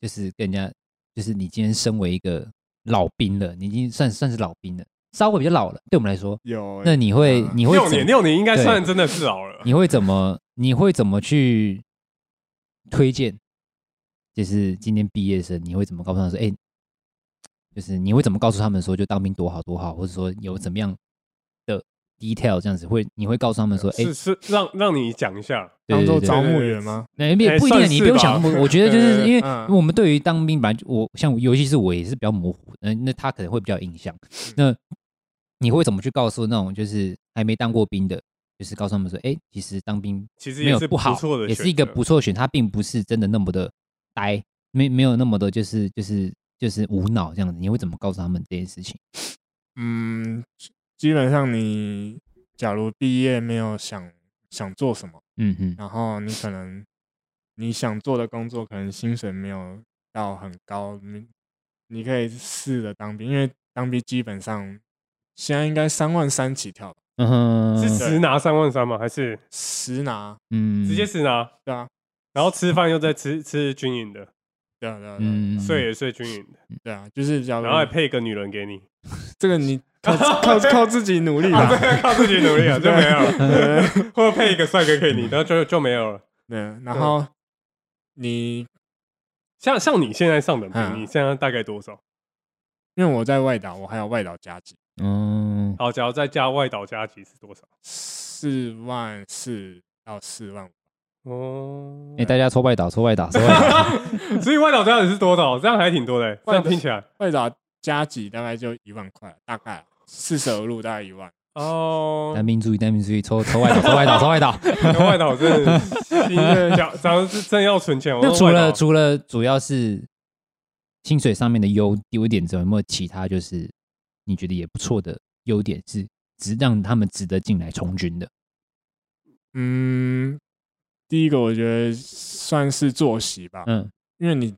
[SPEAKER 2] 就是跟人家，就是你今天身为一个老兵了，你已经算算是老兵了，稍微比较老了，对我们来说，
[SPEAKER 4] 有
[SPEAKER 2] 那你会
[SPEAKER 4] 嗯
[SPEAKER 2] 你会
[SPEAKER 3] 六
[SPEAKER 2] 怎
[SPEAKER 3] 年，六年应该算真的是老 了。
[SPEAKER 2] 你会怎么你会怎么去推荐？就是今天毕业生，你会怎么告诉他说，哎、就是你会怎么告诉他们说，就当兵多好多好，或者说有怎么样的 detail 这样子，会你会告诉他们说，哎、
[SPEAKER 3] 呃是是让让你讲一下，
[SPEAKER 2] 对
[SPEAKER 4] 当
[SPEAKER 2] 对
[SPEAKER 4] 做
[SPEAKER 2] 对对
[SPEAKER 4] 招募员吗？
[SPEAKER 2] 那也
[SPEAKER 3] 哎
[SPEAKER 2] 不一定啊，
[SPEAKER 3] 算是
[SPEAKER 2] 你不用
[SPEAKER 3] 吧
[SPEAKER 2] 想那么。我觉得就
[SPEAKER 4] 对对
[SPEAKER 2] 是
[SPEAKER 4] 对
[SPEAKER 2] 因为
[SPEAKER 4] 嗯
[SPEAKER 2] 我们对于当兵，本来就我像尤其是我也是比较模糊，那那他可能会比较有印象。那你会怎么去告诉那种就是还没当过兵的，就是告诉他们说，哎，其实当兵
[SPEAKER 3] 其实
[SPEAKER 2] 没
[SPEAKER 3] 也
[SPEAKER 2] 有
[SPEAKER 3] 是
[SPEAKER 2] 好
[SPEAKER 3] 错的，
[SPEAKER 2] 也是一个不。错的选，他并不是真的那么的呆，没没有那么的就是就是就是无脑这样子。你会怎么告诉他们这件事情？
[SPEAKER 4] 嗯，基本上你假如毕业没有想想做什么，
[SPEAKER 2] 嗯嗯
[SPEAKER 4] 然后你可能你想做的工作可能薪水没有到很高，你你可以试着当兵，因为当兵基本上现在应该三万三起跳吧，
[SPEAKER 2] 嗯哼，
[SPEAKER 3] 是实拿三万三吗？还是
[SPEAKER 4] 实拿，
[SPEAKER 2] 嗯
[SPEAKER 3] 直接实拿？
[SPEAKER 4] 对啊，
[SPEAKER 3] 然后吃饭又在吃吃军营的，
[SPEAKER 4] 对啊，对啊，对啊
[SPEAKER 2] 嗯
[SPEAKER 3] 睡也睡军营的，
[SPEAKER 4] 对啊，就是假如
[SPEAKER 3] 然后还配个女人给你，
[SPEAKER 4] 这 个你靠靠靠自己努力
[SPEAKER 3] 啊，
[SPEAKER 4] 吧，
[SPEAKER 3] 对，靠自己努力啊，就没 有了。
[SPEAKER 4] 对
[SPEAKER 3] 或者配一个帅哥给你，然后就就没有了。
[SPEAKER 4] 对，啊然后你
[SPEAKER 3] 像像你现在上的
[SPEAKER 4] 嗯
[SPEAKER 3] 兵，你现在大概多少？
[SPEAKER 4] 因为我在外岛，我还有外岛加级，
[SPEAKER 2] 嗯
[SPEAKER 3] 好，假如再加外岛加级是多少？
[SPEAKER 4] 四万四到四万五，
[SPEAKER 3] 哦
[SPEAKER 2] 哎、，大家抽外岛，抽外岛，抽外岛。
[SPEAKER 3] 所以外岛加级是多少？这样还挺多的，这样听起来
[SPEAKER 4] 外岛加级大概就一万块，大概啊四舍五入大概一万。
[SPEAKER 3] 哦，
[SPEAKER 2] 单兵注意，单兵注意，抽抽外岛，抽外岛，抽外 岛。
[SPEAKER 3] 那外岛真的心愿，假假如是真要存钱，我
[SPEAKER 2] 那
[SPEAKER 3] 说
[SPEAKER 2] 除
[SPEAKER 3] 外
[SPEAKER 2] 了
[SPEAKER 3] 岛
[SPEAKER 2] 除了主要是薪水上面的优优点之外，有没有其他就是你觉得也不错的优点是值让他们值得进来从军的？
[SPEAKER 4] 嗯，第一个我觉得算是作息吧，
[SPEAKER 2] 嗯
[SPEAKER 4] 因为你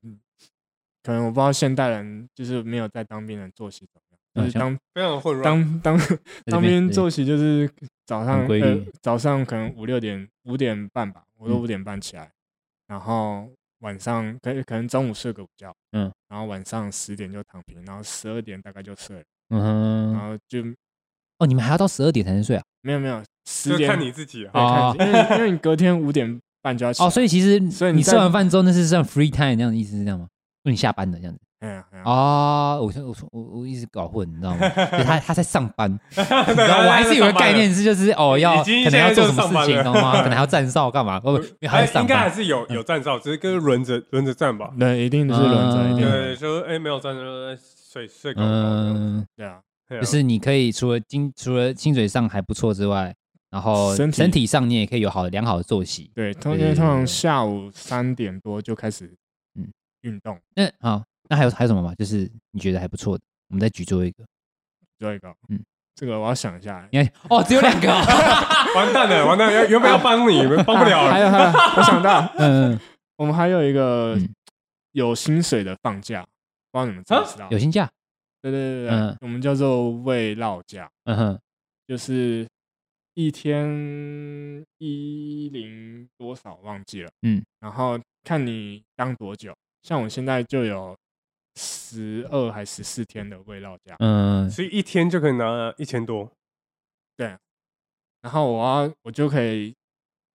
[SPEAKER 4] 可能我不知道现代人就是没有在当兵人作息怎么样，
[SPEAKER 2] 嗯
[SPEAKER 4] 就是当
[SPEAKER 3] 非常混乱，
[SPEAKER 4] 当当当兵作息就是早上
[SPEAKER 2] 很规
[SPEAKER 4] 呃
[SPEAKER 2] 律
[SPEAKER 4] 早上可能五六点五点半吧，我都
[SPEAKER 2] 嗯
[SPEAKER 4] 五点半起来，然后晚上可可能中午睡个午觉，
[SPEAKER 2] 嗯，
[SPEAKER 4] 然后晚上十点就躺平，然后十二点大概就睡了，
[SPEAKER 2] 嗯
[SPEAKER 4] 然
[SPEAKER 2] 哼，
[SPEAKER 4] 后就
[SPEAKER 2] 哦，你们还要到十二点才能睡啊？
[SPEAKER 4] 没有没有十
[SPEAKER 3] 就
[SPEAKER 4] 点
[SPEAKER 3] 看你自 己啊。
[SPEAKER 4] 对
[SPEAKER 2] 哦
[SPEAKER 4] 看你因为因为你隔天五点半就要起来
[SPEAKER 3] 啊
[SPEAKER 2] 哦，所以其实
[SPEAKER 4] 所以你
[SPEAKER 2] 你吃
[SPEAKER 4] 在
[SPEAKER 2] 完饭之后那是算 free time 那样的意思是这样吗？就你下班的这样子
[SPEAKER 4] 嗯嗯
[SPEAKER 2] 啊、哦？我说我说我我一直搞混，你知道吗？就 他他在上班，
[SPEAKER 3] 对
[SPEAKER 2] 然后我还是有个
[SPEAKER 3] 上班
[SPEAKER 2] 概
[SPEAKER 3] 了
[SPEAKER 2] 念是，就是哦，要
[SPEAKER 3] 已经
[SPEAKER 2] 可能要做什
[SPEAKER 3] 现
[SPEAKER 2] 么
[SPEAKER 3] 在就是上班
[SPEAKER 2] 事情，
[SPEAKER 3] 了
[SPEAKER 2] 懂吗？可能还要站哨干嘛？哦不不，还要
[SPEAKER 3] 哎，
[SPEAKER 2] 上
[SPEAKER 3] 应该
[SPEAKER 2] 班
[SPEAKER 3] 还。是有有站哨，只是跟轮着轮着站吧。
[SPEAKER 4] 那一定是轮着，一
[SPEAKER 2] 嗯
[SPEAKER 4] 定是
[SPEAKER 3] 对，
[SPEAKER 4] 轮着
[SPEAKER 3] 就哎没有站着睡睡个午觉这样子。
[SPEAKER 2] 嗯，
[SPEAKER 4] 对啊，
[SPEAKER 3] 对啊
[SPEAKER 2] 就是你可以除了金除了薪水上还不错之外，然后
[SPEAKER 4] 身体
[SPEAKER 2] 身体上你也可以有好良好的作息。
[SPEAKER 4] 对，通因
[SPEAKER 2] 对
[SPEAKER 4] 为
[SPEAKER 2] 对
[SPEAKER 4] 通常
[SPEAKER 2] 对
[SPEAKER 4] 下午三点多就开始
[SPEAKER 2] 嗯
[SPEAKER 4] 运动，
[SPEAKER 2] 那好，那还有还有什么吗？就是你觉得还不错的，我们再举做一个。
[SPEAKER 4] 最后一个，
[SPEAKER 2] 嗯，
[SPEAKER 4] 这个我要想一下，
[SPEAKER 2] 你看，哦，只有两个、 哦。，
[SPEAKER 3] 完蛋了，完蛋了，原原本要帮你，帮不了
[SPEAKER 4] 啊还
[SPEAKER 3] 了。
[SPEAKER 4] 有还有，我想到
[SPEAKER 2] 嗯，
[SPEAKER 4] 我们还有一个
[SPEAKER 2] 嗯
[SPEAKER 4] 有薪水的放假，不知道你们知不知道
[SPEAKER 2] 有？薪假。
[SPEAKER 4] 对对对对
[SPEAKER 2] 嗯
[SPEAKER 4] 对，我们叫做未落假，
[SPEAKER 2] 嗯哼，
[SPEAKER 4] 就是一天一零多少忘记了，
[SPEAKER 2] 嗯，
[SPEAKER 4] 然后看你当多久。像我现在就有十二还十四天的未到假，
[SPEAKER 5] 嗯
[SPEAKER 3] 所以一天就可以拿一千多，
[SPEAKER 4] 然后我要我就可以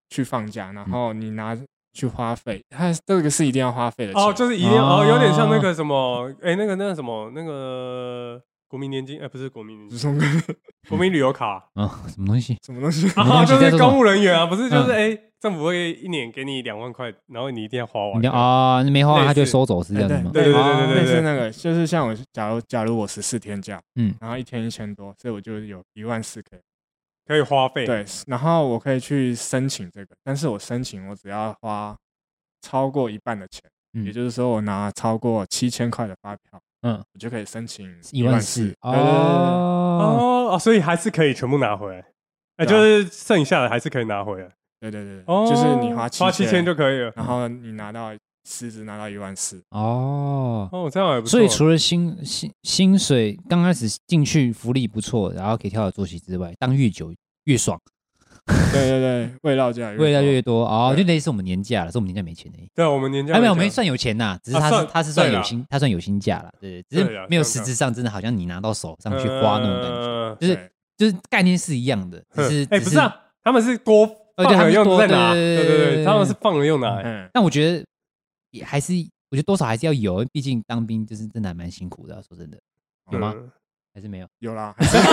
[SPEAKER 4] 去放假，
[SPEAKER 5] 嗯
[SPEAKER 4] 然后你拿去花费，它这个是一定要花费的钱
[SPEAKER 3] 哦，就是一定要
[SPEAKER 2] 哦
[SPEAKER 3] 哦，有点像那个什么，哎，那个那个什么，那个国民年金，哎，不是国民年
[SPEAKER 4] 不
[SPEAKER 3] 金，
[SPEAKER 4] 是我们
[SPEAKER 3] 国民旅游卡
[SPEAKER 2] 哦
[SPEAKER 5] 啊，什么东西？
[SPEAKER 4] 什么东西，
[SPEAKER 5] 么东
[SPEAKER 3] 啊，
[SPEAKER 5] 西
[SPEAKER 3] 就
[SPEAKER 5] 在
[SPEAKER 3] 是
[SPEAKER 5] 做什么
[SPEAKER 3] 公务人员啊，不是就是
[SPEAKER 5] 嗯
[SPEAKER 3] 哎，政府会一年给你两万块，然后你一定要花
[SPEAKER 5] 你
[SPEAKER 3] 完
[SPEAKER 5] 就。啊，没花完他就
[SPEAKER 3] 类似哎
[SPEAKER 5] 收走
[SPEAKER 4] 哎
[SPEAKER 5] 是这样子吗？
[SPEAKER 3] 对对对对对对
[SPEAKER 4] 哦类似那个，就是像我，假如假如我十四天假，
[SPEAKER 2] 嗯
[SPEAKER 4] 嗯，然后一天一千多，所以我就有一万四 K，
[SPEAKER 3] 可以花费，
[SPEAKER 4] 对，然后我可以去申请这个，但是我申请我只要花超过一半的钱，
[SPEAKER 2] 嗯
[SPEAKER 4] 也就是说我拿超过七千块的发票，
[SPEAKER 2] 嗯
[SPEAKER 4] 嗯，我就可以申请
[SPEAKER 2] 一
[SPEAKER 4] 万
[SPEAKER 2] 万四
[SPEAKER 4] 对对对对
[SPEAKER 2] 哦，
[SPEAKER 3] 哦哦，所以还是可以全部拿回来，哎，
[SPEAKER 4] 对
[SPEAKER 3] 就
[SPEAKER 4] 啊
[SPEAKER 3] 是剩下的还是可以拿回来，
[SPEAKER 4] 对对对，
[SPEAKER 3] 哦，
[SPEAKER 4] 对就是你花
[SPEAKER 3] 花七千
[SPEAKER 4] 千
[SPEAKER 3] 就，可以了。
[SPEAKER 4] 然后你拿到实值拿到一万四，
[SPEAKER 2] 哦，
[SPEAKER 3] 哦，这样也不错。
[SPEAKER 2] 所以除了薪薪薪水刚开始进去福利不错，然后可以跳到作息之外，当越久越爽，
[SPEAKER 4] 对对对，味道就来
[SPEAKER 2] 味道
[SPEAKER 4] 多
[SPEAKER 2] 越越多哦，就
[SPEAKER 4] 对
[SPEAKER 2] 类似我们年假了，是我们年假没钱而已。
[SPEAKER 3] 对，啊我们年假
[SPEAKER 2] 哎，没有，我们
[SPEAKER 3] 没
[SPEAKER 2] 算有钱呐，只是
[SPEAKER 3] 啊
[SPEAKER 2] 他是
[SPEAKER 3] 算
[SPEAKER 2] 他是算
[SPEAKER 3] 对
[SPEAKER 2] 有
[SPEAKER 3] 啦
[SPEAKER 2] 薪，他算有薪假了，对，只
[SPEAKER 3] 对
[SPEAKER 2] 是
[SPEAKER 3] 啦
[SPEAKER 2] 没有
[SPEAKER 3] 这
[SPEAKER 2] 实
[SPEAKER 3] 样
[SPEAKER 2] 质上真的好像你拿到手上去花那种感觉，
[SPEAKER 3] 觉。
[SPEAKER 2] 就是
[SPEAKER 4] 对
[SPEAKER 2] 就是概念是一样的，只是
[SPEAKER 3] 哼哎，
[SPEAKER 2] 只
[SPEAKER 3] 不是啊，他们是多
[SPEAKER 2] 哦对
[SPEAKER 3] 放
[SPEAKER 2] 他
[SPEAKER 3] 了
[SPEAKER 2] 们是
[SPEAKER 3] 用
[SPEAKER 2] 多
[SPEAKER 3] 再拿，
[SPEAKER 2] 对
[SPEAKER 3] 对
[SPEAKER 2] 对
[SPEAKER 3] 对
[SPEAKER 2] 对对
[SPEAKER 3] 对，他们是放了用拿。哎
[SPEAKER 4] 嗯，
[SPEAKER 2] 但我觉得也还是，我觉得多少还是要有，毕竟当兵就是真的还蛮辛苦的啊、说真的，有吗？
[SPEAKER 3] 嗯
[SPEAKER 2] 还 是没有？
[SPEAKER 4] 有啦，还是
[SPEAKER 3] 一定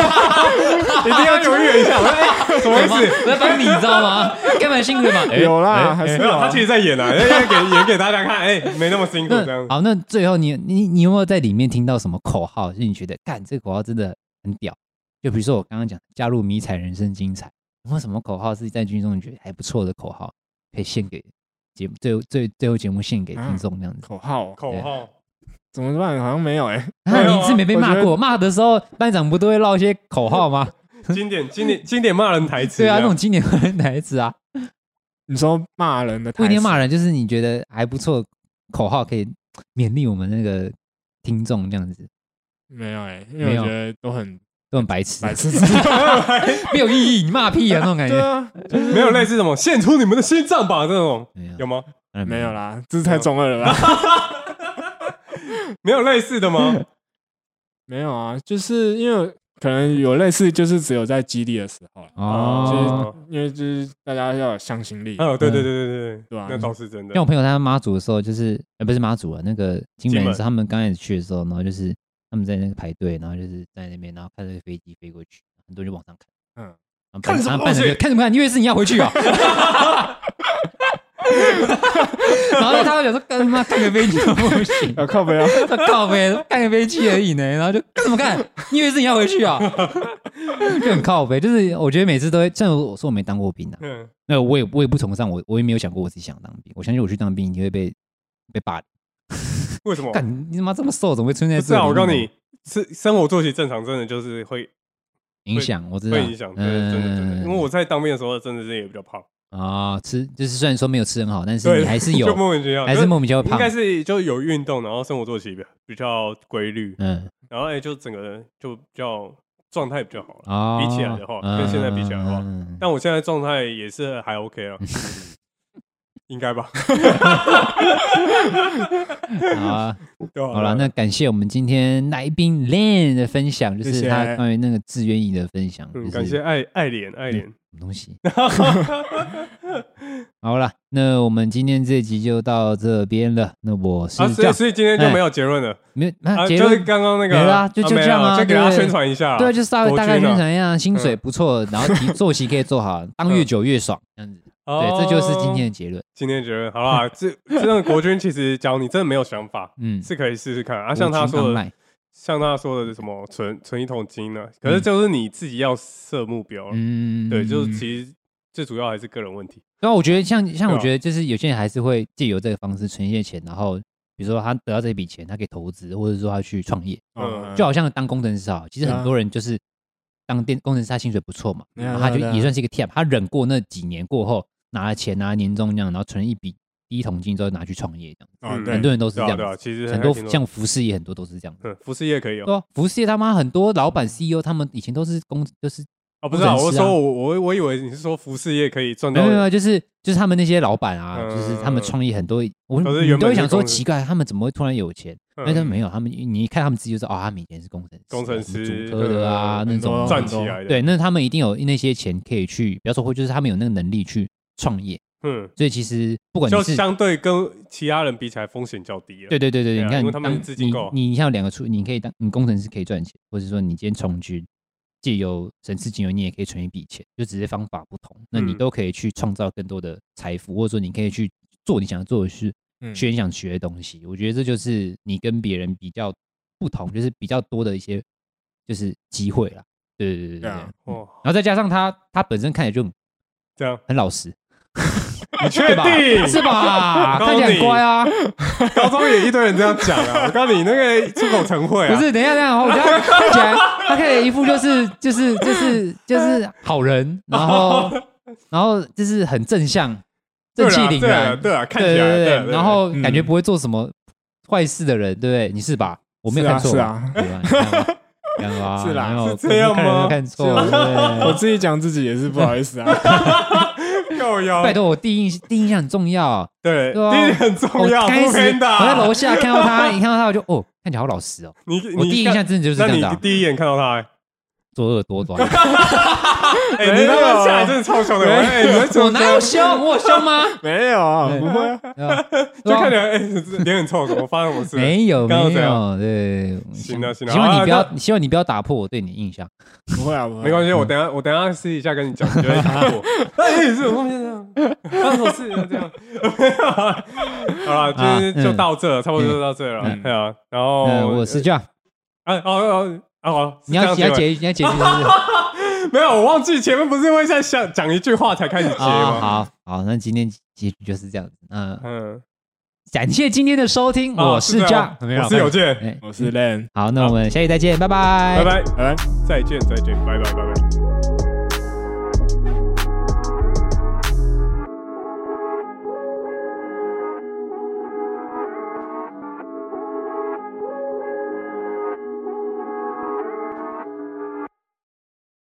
[SPEAKER 3] 要犹豫一下，哎什么意思？
[SPEAKER 2] 我在帮你，你知道吗？该蛮辛苦的嘛。哎
[SPEAKER 4] 有啦
[SPEAKER 2] 哎
[SPEAKER 4] 还 是
[SPEAKER 3] 没有，他其实 在演啊，要要给演给大家看，哎，没那么辛苦这
[SPEAKER 2] 那
[SPEAKER 3] 样。
[SPEAKER 2] 好，那最后你你你有没有在里面听到什么口号？是你觉得干这个口号真的很屌？就比如说我刚刚讲加入迷彩人生精彩，有没有什么口号是在军中你觉得还不错的口号，可以献给节目最后最最后节目献给
[SPEAKER 3] 啊
[SPEAKER 2] 听众这样子？
[SPEAKER 4] 口号哦
[SPEAKER 3] 口号，
[SPEAKER 4] 怎么办？好像没 有哎，
[SPEAKER 2] 那、
[SPEAKER 3] 没有啊
[SPEAKER 2] 你是没被
[SPEAKER 4] 我
[SPEAKER 2] 骂
[SPEAKER 4] 觉得
[SPEAKER 2] 过？骂的时候班长不都会唠一些口号 吗？
[SPEAKER 3] 经典经典经典骂人台词。
[SPEAKER 2] 哎对啊，那种经典的台词啊，
[SPEAKER 4] 你说骂人的台词，
[SPEAKER 2] 不一定骂人，就是你觉得还不错的口号可以勉励我们那个听众这样子，
[SPEAKER 4] 没有哎，因
[SPEAKER 2] 没
[SPEAKER 4] 为
[SPEAKER 2] 有
[SPEAKER 4] 我觉得都很
[SPEAKER 2] 都很白痴，
[SPEAKER 4] 白痴。
[SPEAKER 2] 没有意义，你骂屁啊那种感
[SPEAKER 4] 对
[SPEAKER 2] 觉。
[SPEAKER 4] 啊，
[SPEAKER 3] 没有类似什么献出你们的心脏吧这种
[SPEAKER 2] 没有
[SPEAKER 3] 有吗？
[SPEAKER 2] 当然
[SPEAKER 4] 没有啦，这是太中二了啦。
[SPEAKER 3] 没有类 似的吗？
[SPEAKER 4] 没有啊，就是因为可能有类似，就是只有在基地的时候啦，
[SPEAKER 2] 哦。
[SPEAKER 3] 哦
[SPEAKER 4] 就是因为就是大家要有向心力。
[SPEAKER 3] 哦，对对对对对
[SPEAKER 4] 对啊
[SPEAKER 3] 那倒是真的
[SPEAKER 2] 像。我朋友他妈祖的时候，就是呃不是妈祖啊，那个金门
[SPEAKER 3] 金
[SPEAKER 2] 的
[SPEAKER 3] 门
[SPEAKER 2] 时候，他们刚开始去的时候，然后就是他们在那个排队，然后就是在那边，然后看这个飞机飞过去，很多人就往上看，
[SPEAKER 4] 嗯，
[SPEAKER 2] 然后
[SPEAKER 3] 看
[SPEAKER 2] 班
[SPEAKER 3] 什么
[SPEAKER 2] 然后班长
[SPEAKER 3] 东西
[SPEAKER 2] 就看什么看，你以为是你要回去啊？ 然后他们想说，干他妈看个飞机都不行，
[SPEAKER 4] 要靠背啊，
[SPEAKER 2] 他靠背看个飞机而已呢，然后就干什么看？你以为是你要回去啊？ 就很靠背，就是我觉得每次都会，像我说我没当过兵啊，
[SPEAKER 3] 嗯，
[SPEAKER 2] 那我也我也不崇尚，我我也没有想过我自己想当兵，我相信我去当兵一定会被被霸凌。
[SPEAKER 3] 为什么？
[SPEAKER 2] 干你你他妈这么瘦，怎么会出现在
[SPEAKER 3] 哦不
[SPEAKER 2] 这
[SPEAKER 3] 是
[SPEAKER 2] 里？
[SPEAKER 3] 啊，我告诉你，是生活作息正常，真的就是会
[SPEAKER 2] 影响我知道
[SPEAKER 3] 会影响，对，真的真
[SPEAKER 2] 嗯
[SPEAKER 3] 的。因为我在当兵的时候，真的是也比较胖，
[SPEAKER 2] 啊、吃就是虽然说没有吃很好，但是
[SPEAKER 3] 对，
[SPEAKER 2] 你还是
[SPEAKER 3] 就
[SPEAKER 2] 有，
[SPEAKER 3] 莫名其妙，
[SPEAKER 2] 还是莫名其妙胖
[SPEAKER 3] 应。该是就有运动，然后生活作息比较比较规律，
[SPEAKER 2] 嗯
[SPEAKER 3] 然后哎，就整个人就比较状态比较好了。
[SPEAKER 2] 啊，
[SPEAKER 3] 比起来的话跟现在比起来的话
[SPEAKER 2] 嗯
[SPEAKER 3] 但我现在状态也是还 OK 啊，应该吧？
[SPEAKER 2] 好 啊，
[SPEAKER 3] 对吧？
[SPEAKER 2] 好了，那感谢我们今天来宾 Lan 的分享，就是
[SPEAKER 4] 谢谢
[SPEAKER 2] 他关于那个志愿意的分享，就
[SPEAKER 3] 嗯，
[SPEAKER 2] 是
[SPEAKER 3] 感谢
[SPEAKER 2] 什
[SPEAKER 3] 爱爱莲爱莲，
[SPEAKER 2] 么东西。 好了，那我们今天这集就到这边了。那我是
[SPEAKER 3] 啊，
[SPEAKER 2] 这
[SPEAKER 3] 所以
[SPEAKER 2] 样，
[SPEAKER 3] 所以今天就没有结论了
[SPEAKER 2] 没有
[SPEAKER 3] 啊，
[SPEAKER 2] 哎那结
[SPEAKER 3] 就是
[SPEAKER 2] 论
[SPEAKER 3] 刚刚那个
[SPEAKER 2] 没啦就
[SPEAKER 3] 啊
[SPEAKER 2] 就
[SPEAKER 3] 没
[SPEAKER 2] 这样
[SPEAKER 3] 了
[SPEAKER 2] 啊
[SPEAKER 3] 就给大家
[SPEAKER 2] 对
[SPEAKER 3] 宣传一下，
[SPEAKER 2] 对，就稍微
[SPEAKER 3] 国
[SPEAKER 2] 大概
[SPEAKER 3] 军啊
[SPEAKER 2] 宣传一下，薪水不错，然后提作息可以做好，当越久越爽，这样 子。对，
[SPEAKER 3] 哦
[SPEAKER 2] 这就是今天的结论。
[SPEAKER 3] 今天结论。好啦，这这个国军其实，假如你真的没有想法，
[SPEAKER 2] 嗯，
[SPEAKER 3] 是可以试试看啊。像他说的，
[SPEAKER 2] 的，
[SPEAKER 3] 像他说的什
[SPEAKER 4] 嗯
[SPEAKER 3] 么存存一桶金呢？可是就是你自己要设目标，啊
[SPEAKER 2] 嗯，
[SPEAKER 3] 哦对，就是其实最主要还是个人问题。
[SPEAKER 2] 然后我觉得像像
[SPEAKER 3] 对
[SPEAKER 2] 我
[SPEAKER 3] 啊
[SPEAKER 2] 觉得就是有些人还是会借由这个方式存一些钱，然后比如说他得到这笔钱，他可以投资，或者说他去创业，
[SPEAKER 4] 哦
[SPEAKER 3] 嗯
[SPEAKER 2] 就好像当工程师啊，其实
[SPEAKER 4] 对啊
[SPEAKER 2] 很多人就是当电工程师，他薪水不错嘛，
[SPEAKER 4] 对啊
[SPEAKER 2] 然后他就
[SPEAKER 4] 对啊对啊
[SPEAKER 2] 也算是一个 tip，他忍过那几年过后，拿了钱拿了年终这样，然后存一笔第一桶金之后拿去创业这样，
[SPEAKER 4] 哦
[SPEAKER 3] 嗯
[SPEAKER 4] 对
[SPEAKER 2] 很多人都是
[SPEAKER 3] 对
[SPEAKER 2] 这
[SPEAKER 3] 啊，
[SPEAKER 2] 样
[SPEAKER 3] 对啊，
[SPEAKER 2] 子，
[SPEAKER 3] 其实
[SPEAKER 2] 很多
[SPEAKER 3] 还挺
[SPEAKER 2] 像服饰业很多都是这样子。啊
[SPEAKER 3] 嗯，服饰业可以有
[SPEAKER 2] E 对啊，服饰业他妈很多老板 CEO 他们以前都是公就是
[SPEAKER 3] 哦，不是、啊，
[SPEAKER 2] 不
[SPEAKER 3] 我
[SPEAKER 2] 准时啊
[SPEAKER 3] 说我我我以为你是说服饰业可以赚
[SPEAKER 2] 没
[SPEAKER 3] 到
[SPEAKER 2] 有没有，就是就是他们那些老板啊，就是他们
[SPEAKER 3] 嗯
[SPEAKER 2] 创立很多，我
[SPEAKER 3] 都是
[SPEAKER 2] 你
[SPEAKER 3] 原
[SPEAKER 2] 都
[SPEAKER 3] 本
[SPEAKER 2] 会
[SPEAKER 3] 是
[SPEAKER 2] 想说
[SPEAKER 3] 公司
[SPEAKER 2] 奇怪，他们怎么会突然有钱？
[SPEAKER 3] 嗯
[SPEAKER 2] 那他没有，他们你一看他们自己就知道，哦，他们以前是工程师啊、
[SPEAKER 3] 工程
[SPEAKER 2] 什么
[SPEAKER 3] 师
[SPEAKER 2] 主科的啊
[SPEAKER 4] 嗯
[SPEAKER 2] 那
[SPEAKER 4] 很
[SPEAKER 2] 种
[SPEAKER 4] 多
[SPEAKER 3] 赚起来的，
[SPEAKER 2] 对，，那他们一定有那些钱可以去，不要说会，就是他们有那个能力去创业。
[SPEAKER 3] 嗯，
[SPEAKER 2] 所以其实不管你
[SPEAKER 3] 就是相对跟其他人比起来风险较低了。
[SPEAKER 2] 对对对对，
[SPEAKER 3] 对啊
[SPEAKER 2] 你看
[SPEAKER 3] 因
[SPEAKER 2] 你
[SPEAKER 3] 为他们
[SPEAKER 2] 当
[SPEAKER 3] 资金够
[SPEAKER 2] 你你像有两个出，你可以当你工程师可以赚钱，或者说你今天从军，借由省吃俭用，你也可以存一笔钱，就只是方法不同，那你
[SPEAKER 3] 嗯
[SPEAKER 2] 都可以去创造更多的财富，或者说你可以去做你想做的事，
[SPEAKER 4] 嗯
[SPEAKER 2] 学你想学的东西。我觉得这就是你跟别人比较不同，就是比较多的一些就是机会啦。对对对对
[SPEAKER 4] 对
[SPEAKER 2] 对。
[SPEAKER 4] 啊
[SPEAKER 2] 嗯
[SPEAKER 3] 哦，
[SPEAKER 2] 然后再加上他，他本身看起来就很
[SPEAKER 3] 这样
[SPEAKER 2] 很老实，
[SPEAKER 3] 你确
[SPEAKER 2] 对吧？
[SPEAKER 3] 定？
[SPEAKER 2] 是吧？
[SPEAKER 3] 高
[SPEAKER 2] 看起来很
[SPEAKER 3] 你
[SPEAKER 2] 乖啊。
[SPEAKER 3] 高中也一堆人这样讲啊！我告诉你，那个出口成会啊，
[SPEAKER 2] 不是，等一下，等一下，我觉得他看起来，他看起来一副就是就是就是就是好人，然 后然后就是很正向、
[SPEAKER 3] 对
[SPEAKER 2] 正
[SPEAKER 3] 啊
[SPEAKER 2] 气凛
[SPEAKER 3] 对啊
[SPEAKER 2] 然，
[SPEAKER 3] 对啊，看起
[SPEAKER 2] 对
[SPEAKER 3] 来
[SPEAKER 2] 对
[SPEAKER 3] 对啊
[SPEAKER 2] 对，
[SPEAKER 3] 对啊，
[SPEAKER 2] 然后感觉
[SPEAKER 4] 嗯
[SPEAKER 2] 不会做什么坏事的人，对不对？你是吧？我没有
[SPEAKER 4] 是啊
[SPEAKER 2] 看错
[SPEAKER 4] 是
[SPEAKER 2] 吧，
[SPEAKER 4] 啊
[SPEAKER 2] 对吧你看吧看吧
[SPEAKER 4] 是啦
[SPEAKER 2] 没有
[SPEAKER 3] 是这样
[SPEAKER 2] 我看人
[SPEAKER 3] 吗
[SPEAKER 2] 都看错
[SPEAKER 4] 是啊
[SPEAKER 2] 了，对
[SPEAKER 4] 我自己讲自己也是不好意思啊。
[SPEAKER 3] 够 腰，
[SPEAKER 2] 拜托，我第一印第一印象很重要。
[SPEAKER 3] 对，
[SPEAKER 2] 对啊
[SPEAKER 3] 第一很重
[SPEAKER 2] 我
[SPEAKER 3] 要，
[SPEAKER 2] 开
[SPEAKER 3] 不
[SPEAKER 2] 始
[SPEAKER 3] 偏
[SPEAKER 2] 我在
[SPEAKER 3] 的。啊
[SPEAKER 2] 楼下看到他，一看到他我就哦，看起来好老实哦。
[SPEAKER 3] 你
[SPEAKER 2] 我
[SPEAKER 3] 你
[SPEAKER 2] 第一印
[SPEAKER 3] 看
[SPEAKER 2] 象真的就是
[SPEAKER 3] 那
[SPEAKER 2] 这样
[SPEAKER 3] 你
[SPEAKER 2] 的啊，
[SPEAKER 3] 第一眼看到他，哎
[SPEAKER 2] 左耳朵 短。
[SPEAKER 3] 哎，
[SPEAKER 4] 没
[SPEAKER 3] 你
[SPEAKER 4] 有
[SPEAKER 3] 那个下来真的超凶的，我哎，你
[SPEAKER 2] 啊
[SPEAKER 3] 在
[SPEAKER 2] 我
[SPEAKER 3] 怎么
[SPEAKER 2] 哪有凶？我有凶吗？
[SPEAKER 4] 没有啊，
[SPEAKER 2] 对
[SPEAKER 4] 不会啊。
[SPEAKER 2] 对吧
[SPEAKER 3] 就看
[SPEAKER 2] 对吧
[SPEAKER 3] 起来哎脸很臭，怎么发生我事？
[SPEAKER 2] 没有
[SPEAKER 3] 刚刚
[SPEAKER 2] 没
[SPEAKER 3] 怎
[SPEAKER 2] 有，对，
[SPEAKER 3] 行了行了
[SPEAKER 2] 希望
[SPEAKER 3] 好
[SPEAKER 2] 你
[SPEAKER 3] 啊
[SPEAKER 2] 不要，希望你不要打破我对你的印象。
[SPEAKER 4] 不会啊，不会啊，
[SPEAKER 3] 没关系，我等一下我等一下私底下跟你讲，你就会 打我。那也是我后面这样，发生什么事啊这样？好了，今天就
[SPEAKER 2] 嗯
[SPEAKER 3] 到这，差不多就到这了。
[SPEAKER 2] 嗯
[SPEAKER 3] 对啊，然后
[SPEAKER 2] 嗯，我是这样，
[SPEAKER 3] 啊哦哦哦哦，是
[SPEAKER 2] 你要
[SPEAKER 3] 这
[SPEAKER 2] 你
[SPEAKER 3] 样
[SPEAKER 2] 要
[SPEAKER 3] 结尾
[SPEAKER 2] 解你要解释是不 啊是？
[SPEAKER 3] 没有？我忘记前面不是会在想讲一句话才开始接
[SPEAKER 2] 啊，
[SPEAKER 3] 吗？
[SPEAKER 2] 好好，那今天结局就是这样子。嗯，
[SPEAKER 3] 嗯，
[SPEAKER 2] 感谢今天的收听，
[SPEAKER 3] 啊
[SPEAKER 2] 我是这
[SPEAKER 3] 这
[SPEAKER 2] 样
[SPEAKER 3] 样，
[SPEAKER 2] 没有
[SPEAKER 3] 我是有健，
[SPEAKER 2] 哎
[SPEAKER 4] 我是 Len，
[SPEAKER 2] 好，那我们下期再见，拜拜
[SPEAKER 3] 拜。拜，
[SPEAKER 4] 拜拜。
[SPEAKER 3] 再见再见，拜拜拜拜。